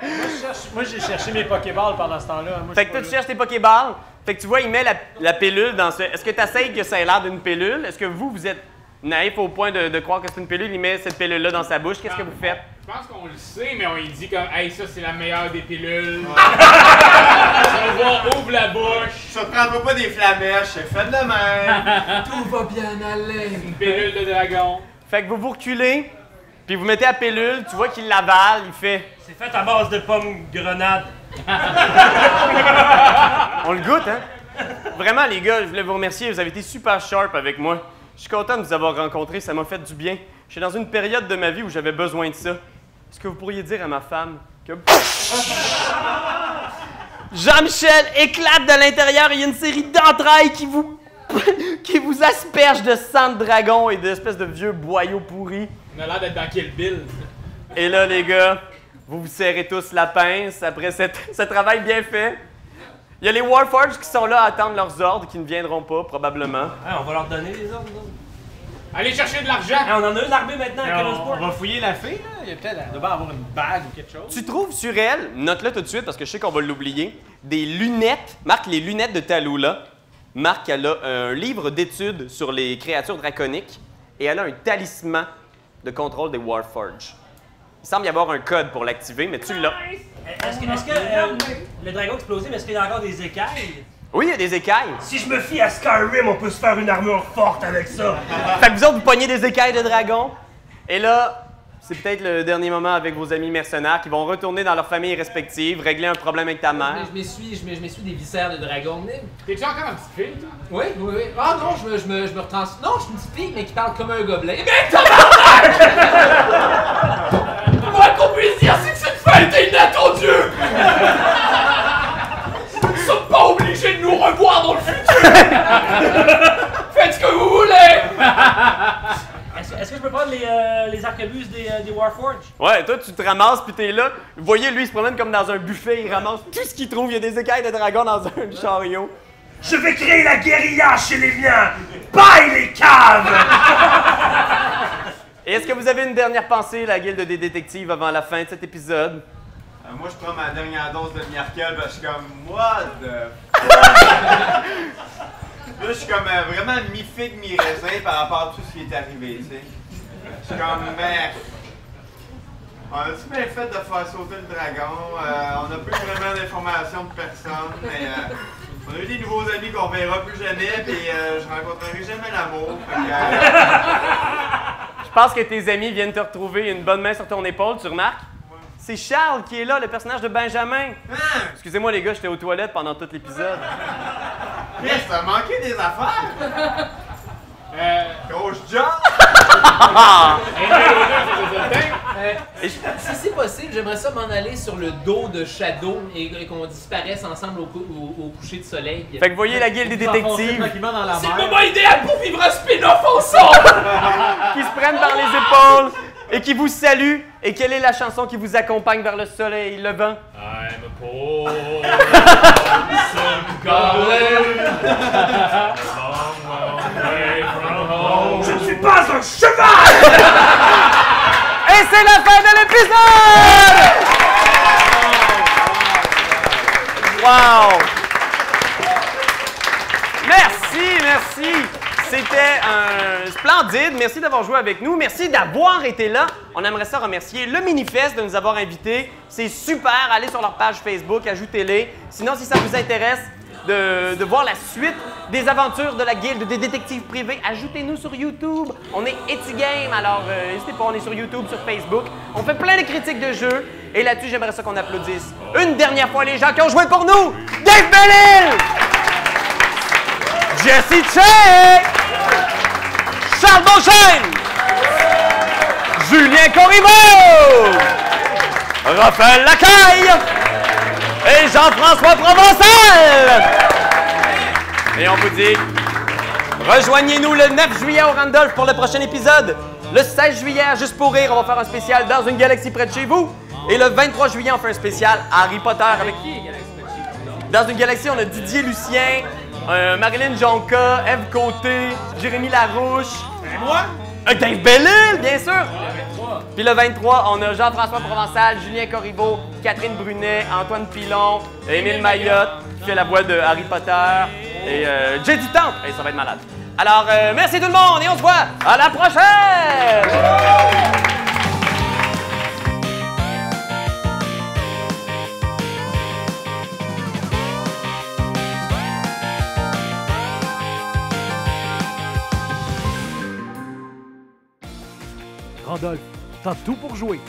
Moi, je cherche- Moi, j'ai cherché mes Pokéballs pendant ce temps-là. Moi, je Fait suis que pas toi, tu cherches tes Pokéballs. Fait que tu vois, il met la, la pilule dans ce. Est-ce que tu essayes que ça ait l'air d'une pilule? Est-ce que vous, vous êtes naïf au point de, de croire que c'est une pilule? Il met cette pilule-là dans sa bouche. Qu'est-ce que vous faites? Je pense qu'on le sait, mais on lui dit comme, hey, ça c'est la meilleure des pilules. On va, ouvre la bouche. Ça te prendra pas des flamèches, fais de même. Tout va bien aller. Une pilule de dragon. Fait que vous vous reculez, puis vous mettez la pilule. Tu vois qu'il l'avale. Il fait. C'est fait à base de pommes grenades. On le goûte, hein? Vraiment, les gars, je voulais vous remercier. Vous avez été super sharp avec moi. Je suis content de vous avoir rencontré. Ça m'a fait du bien. Je suis dans une période de ma vie où j'avais besoin de ça. Est-ce que vous pourriez dire à ma femme que. Jean-Michel éclate de l'intérieur et il y a une série d'entrailles qui vous. qui vous asperge de sang de dragon et d'espèces de vieux boyaux pourris. On a l'air d'être dans Kill Bill. Et là, les gars, vous vous serrez tous la pince après cette- ce travail bien fait. Il y a les Warforges qui sont là à attendre leurs ordres, qui ne viendront pas, probablement. Ah, on va leur donner les ordres. nous autres. Allez chercher de l'argent. Ah, on en a eu l'armée maintenant à Mais Kellogg's On, on va fouiller la fille, là. Il y a peut-être, elle doit avoir une bague ou quelque chose. Tu trouves sur elle, note-le tout de suite parce que je sais qu'on va l'oublier, des lunettes. Marque les lunettes de Talula. Marque, elle a un livre d'études sur les créatures draconiques et elle a un talisman de contrôle des Warforges. Il semble y avoir un code pour l'activer, mais tu l'as. Est-ce que, est-ce que, euh, le dragon explosé, mais est-ce qu'il y a encore des écailles? Oui, il y a des écailles. Si je me fie à Skyrim, on peut se faire une armure forte avec ça. Fait que vous autres, vous pognez des écailles de dragon. Et là, c'est peut-être le dernier moment avec vos amis mercenaires qui vont retourner dans leurs familles respectives, régler un problème avec ta Mais mère. je m'essuie, je m'essuie des viscères de dragon. Mais... T'es-tu encore un petit fille, toi? Oui, oui, oui. Ah non, je me, je me, je me retrans... Non, je suis une petite fille, mais qui parle comme un gobelin. Eh bien, tabarnak! Moi, qu'on puisse dire, c'est que cette fête est oh inattendue! Nous ne sommes pas obligés de nous revoir dans le futur. Faites ce que vous voulez. Est-ce, est-ce que je peux prendre les, euh, les arquebuses des, euh, des Warforges? Ouais, toi, tu te ramasses, puis t'es là. Vous voyez, lui, il se promène comme dans un buffet. Il ramasse tout ce qu'il trouve. Il y a des écailles de dragon dans un chariot. Je vais créer la guérilla chez les miens. Bye les caves. Et est-ce que vous avez une dernière pensée, la guilde des détectives, avant la fin de cet épisode? Euh, moi, je prends ma dernière dose de Miracle, parce que je suis comme, what the fuck? Là, je suis comme euh, vraiment mi-figue, mi-raisin par rapport à tout ce qui est arrivé, tu sais. Je suis comme, mais. On a-tu bien fait de faire sauter le dragon? Euh, on n'a plus vraiment d'informations de personne, mais euh, on a eu des nouveaux amis qu'on verra plus jamais, puis euh, je rencontrerai jamais l'amour. Fait que, euh, Je pense que tes amis viennent te retrouver une bonne main sur ton épaule, tu remarques? C'est Charles qui est là, le personnage de Benjamin. Excusez-moi les gars, j'étais aux toilettes pendant tout l'épisode. Chris, t'as manqué des affaires! Euh, Gauche job! Euh, si c'est possible, j'aimerais ça m'en aller sur le dos de Shadow et, et qu'on disparaisse ensemble au, cou- au- au coucher de soleil. Fait que voyez la guilde des détectives. C'est le moment idéal pour vivre un spin-off qui se prennent par les épaules et qui vous saluent. Et quelle est la chanson qui vous accompagne vers le soleil, le vent? I'm a poor Je ne suis pas un cheval! Et c'est la fin de l'épisode! Wow! Merci, merci! C'était un splendide. Merci d'avoir joué avec nous. Merci d'avoir été là. On aimerait ça remercier le Minifest de nous avoir invités. C'est super. Allez sur leur page Facebook, ajoutez-les. Sinon, si ça vous intéresse de, de voir la suite des aventures de la Guilde des détectives privés, ajoutez-nous sur YouTube. On est EtuGame, alors euh, n'hésitez pas, on est sur YouTube, sur Facebook. On fait plein de critiques de jeux. Et là-dessus, j'aimerais ça qu'on applaudisse une dernière fois les gens qui ont joué pour nous. Dave Bellil! Jesse Check! Charles Beauchesne! Julien Corriveau! Raphaël Lacaille! Et Jean-François Provençal! Et on vous dit, rejoignez-nous le 9 juillet au Randolph pour le prochain épisode. Le 16 juillet, à juste pour rire, on va faire un spécial dans une galaxie près de chez vous. Et le 23 juillet, on fait un spécial Harry Potter avec dans une galaxie, on a Didier Lucien, euh, Marilyn Jonca, Eve Côté, Jérémy Larouche. Et moi? Dave Bellil, bien sûr! Puis le 23, on a Jean-François Provençal, Julien Corriveau, Catherine Brunet, Antoine Pilon, Émile Mayotte, qui fait la voix de Harry Potter, et euh, Jay du Temple. Et ça va être malade. Alors, euh, merci tout le monde et on se voit à la prochaine! Randolph, t'as tout pour jouer.